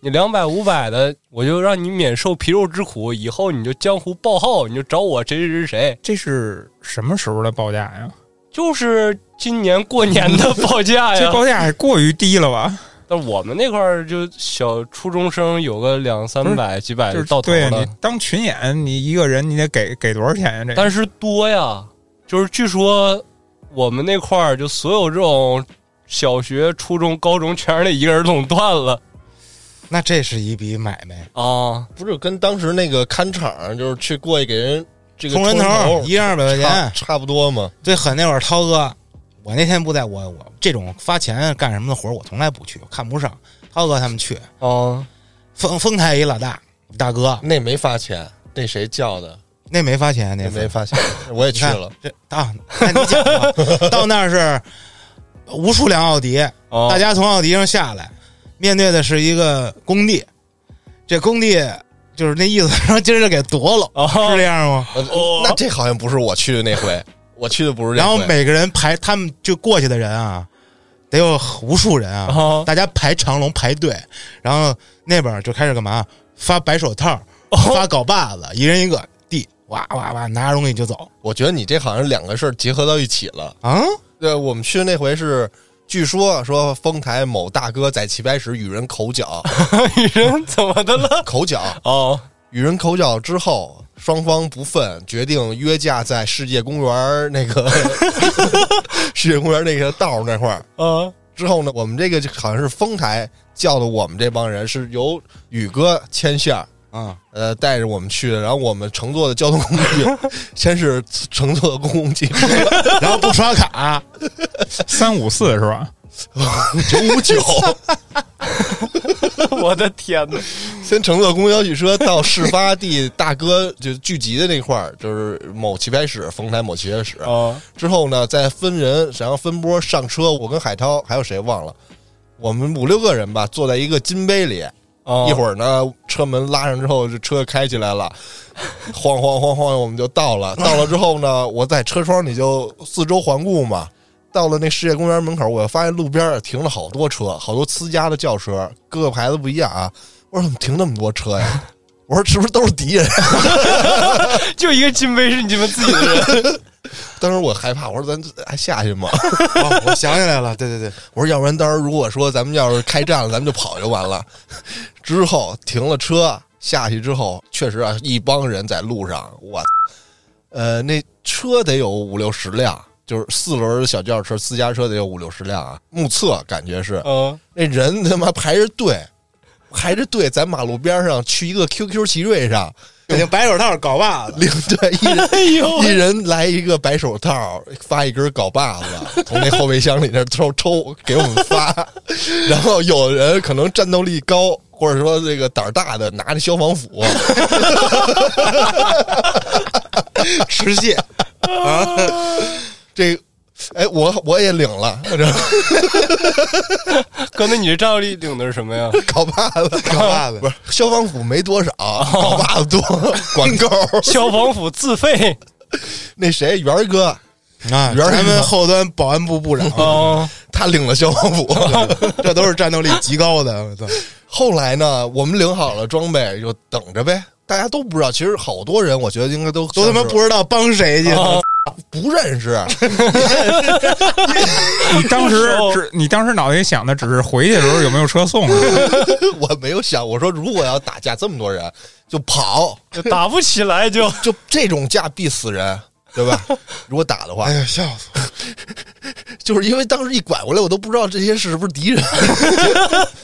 Speaker 3: 你两百五百的，我就让你免受皮肉之苦，以后你就江湖报号，你就找我谁谁谁谁，
Speaker 1: 这是什么时候的报价呀？
Speaker 3: 就是今年过年的报价
Speaker 1: 这
Speaker 3: 哎呀。
Speaker 1: 报价也过于低了吧？
Speaker 3: 但我们那块儿就小初中生有个两三百几百
Speaker 1: 就
Speaker 3: 就是哎到头
Speaker 1: 对
Speaker 3: 了
Speaker 1: 你，当群演，你一个人你得给给多少钱呀？这
Speaker 3: 但是多呀，就是据说我们那块儿就所有这种小学、初中、高中全是那一个人垄断了
Speaker 2: 那这是一笔买卖，
Speaker 1: 哦
Speaker 3: 啊。
Speaker 5: 不是跟当时那个看场，就是去过去给人这个
Speaker 2: 充人头
Speaker 5: 头
Speaker 2: 一人二百块
Speaker 5: 差
Speaker 2: 钱，
Speaker 5: 差不多嘛。
Speaker 2: 最狠那会儿涛哥，我那天不在，我我这种发钱干什么的活儿我从来不去，我看不上。涛哥他们去，
Speaker 3: 啊，
Speaker 2: 丰丰台一老大大哥，
Speaker 5: 那没发钱，那谁叫的？
Speaker 2: 那没发钱，那
Speaker 5: 那
Speaker 2: 次
Speaker 5: 没发钱，我也去了。
Speaker 2: 这啊，那你讲吧，到那儿是无数辆奥迪，
Speaker 3: 哦
Speaker 2: 大家从奥迪上下来，面对的是一个工地，这工地就是那意思， 说今儿就给夺了，
Speaker 3: 哦
Speaker 2: 是这样吗？
Speaker 5: 呃那这好像不是我去的那回，我去的不是这
Speaker 2: 然
Speaker 5: 回。
Speaker 2: 后每个人排，他们就过去的人啊，得有无数人啊，
Speaker 3: 哦
Speaker 2: 大家排长龙排队，然后那边就开始干嘛？发白手套，
Speaker 5: 哦
Speaker 2: 发镐把子，一人一个递，哇哇哇，拿着东西就走
Speaker 5: 我觉得你这好像两个事儿结合到一起了。
Speaker 2: 啊！
Speaker 5: 对，我们去的那回是，据说说丰台某大哥在齐白石与人口 角，
Speaker 3: 女人怎么的了？
Speaker 5: 口角
Speaker 3: 哦，
Speaker 5: 与人口角之后，双方不忿，决定约架在世界公园儿那个 世界公园儿那个道儿那块儿。
Speaker 3: 啊，
Speaker 5: 之后呢，我们这个就好像是丰台叫的，我们这帮人是由宇哥牵线儿，
Speaker 2: 啊、
Speaker 5: 呃，带着我们去的。然后我们乘坐的交通工具， 先是乘坐的公共汽车
Speaker 2: 然后不刷 卡，
Speaker 1: 三五四是 吧？
Speaker 5: 九五九，
Speaker 3: 我的天哪！
Speaker 5: 先乘坐公交汽车到事发地大哥就聚集的那块儿，就是某棋牌室，丰台某棋牌室。
Speaker 3: 啊，
Speaker 5: 之后呢，再分人，然后分波上车。我跟海涛还有谁忘了，我们五六个人吧，坐在一个金杯里。一
Speaker 3: 儿
Speaker 5: 会儿呢，车门拉上之后，这车开起来了，晃晃晃晃，我们就到了。到了之后呢，我在车窗里就四周环顾嘛。到了那世界公园门口，我发现路边儿停了好多车，好多私家的轿车，各个牌子不一样啊。我说怎么停那么多车呀？我说是不是都是敌人？
Speaker 3: 就一个金杯是你们自己 的人，
Speaker 5: 当时我害怕，我说咱还下去吗？
Speaker 2: 哦，我想起来了，对对对，
Speaker 5: 我说要不然当时如果说咱们要是开战了，咱们就跑就完了。 之后停了车下去之后，确实啊，一帮人在路上，我，呃，那车得有五六十辆，就是四轮小轿车、私家车得有五六十辆啊。目测感觉是，
Speaker 3: 嗯，
Speaker 5: 那人他妈排着队，排着队在马路边上去一个 QQ 奇瑞上
Speaker 2: 那白手套搞袜子，
Speaker 5: 领队一 人
Speaker 3: 哎呦，
Speaker 5: 一人来一个白手套，发一根镐把子，从那后备箱里那抽抽给我们发。 然后有人可能战斗力高，或者说这个胆儿大的，拿着消防斧，
Speaker 2: 持械啊，
Speaker 5: 这哎，我我也领了，然后
Speaker 3: 哥，那你这战斗力领的是什么呀？
Speaker 5: 镐把子。
Speaker 2: 搞袜 子
Speaker 5: 不。是消防斧没多少，镐把子多，管够。
Speaker 3: 消防斧自费
Speaker 5: 那谁元儿哥，
Speaker 2: 啊，
Speaker 5: 原来
Speaker 2: 咱们后端保安部部长，
Speaker 3: 啊，
Speaker 5: 他领了 消防斧，
Speaker 2: 这都是战斗力极高的。我操，
Speaker 5: 后来呢，我们领好了装备，就等着呗。大家都不知道，其实好多人，我觉得应该都
Speaker 2: 都他妈不知道帮谁去。
Speaker 1: 哦
Speaker 3: 啊
Speaker 5: 不认识。
Speaker 1: 你当时
Speaker 3: 手
Speaker 1: 只你当时脑袋里想的只是回去的时候有没有车 送啊，
Speaker 3: 哎
Speaker 5: 我没有想，我说如果要打架，这么多人就跑，
Speaker 3: 就打不起来 就
Speaker 5: 就这种架必死人，对吧？ 如果打的话
Speaker 2: 哎，呀，笑死我！
Speaker 5: 就是因为当时一拐过来，我都不知道这些是不是敌人。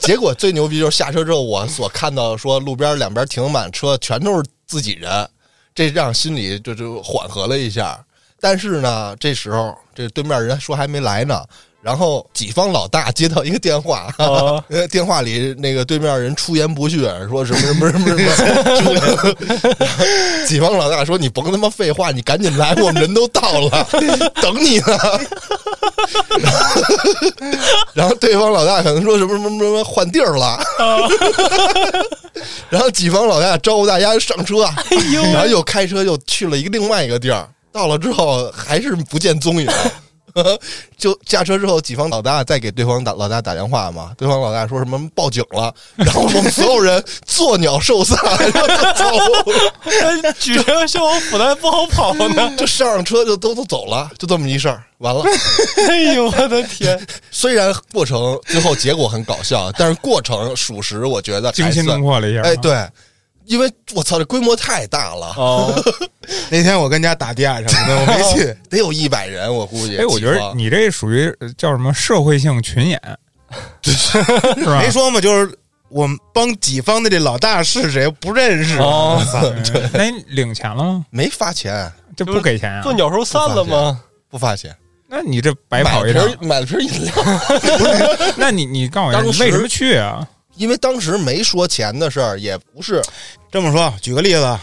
Speaker 5: 结果最牛逼就是下车之后，我所看到说路边两边停满车，全都是自己人，这让心里就就缓和了一下。但是呢，这时候这对面人说还没来呢，然后己方老大接到一个电话，
Speaker 3: 啊，
Speaker 5: 呃，电话里那个对面人出言不逊，说什么什么什么 什么，己方老大说：“你甭他妈废话，你赶紧来，我们人都到了，等你呢。” 然后对方老大可能说什么什么什么换地儿了，然后己方老大招呼大家上车，啊
Speaker 1: 哎
Speaker 5: 然后又开车又去了一个另外一个地儿，到了之后还是不见踪影。 就下车之后，己方老大再给对方打老大打电话嘛，对方老大说什么报警了，然后我们所有人作鸟兽散，然后走，
Speaker 3: 哎举着消防斧还不好跑 呢。
Speaker 5: 就上车就都都走了，就这么一事儿，完了。
Speaker 3: 哎呦，我的天！
Speaker 5: 虽然过程最后结果很搞笑，但是过程属实，我觉得
Speaker 1: 惊
Speaker 5: 还
Speaker 1: 心动
Speaker 5: 算
Speaker 1: 魄了一啊下。
Speaker 5: 哎，对，因为我操，这规模太大了，
Speaker 3: 哦，
Speaker 2: 那天我跟家打架什么的，我 没去。
Speaker 5: 得有一百人，我估计。
Speaker 1: 哦哎，我觉
Speaker 5: 己
Speaker 1: 得
Speaker 5: 方
Speaker 1: 你这属于呃叫什么社会性群 演，是吧
Speaker 2: 没？说嘛，就是我们帮己方的这老大是谁不认识。
Speaker 3: 哦
Speaker 2: 我操
Speaker 1: 嗯那你领钱了吗？
Speaker 5: 没发钱，
Speaker 1: 这不给钱啊
Speaker 3: 做？鸟兽散了吗？
Speaker 5: 不发钱，
Speaker 1: 那你这白
Speaker 5: 买
Speaker 1: 哎跑
Speaker 5: 了
Speaker 1: 一趟。
Speaker 5: 瓶买了瓶饮料。
Speaker 1: 那你你告诉我一下，
Speaker 5: 当
Speaker 1: 你
Speaker 5: 时
Speaker 1: 为什么去啊？
Speaker 5: 因为当时没说钱的事儿，也不是
Speaker 2: 这么说，举个例子，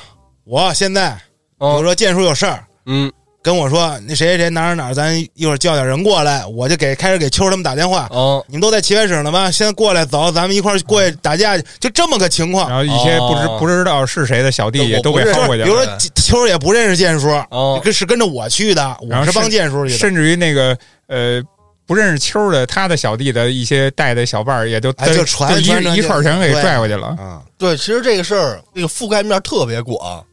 Speaker 2: 我现在
Speaker 1: 哦
Speaker 3: 嗯
Speaker 2: 我说建叔有事儿，
Speaker 3: 嗯，
Speaker 2: 跟我说那谁谁谁哪儿哪儿，咱一会儿叫点人过来，我就给开始给秋儿他们打电话。
Speaker 3: 哦，
Speaker 2: 你们都在棋牌室呢吧？现在过来，走，咱们一块儿过去打架去，就这么个情况
Speaker 1: 然。后一些不知
Speaker 3: 哦
Speaker 1: 不知道是谁的小弟
Speaker 5: 我
Speaker 1: 也
Speaker 5: 不
Speaker 1: 都给
Speaker 5: 认识
Speaker 1: 薅过去
Speaker 2: 比如
Speaker 1: 了，
Speaker 2: 说秋儿也不认识建叔，
Speaker 3: 哦
Speaker 2: 跟是跟着我去的，
Speaker 1: 然
Speaker 2: 我
Speaker 1: 后
Speaker 2: 是
Speaker 1: 是
Speaker 2: 帮建叔去的。
Speaker 1: 甚至于那个呃不认识秋儿的他的小弟的一些带的小伴儿也都
Speaker 2: 哎就传
Speaker 1: 一
Speaker 2: 传传
Speaker 1: 一串全给
Speaker 2: 对
Speaker 1: 拽过去了。
Speaker 2: 啊，
Speaker 5: 对，其实这个事儿那个覆盖面特别广，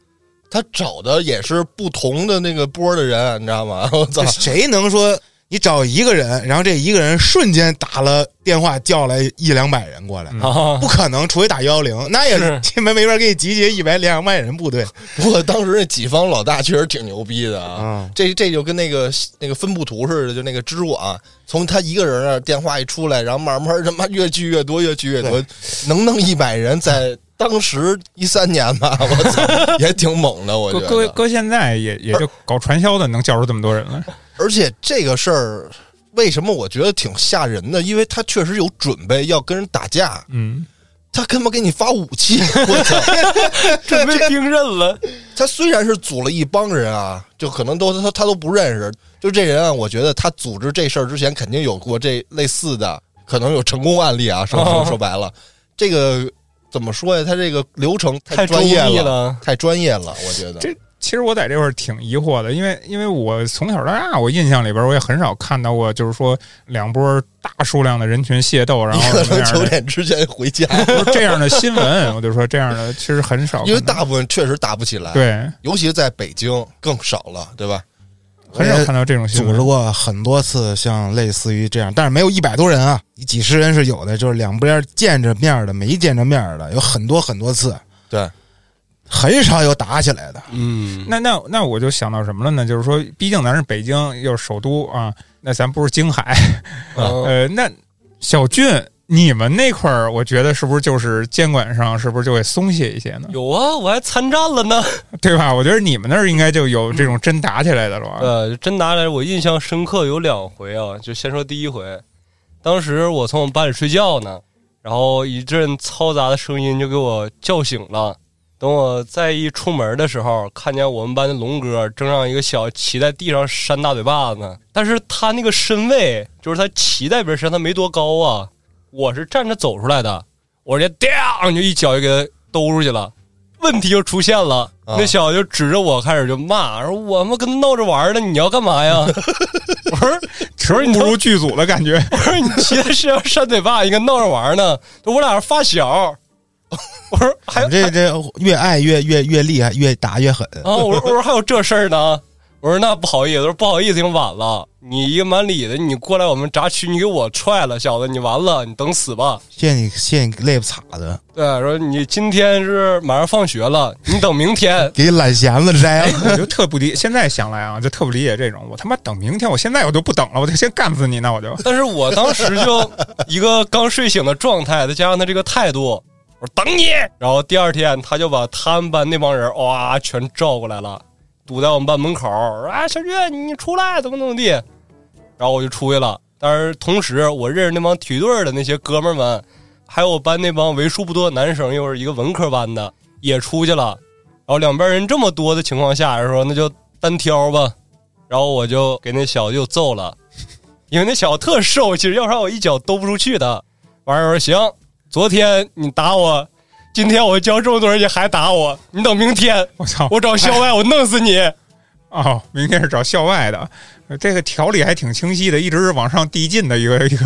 Speaker 5: 他找的也是不同的那个波儿的人，你知道吗？ 我操
Speaker 2: 这！ 谁能说你找一个人，然后这一个人瞬间打了电话叫来一两百人过来？
Speaker 3: 啊
Speaker 2: 不，可能，除非打幺幺零，那也
Speaker 3: 是
Speaker 2: 这没没法给你集结一百两百人部队
Speaker 5: 不过当时那己方老大确实挺牛逼的啊。
Speaker 2: 啊！
Speaker 5: 这这就跟那个那个分布图似的，就那个织网，从他一个人那儿电话一出来，然后慢慢他妈越聚越多，越聚越多，能弄一百人，在当时一三年吧，我操，也挺猛的，我觉
Speaker 1: 搁
Speaker 5: 得。
Speaker 1: 搁搁现在也也就搞传销的能叫出这么多人来，
Speaker 5: 而且这个事儿，为什么我觉得挺吓人的？因为他确实有准备要跟人打架，
Speaker 1: 嗯，
Speaker 5: 他干嘛给你发武器？啊我操！
Speaker 3: 准备兵刃了。
Speaker 5: 他虽然是组了一帮人啊，就可能都他他都不认识。就这人啊，我觉得他组织这事儿之前肯定有过这类似的，可能有成功案例啊。说
Speaker 3: 哦
Speaker 5: 说说白了，这个怎么说呀？他这个流程
Speaker 3: 太
Speaker 5: 专业
Speaker 3: 周密
Speaker 5: 了，
Speaker 3: 了
Speaker 5: 太专业了，我觉得。
Speaker 1: 这其实我在这块儿挺疑惑的，因为因为我从小到大，我印象里边我也很少看到过，就是说两波大数量的人群械斗，然
Speaker 5: 你
Speaker 1: 后
Speaker 5: 可
Speaker 1: 什么
Speaker 5: 能
Speaker 1: 样
Speaker 5: 九
Speaker 1: 的
Speaker 5: 点之前回家，
Speaker 1: 不是这啊样的新闻，我就说这样的其实很少看到，
Speaker 5: 因为大部分确实打不起来，，
Speaker 1: 对
Speaker 5: 尤其在北京更少了，对吧？
Speaker 1: 很少看到这种新
Speaker 2: 组织
Speaker 1: 闻。
Speaker 2: 过很多次像类似于这样，但是没有一百多人啊，几十人是有的，就是两边见着面的，没见着面的，有很多很多次，
Speaker 5: 对，
Speaker 2: 很少有打起来的。
Speaker 3: 嗯，
Speaker 1: 那那那我就想到什么了呢？就是说，毕竟咱是北京，又是首都啊，那咱不是京海，
Speaker 5: 哦
Speaker 3: 嗯
Speaker 1: 呃，那小俊，你们那块儿，我觉得是不是就是监管上是不是就会松懈一些呢？
Speaker 3: 有啊，我还参战了呢。
Speaker 1: 对吧？我觉得你们那儿应该就有这
Speaker 5: 嗯
Speaker 1: 种真打起来的了吧？
Speaker 3: 呃，真拿来我印象深刻有两回啊，就先说第一回，当时我从我们班里睡觉呢，然后一阵嘈杂的声音就给我叫醒了。等我再一出门的时候，看见我们班的龙哥正让一个小骑在地上扇大嘴巴子呢，但是他那个身位，就是他骑在别人身上，他没多高啊，我是站着走出来的，我直接当就一脚就给他兜出去了。问题就出现了，
Speaker 5: 啊
Speaker 3: 那小子就指着我开始就骂，说：“我们跟他闹着玩儿呢，你要干嘛呀？” 我说：“
Speaker 1: 其实不如剧组的感觉。
Speaker 3: 我说你骑在身上扇嘴巴，你跟闹着玩儿呢。”我俩是发小，我说还
Speaker 2: 我们这这越爱越越越厉害，越打越狠。
Speaker 3: 啊，我说我说还有这事儿呢。我说那不好意思，我说不好意思，挺晚了。你一个满里的，你过来我们闸区，你给我踹了，小子，你完了，你等死吧。
Speaker 2: 谢谢你，谢谢你肋巴擦的，。
Speaker 3: 对，说你今天是马上放学了，你等明天
Speaker 2: 给你懒弦子摘
Speaker 1: 哎
Speaker 2: 了。，
Speaker 1: 我就特不理，现在想来啊，就特不理解这种。我他妈等明天，我现在我就不等了，我就先干死你，那我就
Speaker 3: 但是我当时就一个刚睡醒的状态，再加上他这个态度，我说等你。然后第二天他就把他们班那帮人哇全召过来了，堵在我们班门口，说啊小月你出来怎么怎么地。然后我就出去了。但是同时，我认识那帮体育队的那些哥们儿们，还有我班那帮为数不多的男生，又是一个文科班的，也出去了。然后两边人这么多的情况下，说那就单挑吧。然后我就给那小子又揍了，因为那小子特瘦，其实要不然我一脚兜不出去的。完事儿我说行，昨天你打我，今天我教这么多人，你还打我，你等明天
Speaker 1: 我操！
Speaker 3: 我找校外，我弄死你。
Speaker 1: 哦，明天是找校外的，呃这个条理还挺清晰的，一直是往上递进的一个一 个。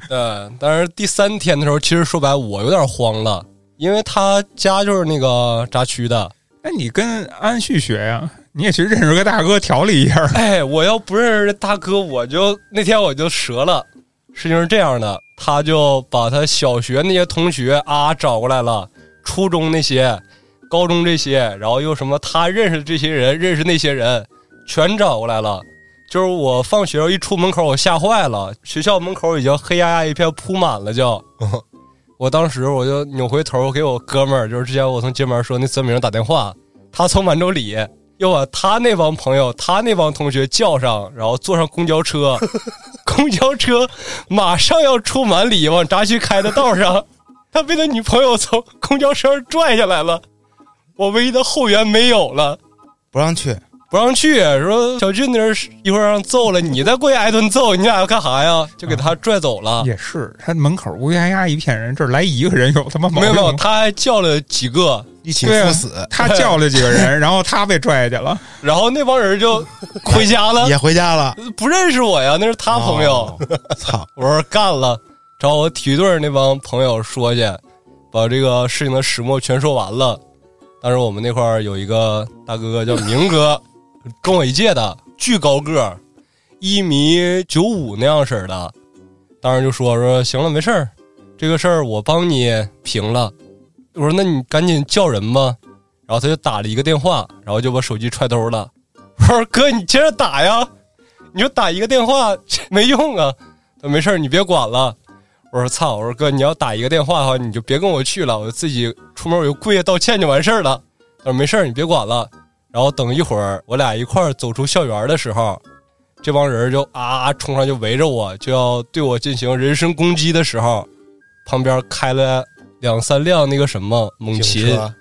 Speaker 3: 对，但是第三天的时候，其实说白，我有点慌了，因为他家就是那个闸区的。
Speaker 1: 那哎你跟安旭学呀、你也去认识个大哥调理一下。
Speaker 3: 哎，我要不认识这大哥，我就那天我就折了。事情是这样的，他就把他小学那些同学啊找过来了，初中那些，高中这些，然后又什么他认识的这些人，认识那些人，全找过来了。就是我放学一出门口，我吓坏了，学校门口已经黑压压一片铺满了，就。我当时我就扭回头给我哥们儿，就是之前我从街门说那泽明打电话，他从满洲里又把他那帮朋友、他那帮同学叫上，然后坐上公交车， 公交车马上要出满里往闸区开的道上，他被他女朋友从公交车上拽下来了，我唯一的后援没有了。
Speaker 2: 不让去，
Speaker 3: 不让去，说小俊那儿一会儿让揍了，你再过去挨顿揍，你俩要干啥呀？就给他拽走了。
Speaker 1: 也是，他门口乌压压一片人，这儿来一个人有他妈毛
Speaker 3: 没有没有，
Speaker 1: 病吗。
Speaker 3: 他还叫了几个，
Speaker 2: 一起
Speaker 1: 对啊
Speaker 2: 赴死，
Speaker 1: 他叫了几个 人，然后他被拽下去 了。
Speaker 3: 然后那帮人就回家 了，
Speaker 2: 也回家了。
Speaker 3: 不认识我呀，那是他朋友。
Speaker 2: 哦，操！
Speaker 3: 我说干了，找我体育队那帮朋友说去，把这个事情的始末全说完了。当时我们那块儿有一个大哥哥叫明哥， 跟我一届的，巨高个儿，一米九五那样式儿的。当时就说说行了，没事儿，这个事儿我帮你平了。我说那你赶紧叫人吧。然后他就打了一个电话，然后就把手机揣兜了。 我说哥，你接着打呀，你就打一个电话 没用啊。他说没事儿，你别管了。我说操，我说哥，你要打一个电话的话，你就别跟我去了，我自己出门我就跪下道歉就完事儿了。他说没事儿，你别管了。然后等一会儿我俩一块儿走出校园的时候，这帮人就啊冲上就围着我，就要对我进行人身攻击的时候，旁边开了两三辆那个什么猛
Speaker 5: 警
Speaker 3: 禽，
Speaker 5: 车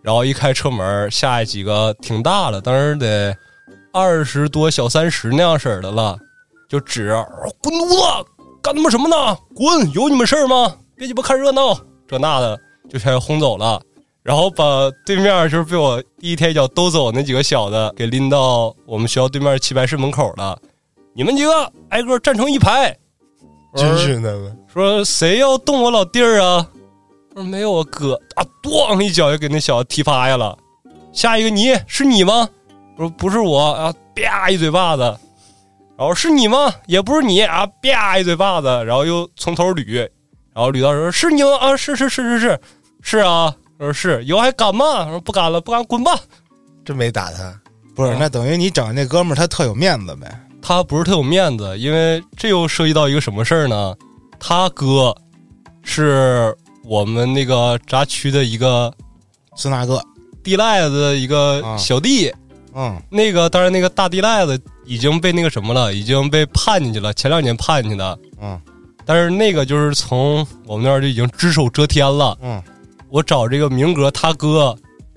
Speaker 3: 然后一开车门，下来几个挺大的，当时得二十多小三十那样式儿的了，就指着滚犊子，干他妈什么呢？滚，有你们事儿吗？别鸡巴看热闹，这那的就全轰走了。然后把对面就是被我第一天一脚兜走那几个小的给拎到我们学校对面棋牌室门口了。你们几个挨个站成一排，我说
Speaker 5: 军训的们，
Speaker 3: 说谁要动我老弟儿啊？我说没有啊，哥啊，咣一脚就给那小子踢趴下了。下一个你是你吗？我说不是我啊，啪一嘴巴子。然后是你吗？也不是你啊，啪一嘴巴子，然后又从头捋，然后捋到说是你吗？啊，是是是是是是啊。我说是，以后还敢吗？我说不敢了，不敢滚吧。
Speaker 5: 真没打他，
Speaker 2: 不是，那等于你找那哥们儿他特有面子呗？
Speaker 3: 他不是特有面子，因为这又涉及到一个什么事儿呢？他哥是我们那个闸区的一个
Speaker 2: 孙大哥，
Speaker 3: 地赖子的一个
Speaker 2: 啊
Speaker 3: 小弟，
Speaker 2: 嗯，
Speaker 3: 那个当然那个大地赖子已经被那个什么了，已经被判进去了，前两年判进去的。
Speaker 2: 嗯，
Speaker 3: 但是那个就是从我们那儿就已经只手遮天了。
Speaker 2: 嗯，
Speaker 3: 我找这个明哥他哥，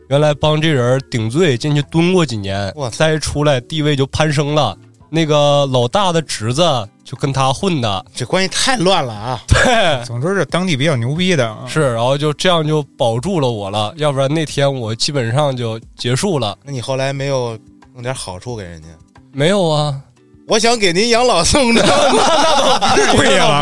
Speaker 3: 原来帮这人顶罪进去蹲过几年
Speaker 2: 哇，
Speaker 3: 再出来地位就攀升了。那个老大的侄子就跟他混的，
Speaker 2: 这关系太乱了啊！
Speaker 3: 对，
Speaker 1: 总之，这当地比较牛逼的
Speaker 2: 嗯
Speaker 1: 啊，
Speaker 3: 是，然后就这样就保住了我了，要不然那天我基本上就结束了。
Speaker 2: 那你后来没有弄点好处给人家？
Speaker 3: 没有啊，
Speaker 2: 我想给您养老送 终，
Speaker 1: 对呀，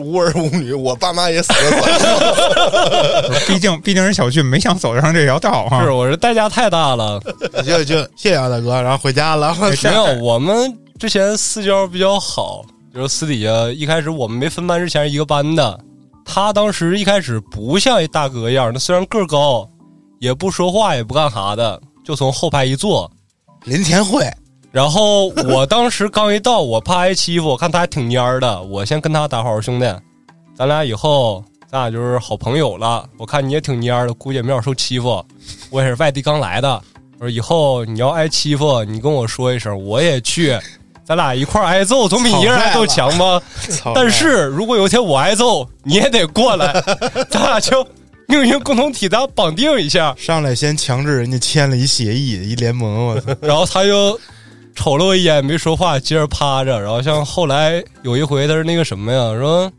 Speaker 5: 无儿无女，我爸妈也死得早。
Speaker 1: 毕竟毕竟人小俊没想走上这条道哈
Speaker 3: 是，，我这代价太大了。
Speaker 2: 就就谢谢啊，大哥，然后回家 了。
Speaker 3: 没有，我们之前私交比较好，就是私底下一开始我们没分班之前是一个班的。他当时一开始不像一大哥一样，他虽然个儿高，也不说话，也不干啥的，就从后排一坐。
Speaker 2: 林田慧，
Speaker 3: 然后我当时刚一到，我怕挨欺负，我看他还挺蔫儿的，我先跟他打好好兄弟，咱俩以后咱俩就是好朋友了。我看你也挺蔫儿的，估计也没少受欺负。我也是外地刚来的，我说以后你要挨欺负，你跟我说一声，我也去，咱俩一块儿挨揍，总比一个人挨揍强吧？
Speaker 2: 操
Speaker 3: 但是如果有一天我挨揍，你也得过来，咱俩就命运共同体，咱俩绑定一下。
Speaker 2: 上来先强制人家签了一协议，一联盟，我操！
Speaker 3: 然后他就瞅了我一眼，没说话，接着趴着。然后像后来有一回，他是那个什么呀，说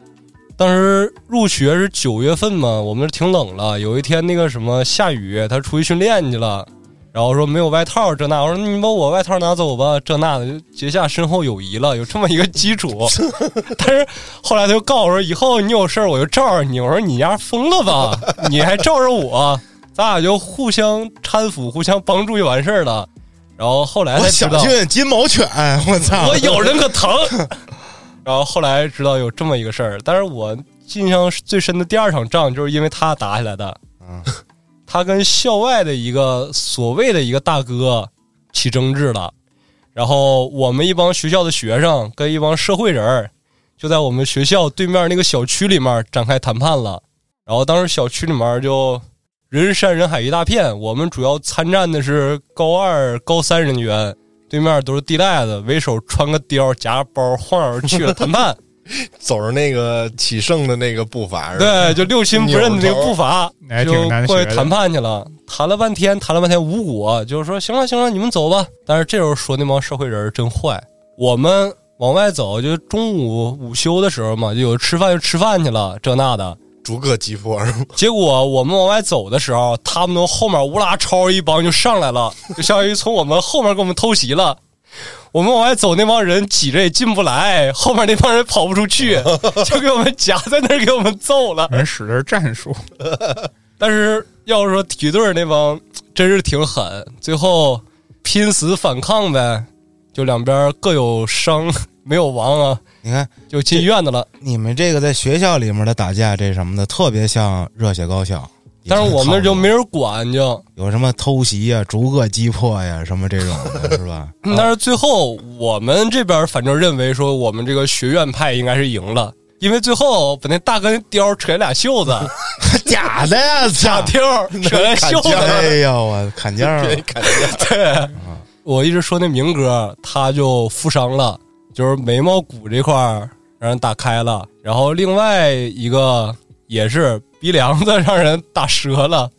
Speaker 3: 当时入学是九月份嘛，我们挺冷了。有一天那个什么下雨，他出去训练去了，然后说没有外套这那，我说你把我外套拿走吧，这那的就结下深厚友谊了，有这么一个基础。但是后来他就告我说，以后你有事儿我就罩着你。我说你丫疯了吧，你还罩着我？咱俩就互相搀扶、互相帮助就完事儿了。然后后来才
Speaker 2: 我
Speaker 3: 知
Speaker 2: 小
Speaker 3: 道，
Speaker 2: 俊金毛犬，我操！
Speaker 3: 我咬人可疼。啊 然后后来知道有这么一个事儿，但是我印象最深的第二场仗就是因为他打起来的。
Speaker 2: 嗯
Speaker 3: 他跟校外的一个所谓的一个大哥起争执了，然后我们一帮学校的学生跟一帮社会人儿就在我们学校对面那个小区里面展开谈判了。然后当时小区里面就人山人海一大片，我们主要参战的是高二、高三人员，对面都是地赖子，为首穿个貂夹着包晃悠着去 了谈判，
Speaker 5: 走着那个起胜的那个步伐是吧，
Speaker 3: 对，就六亲不认的那个步伐，
Speaker 1: 还
Speaker 3: 就
Speaker 1: 哎挺难
Speaker 3: 过
Speaker 1: 学
Speaker 3: 去谈
Speaker 1: 的。
Speaker 3: 判去了。谈了半天，谈了半天无果，就是说行了行了，你们走吧。但是这时候说那帮社会人真坏，我们往外走，就中午午休的时候嘛，就有吃饭就吃饭去了，这那的。
Speaker 5: 逐个击破是吧？
Speaker 3: 结果我们往外走的时候，他们从后面乌拉超一帮就上来了， 就相当于从我们后面给我们偷袭了。我们往外走，那帮人挤着也进不来，后面那帮人跑不出去，就给我们夹在那儿给我们揍了。
Speaker 1: 人使的是战术，
Speaker 3: 但是要是说体育队那帮真是挺狠，最后拼死反抗呗，就两边各有伤，没有亡啊，
Speaker 2: 你看
Speaker 3: 就进医院的了。
Speaker 2: 你们这个在学校里面的打架这什么的，特别像热血高校。
Speaker 3: 但是我们那儿就没
Speaker 2: 有
Speaker 3: 人管，就。
Speaker 2: 有什么偷袭呀、逐个击破呀、什么这种的，是 吧？
Speaker 3: 嗯但是最后我们这边反正认为说我们这个学院派应该是赢了，因为最后把那大跟貂扯俩袖子，
Speaker 2: 假的呀，
Speaker 3: 大
Speaker 2: 假！
Speaker 3: 貂扯俩袖
Speaker 5: 砍价
Speaker 3: 子。
Speaker 2: 哎呀，我砍价了
Speaker 5: 这！感觉
Speaker 3: 对，我一直说那明哥他就负伤了，就是眉毛骨这块儿让人打开了，然后另外一个也是鼻梁子让人打折了，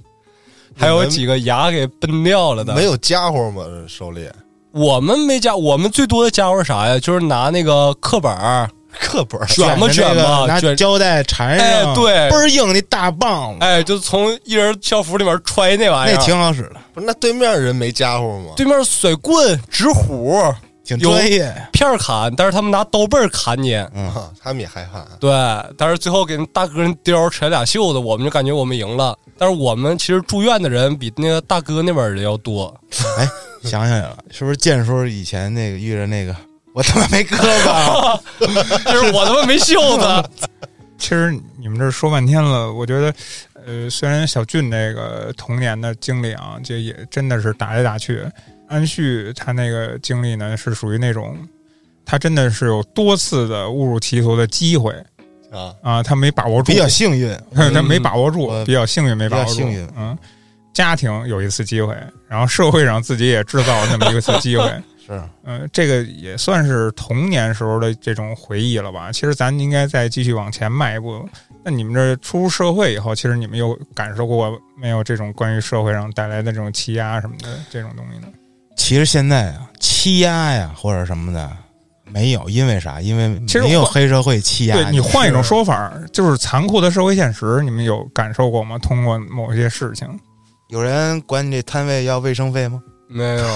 Speaker 3: 还有几个牙给崩掉了的。
Speaker 5: 没有家伙吗？手里
Speaker 3: 我们没加，我们最多的家伙是啥呀？就是拿那个课本儿
Speaker 5: 课本儿
Speaker 3: 卷
Speaker 2: 着
Speaker 3: 吧
Speaker 2: 那
Speaker 3: 卷
Speaker 2: 个
Speaker 3: 吧
Speaker 2: 拿
Speaker 3: 卷
Speaker 2: 胶带缠
Speaker 3: 哎
Speaker 2: 上，，
Speaker 3: 对
Speaker 2: 倍，儿硬那大棒，
Speaker 3: 哎，就从一人校服里面揣那玩意
Speaker 2: 那
Speaker 3: 儿，
Speaker 2: 挺好使的，
Speaker 5: 不是那对面人没家伙吗？
Speaker 3: 对面甩棍、纸虎、
Speaker 2: 挺
Speaker 3: 有
Speaker 2: 专业。
Speaker 3: 片儿砍，但是他们拿刀背儿砍你。
Speaker 2: 嗯，
Speaker 5: 啊，他们也害怕。
Speaker 3: 对，但是最后给大哥人貂扯俩袖子，我们就感觉我们赢了。但是我们其实住院的人比那个大哥那边儿的要多。
Speaker 2: 哎想起来了，是不是建叔以前那个遇着那个？我他妈没胳 膊，
Speaker 3: 但是我他妈没袖子，
Speaker 1: 其实你们这说半天了，我觉得，呃，虽然小俊这个童年的经历啊，这也真的是打来打去。安旭他那个经历呢，是属于那种，他真的是有多次的误入歧途的机会
Speaker 5: 啊，
Speaker 1: 啊，他没把握住，
Speaker 2: 比较幸运。
Speaker 1: 他没把握住，
Speaker 2: 嗯
Speaker 1: 比较幸运没把握住。
Speaker 2: 比较幸运
Speaker 1: 嗯，家庭有一次机会，然后社会上自己也制造了那么一次机会。
Speaker 2: 是，
Speaker 1: 嗯，这个也算是童年时候的这种回忆了吧？其实咱应该再继续往前迈一步。那你们这出入社会以后，其实你们有感受过没有这种关于社会上带来的这种欺压什么的这种东西呢？
Speaker 2: 其实现在啊，欺压呀或者什么的没有，因为啥？因为
Speaker 1: 其实
Speaker 2: 没有
Speaker 1: 换
Speaker 2: 黑社会欺压。
Speaker 1: 对你换一种，说法，就是残酷的社会现实，你们有感受过吗？通过某些事情，
Speaker 2: 有人管你这摊位要卫生费吗？
Speaker 3: 没有，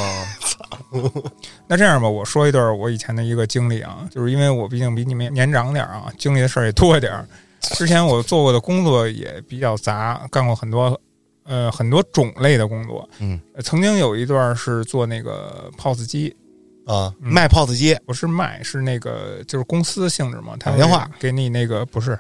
Speaker 1: 那这样吧，我说一段我以前的一个经历啊，就是因为我毕竟比你们年长点儿啊，经历的事儿也多一点儿。之前我做过的工作也比较杂，干过很多呃很多种类的工作。
Speaker 2: 嗯
Speaker 1: 呃，曾经有一段是做那个 POS 机，
Speaker 5: 啊，
Speaker 1: 嗯
Speaker 2: 卖 POS 机，
Speaker 1: 不是卖，是那个就是公司性质嘛，他
Speaker 2: 打电话
Speaker 1: 给你那个不是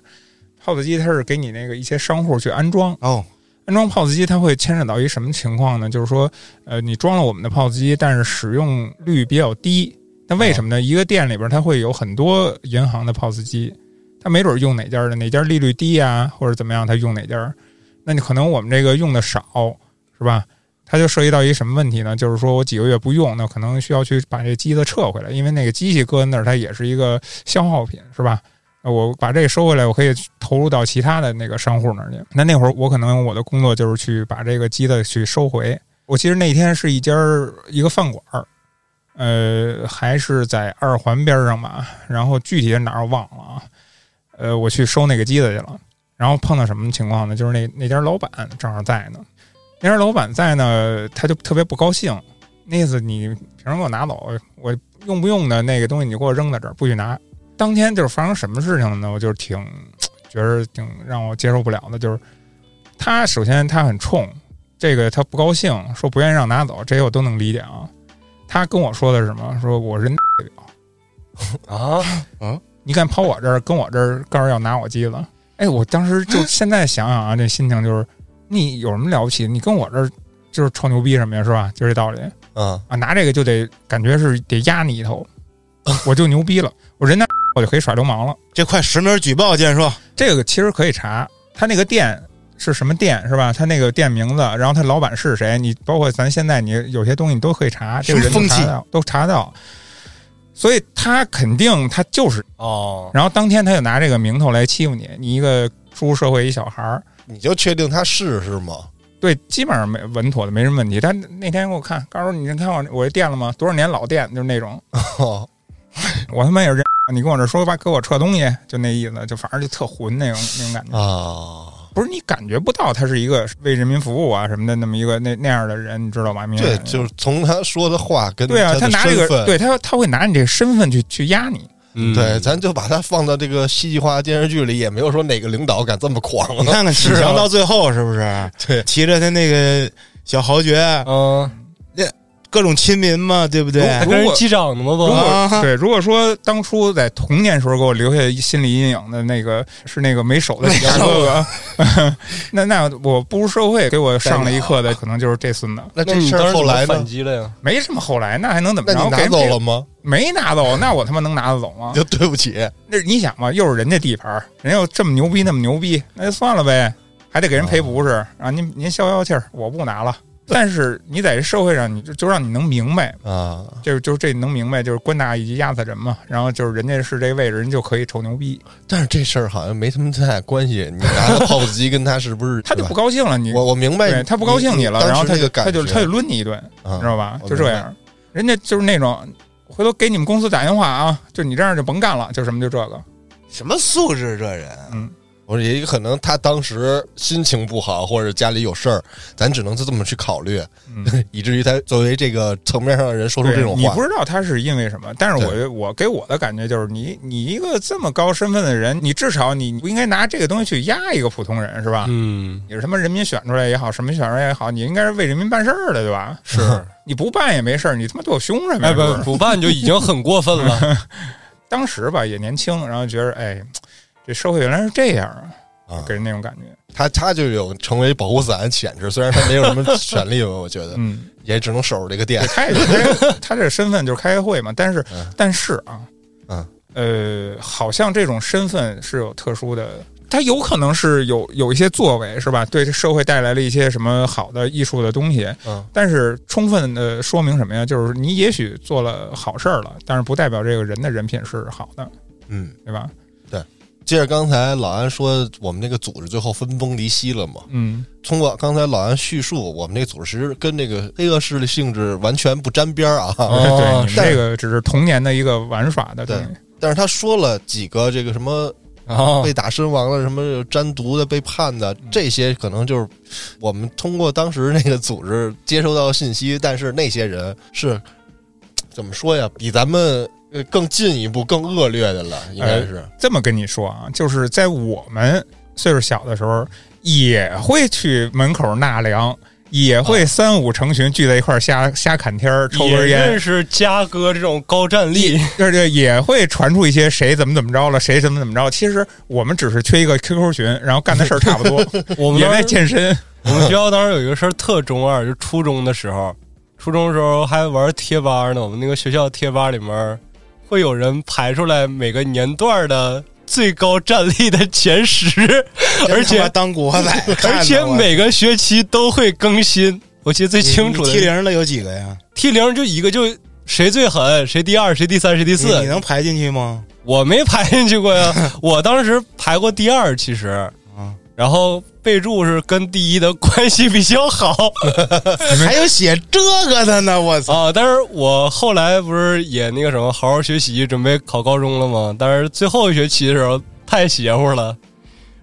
Speaker 1: POS 机，它是给你那个一些商户去安装。
Speaker 2: 哦，
Speaker 1: 安装 POS 机它会牵扯到一什么情况呢？就是说，呃，你装了我们的 POS 机，但是使用率比较低。那为什么呢？一个店里边它会有很多银行的 POS 机，它没准用哪家的，哪家利率低啊，或者怎么样，它用哪家。那你可能我们这个用的少，是吧？它就涉及到一什么问题呢？就是说我几个月不用，那可能需要去把这机子撤回来，因为那个机器搁那儿，它也是一个消耗品，是吧？呃我把这个收回来，我可以投入到其他的那个商户那儿去。那那会儿我可能我的工作就是去把这个鸡的去收回。我其实那天是一家儿一个饭馆儿，呃，还是在二环边上吧，然后具体是哪儿我忘了啊。呃，我去收那个鸡的去了，然后碰到什么情况呢？就是那那家老板正好在呢，那家老板在呢，他就特别不高兴，那意思你凭什么给我拿走？我用不用的那个东西你给我扔在这儿，不许拿。当天就是发生什么事情呢？我就是挺觉得挺让我接受不了的，就是他首先他很冲，这个他不高兴，说不愿意让拿走，这些我都能理解啊。他跟我说的是什么？说我是代表，
Speaker 3: 啊，
Speaker 1: 你敢跑我这儿，跟我这儿告诉要拿我机子？哎，我当时就现在想想啊，这心情就是你有什么了不起？你跟我这儿就是臭牛逼什么呀，是吧？就这道理。
Speaker 5: 嗯，
Speaker 1: 啊，拿这个就得感觉是得压你一头，我就牛逼了，我人家 我就可以耍流氓了。
Speaker 2: 这快实名举报，建叔，
Speaker 1: 这个其实可以查，他那个店是什么店是吧？他那个店名字，然后他老板是谁？你包括咱现在你有些东西你都可以查，这个人都
Speaker 2: 风气
Speaker 1: 查到，都查到。所以他肯定他就是，
Speaker 3: 哦，
Speaker 1: 然后当天他就拿这个名头来欺负你，你一个出入社会一小孩儿，
Speaker 5: 你就确定他是是 吗？
Speaker 1: 对，基本上没稳妥的没什么问题。他那天给我看，告诉我你看我我这店了吗？多少年老店，就是那种。
Speaker 5: 哦，
Speaker 1: 我他妈也是这样，你跟我这说吧，给我撤东西，就那意思，就反正就特混那种那种感觉。
Speaker 5: 啊，
Speaker 1: 不是你感觉不到他是一个为人民服务啊什么的那么一个那那样的人，你知道吗？明
Speaker 5: 对，
Speaker 1: 白
Speaker 5: 就是从他说的话跟
Speaker 1: 对啊，他
Speaker 5: 他的
Speaker 1: 拿这
Speaker 5: 身
Speaker 1: 个，
Speaker 5: 份
Speaker 1: 对他他会拿你这个身份去去压你。
Speaker 3: 嗯，
Speaker 5: 对，咱就把他放到这个戏剧化电视剧里，也没有说哪个领导敢这么狂
Speaker 1: 嗯
Speaker 2: 你
Speaker 5: 啊。
Speaker 2: 看看启强到最后是不 是
Speaker 5: 对，
Speaker 2: 骑着他那个小豪爵，
Speaker 3: 嗯，
Speaker 2: 各种亲民嘛，对不对？
Speaker 3: 还跟人击掌呢吗？
Speaker 1: 如
Speaker 3: 不，
Speaker 1: 果
Speaker 2: 啊
Speaker 1: 对，如果说当初在童年时候给我留下心理阴影的那个是那个没手的
Speaker 5: 哎
Speaker 1: 几大哥哥， 那那我步入社会给我上了一
Speaker 5: 哎
Speaker 1: 课的，可能就是这孙子。
Speaker 5: 那
Speaker 3: 那
Speaker 5: 这
Speaker 3: 你
Speaker 5: 事
Speaker 3: 嗯当时
Speaker 5: 儿后来
Speaker 3: 怎么反
Speaker 5: 呢？
Speaker 3: 击了呀？
Speaker 1: 没什么后来，那还能怎么
Speaker 5: 那
Speaker 1: 着？
Speaker 5: 你
Speaker 1: 给
Speaker 5: 拿
Speaker 1: 人
Speaker 5: 走
Speaker 1: 别啊
Speaker 5: 了吗？
Speaker 1: 没拿走，那我他妈能拿得走吗
Speaker 5: 你？就对不起，
Speaker 1: 那你想嘛，又是人家地盘儿，人又这么牛逼，那么牛逼，那就算了呗，还得给人赔不是啊？您您消消气儿，我不拿了。但是你在这社会上，你就就让你能明白，
Speaker 5: 啊，
Speaker 1: 就是就是这能明白，就是官大一级压死人嘛。然后就是人家是这位置，人就可以臭牛逼，
Speaker 5: 但是这事儿好像没什么太大关系。你拿个 POS 机跟他是不是？
Speaker 1: 他就是不
Speaker 5: 吧
Speaker 1: 高兴了。你
Speaker 5: 我我明白
Speaker 1: 对，他不高兴你了，
Speaker 5: 当时
Speaker 1: 然后他
Speaker 5: 那
Speaker 1: 就
Speaker 5: 个感
Speaker 1: 他就
Speaker 5: 觉
Speaker 1: 他就抡你一顿，你知
Speaker 5: 啊，
Speaker 1: 道吧？
Speaker 5: 我
Speaker 1: 就这
Speaker 5: 明白
Speaker 1: 样，人家就是那种，回头给你们公司打电话啊，就你这样就甭干了，就什么就这个。
Speaker 2: 什么素质这人？
Speaker 5: 啊我说也可能他当时心情不好，或者家里有事儿，咱只能就这么去考虑， 以至于他作为这个层面上的人说出
Speaker 1: 嗯对
Speaker 5: 这种
Speaker 1: 你
Speaker 5: 话
Speaker 1: 不。知道他是因为什么，但是我我给我的感觉就是你，你一个这么高身份的人，你至少你不应该拿这个东西去压一个普通人，是吧？
Speaker 3: 嗯，
Speaker 1: 你是他妈人民选出来也好，什么选出来也好，你应该是为人民办事儿的，对吧？是，你不办也没事儿，你他妈对我凶什么呀？
Speaker 3: 哎，
Speaker 1: 是
Speaker 3: 不
Speaker 1: 是
Speaker 3: 不办就已经很过分了。
Speaker 1: 当时吧也年轻，然后觉得哎，这社会原来是这样啊，
Speaker 5: 啊
Speaker 1: 给人那种感觉。
Speaker 5: 他他就有成为保护伞的潜质，虽然他没有什么权利吧，我觉得
Speaker 1: 嗯，
Speaker 5: 也只能守着这个
Speaker 1: 对
Speaker 5: 店。
Speaker 1: 他也是开他这身份就是开会嘛，但是、
Speaker 5: 嗯
Speaker 1: 但是啊，
Speaker 5: 嗯
Speaker 1: 呃，好像这种身份是有特殊的，他有可能是有有一些作为是吧？对这社会带来了一些什么好的艺术的东西，
Speaker 5: 嗯，
Speaker 1: 但是充分的说明什么呀？就是你也许做了好事儿了，但是不代表这个人的人品是好的，
Speaker 5: 嗯，
Speaker 1: 对吧？
Speaker 5: 接着刚才老安说，我们这个组织最后分崩离析了嘛？
Speaker 1: 嗯，
Speaker 5: 通过刚才老安叙述，我们这个组织其实跟这个黑恶势力性质完全不沾边儿啊。
Speaker 1: 对，你们
Speaker 5: 但
Speaker 1: 这个只是童年的一个玩耍的东西，
Speaker 5: 但是他说了几个这个什么
Speaker 3: 哦，
Speaker 5: 被打身亡的、什么沾毒的、被判的这些，可能就是我们通过当时那个组织接收到的信息，但是那些人是怎么说呀？比咱们呃更进一步、更恶劣的了，应该是。
Speaker 1: 这么跟你说啊，就是在我们岁数小的时候，也会去门口纳凉，也会三五成群聚在一块儿瞎瞎侃天儿、抽
Speaker 3: 啊也
Speaker 1: 根
Speaker 3: 认
Speaker 1: 烟，
Speaker 3: 识嘉哥这种高战力，
Speaker 1: 而且也会传出一些谁怎么怎么着了，谁怎么怎么着。其实我们只是缺一个 QQ 群，然后干的事儿差不多，
Speaker 3: 我们
Speaker 1: 也
Speaker 3: 当
Speaker 1: 在
Speaker 3: 时
Speaker 1: 健身。
Speaker 3: 我们学校当时有一个事儿特中二，就初中的时候，初中的时候还玩贴吧呢。我们那个学校贴吧里面会有人排出来每个年段的最高战力的 前十，
Speaker 2: 真他妈
Speaker 3: 而且
Speaker 2: 当国 仔，
Speaker 3: 而且每个学期都会更新。我记得最
Speaker 2: 最
Speaker 1: 嗯
Speaker 3: 清楚的
Speaker 2: T 零的有几个呀？
Speaker 3: T 零就一个，就谁最狠，谁第二，谁第三，谁第
Speaker 2: 你你
Speaker 3: 四。
Speaker 2: 能排进去吗？
Speaker 3: 我没排进去 过呀，我当时排过第二，其实
Speaker 2: 啊，
Speaker 3: 然后备注是跟第一的关系比较 好。
Speaker 2: 还有写这个的呢，我操！
Speaker 3: 啊，但是我后来不是也那个什么，好好学习，准备考高中了吗？但是最后一学期的时候太邪乎了，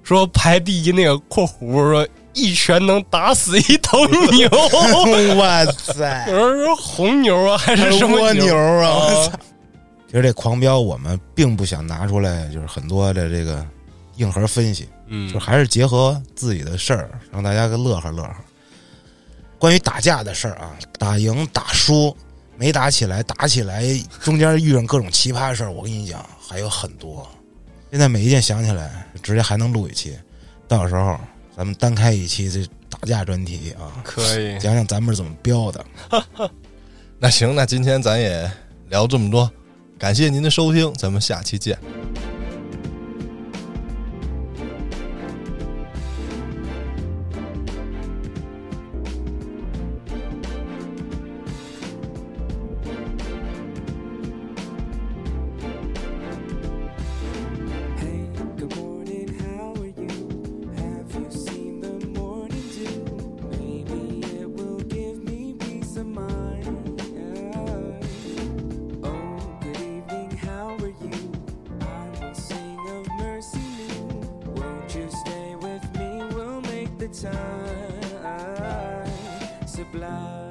Speaker 3: 说排第一那个（括弧）说一拳能打死一头 牛，哦
Speaker 2: 哇塞
Speaker 3: 有，人说红牛啊还是什么
Speaker 2: 蜗牛
Speaker 3: 牛
Speaker 2: 啊！我操
Speaker 3: 啊？
Speaker 2: 其实这狂飙，我们并不想拿出来，就是很多的这个硬核分析，
Speaker 3: 嗯
Speaker 2: 就，还是结合自己的事儿，让大家给乐呵乐呵。关于打架的事儿啊，打赢打输没打起来，打起来中间遇上各种奇葩事儿，我跟你讲还有很多。现在每一件想起来，直接还能录一期，到时候咱们单开一期这打架专题啊，
Speaker 3: 可以，
Speaker 2: 讲讲咱们是怎么飙的。
Speaker 5: 那行，那今天咱也聊这么多，感谢您的收听，咱们下期见。
Speaker 6: Hey, good morning, how are you? Have you seen the morning dew? Maybe it will give me peace of mind. Oh, good evening, how are you? I will sing of mercy new. Won't you stay with me? We'll make the time sublime.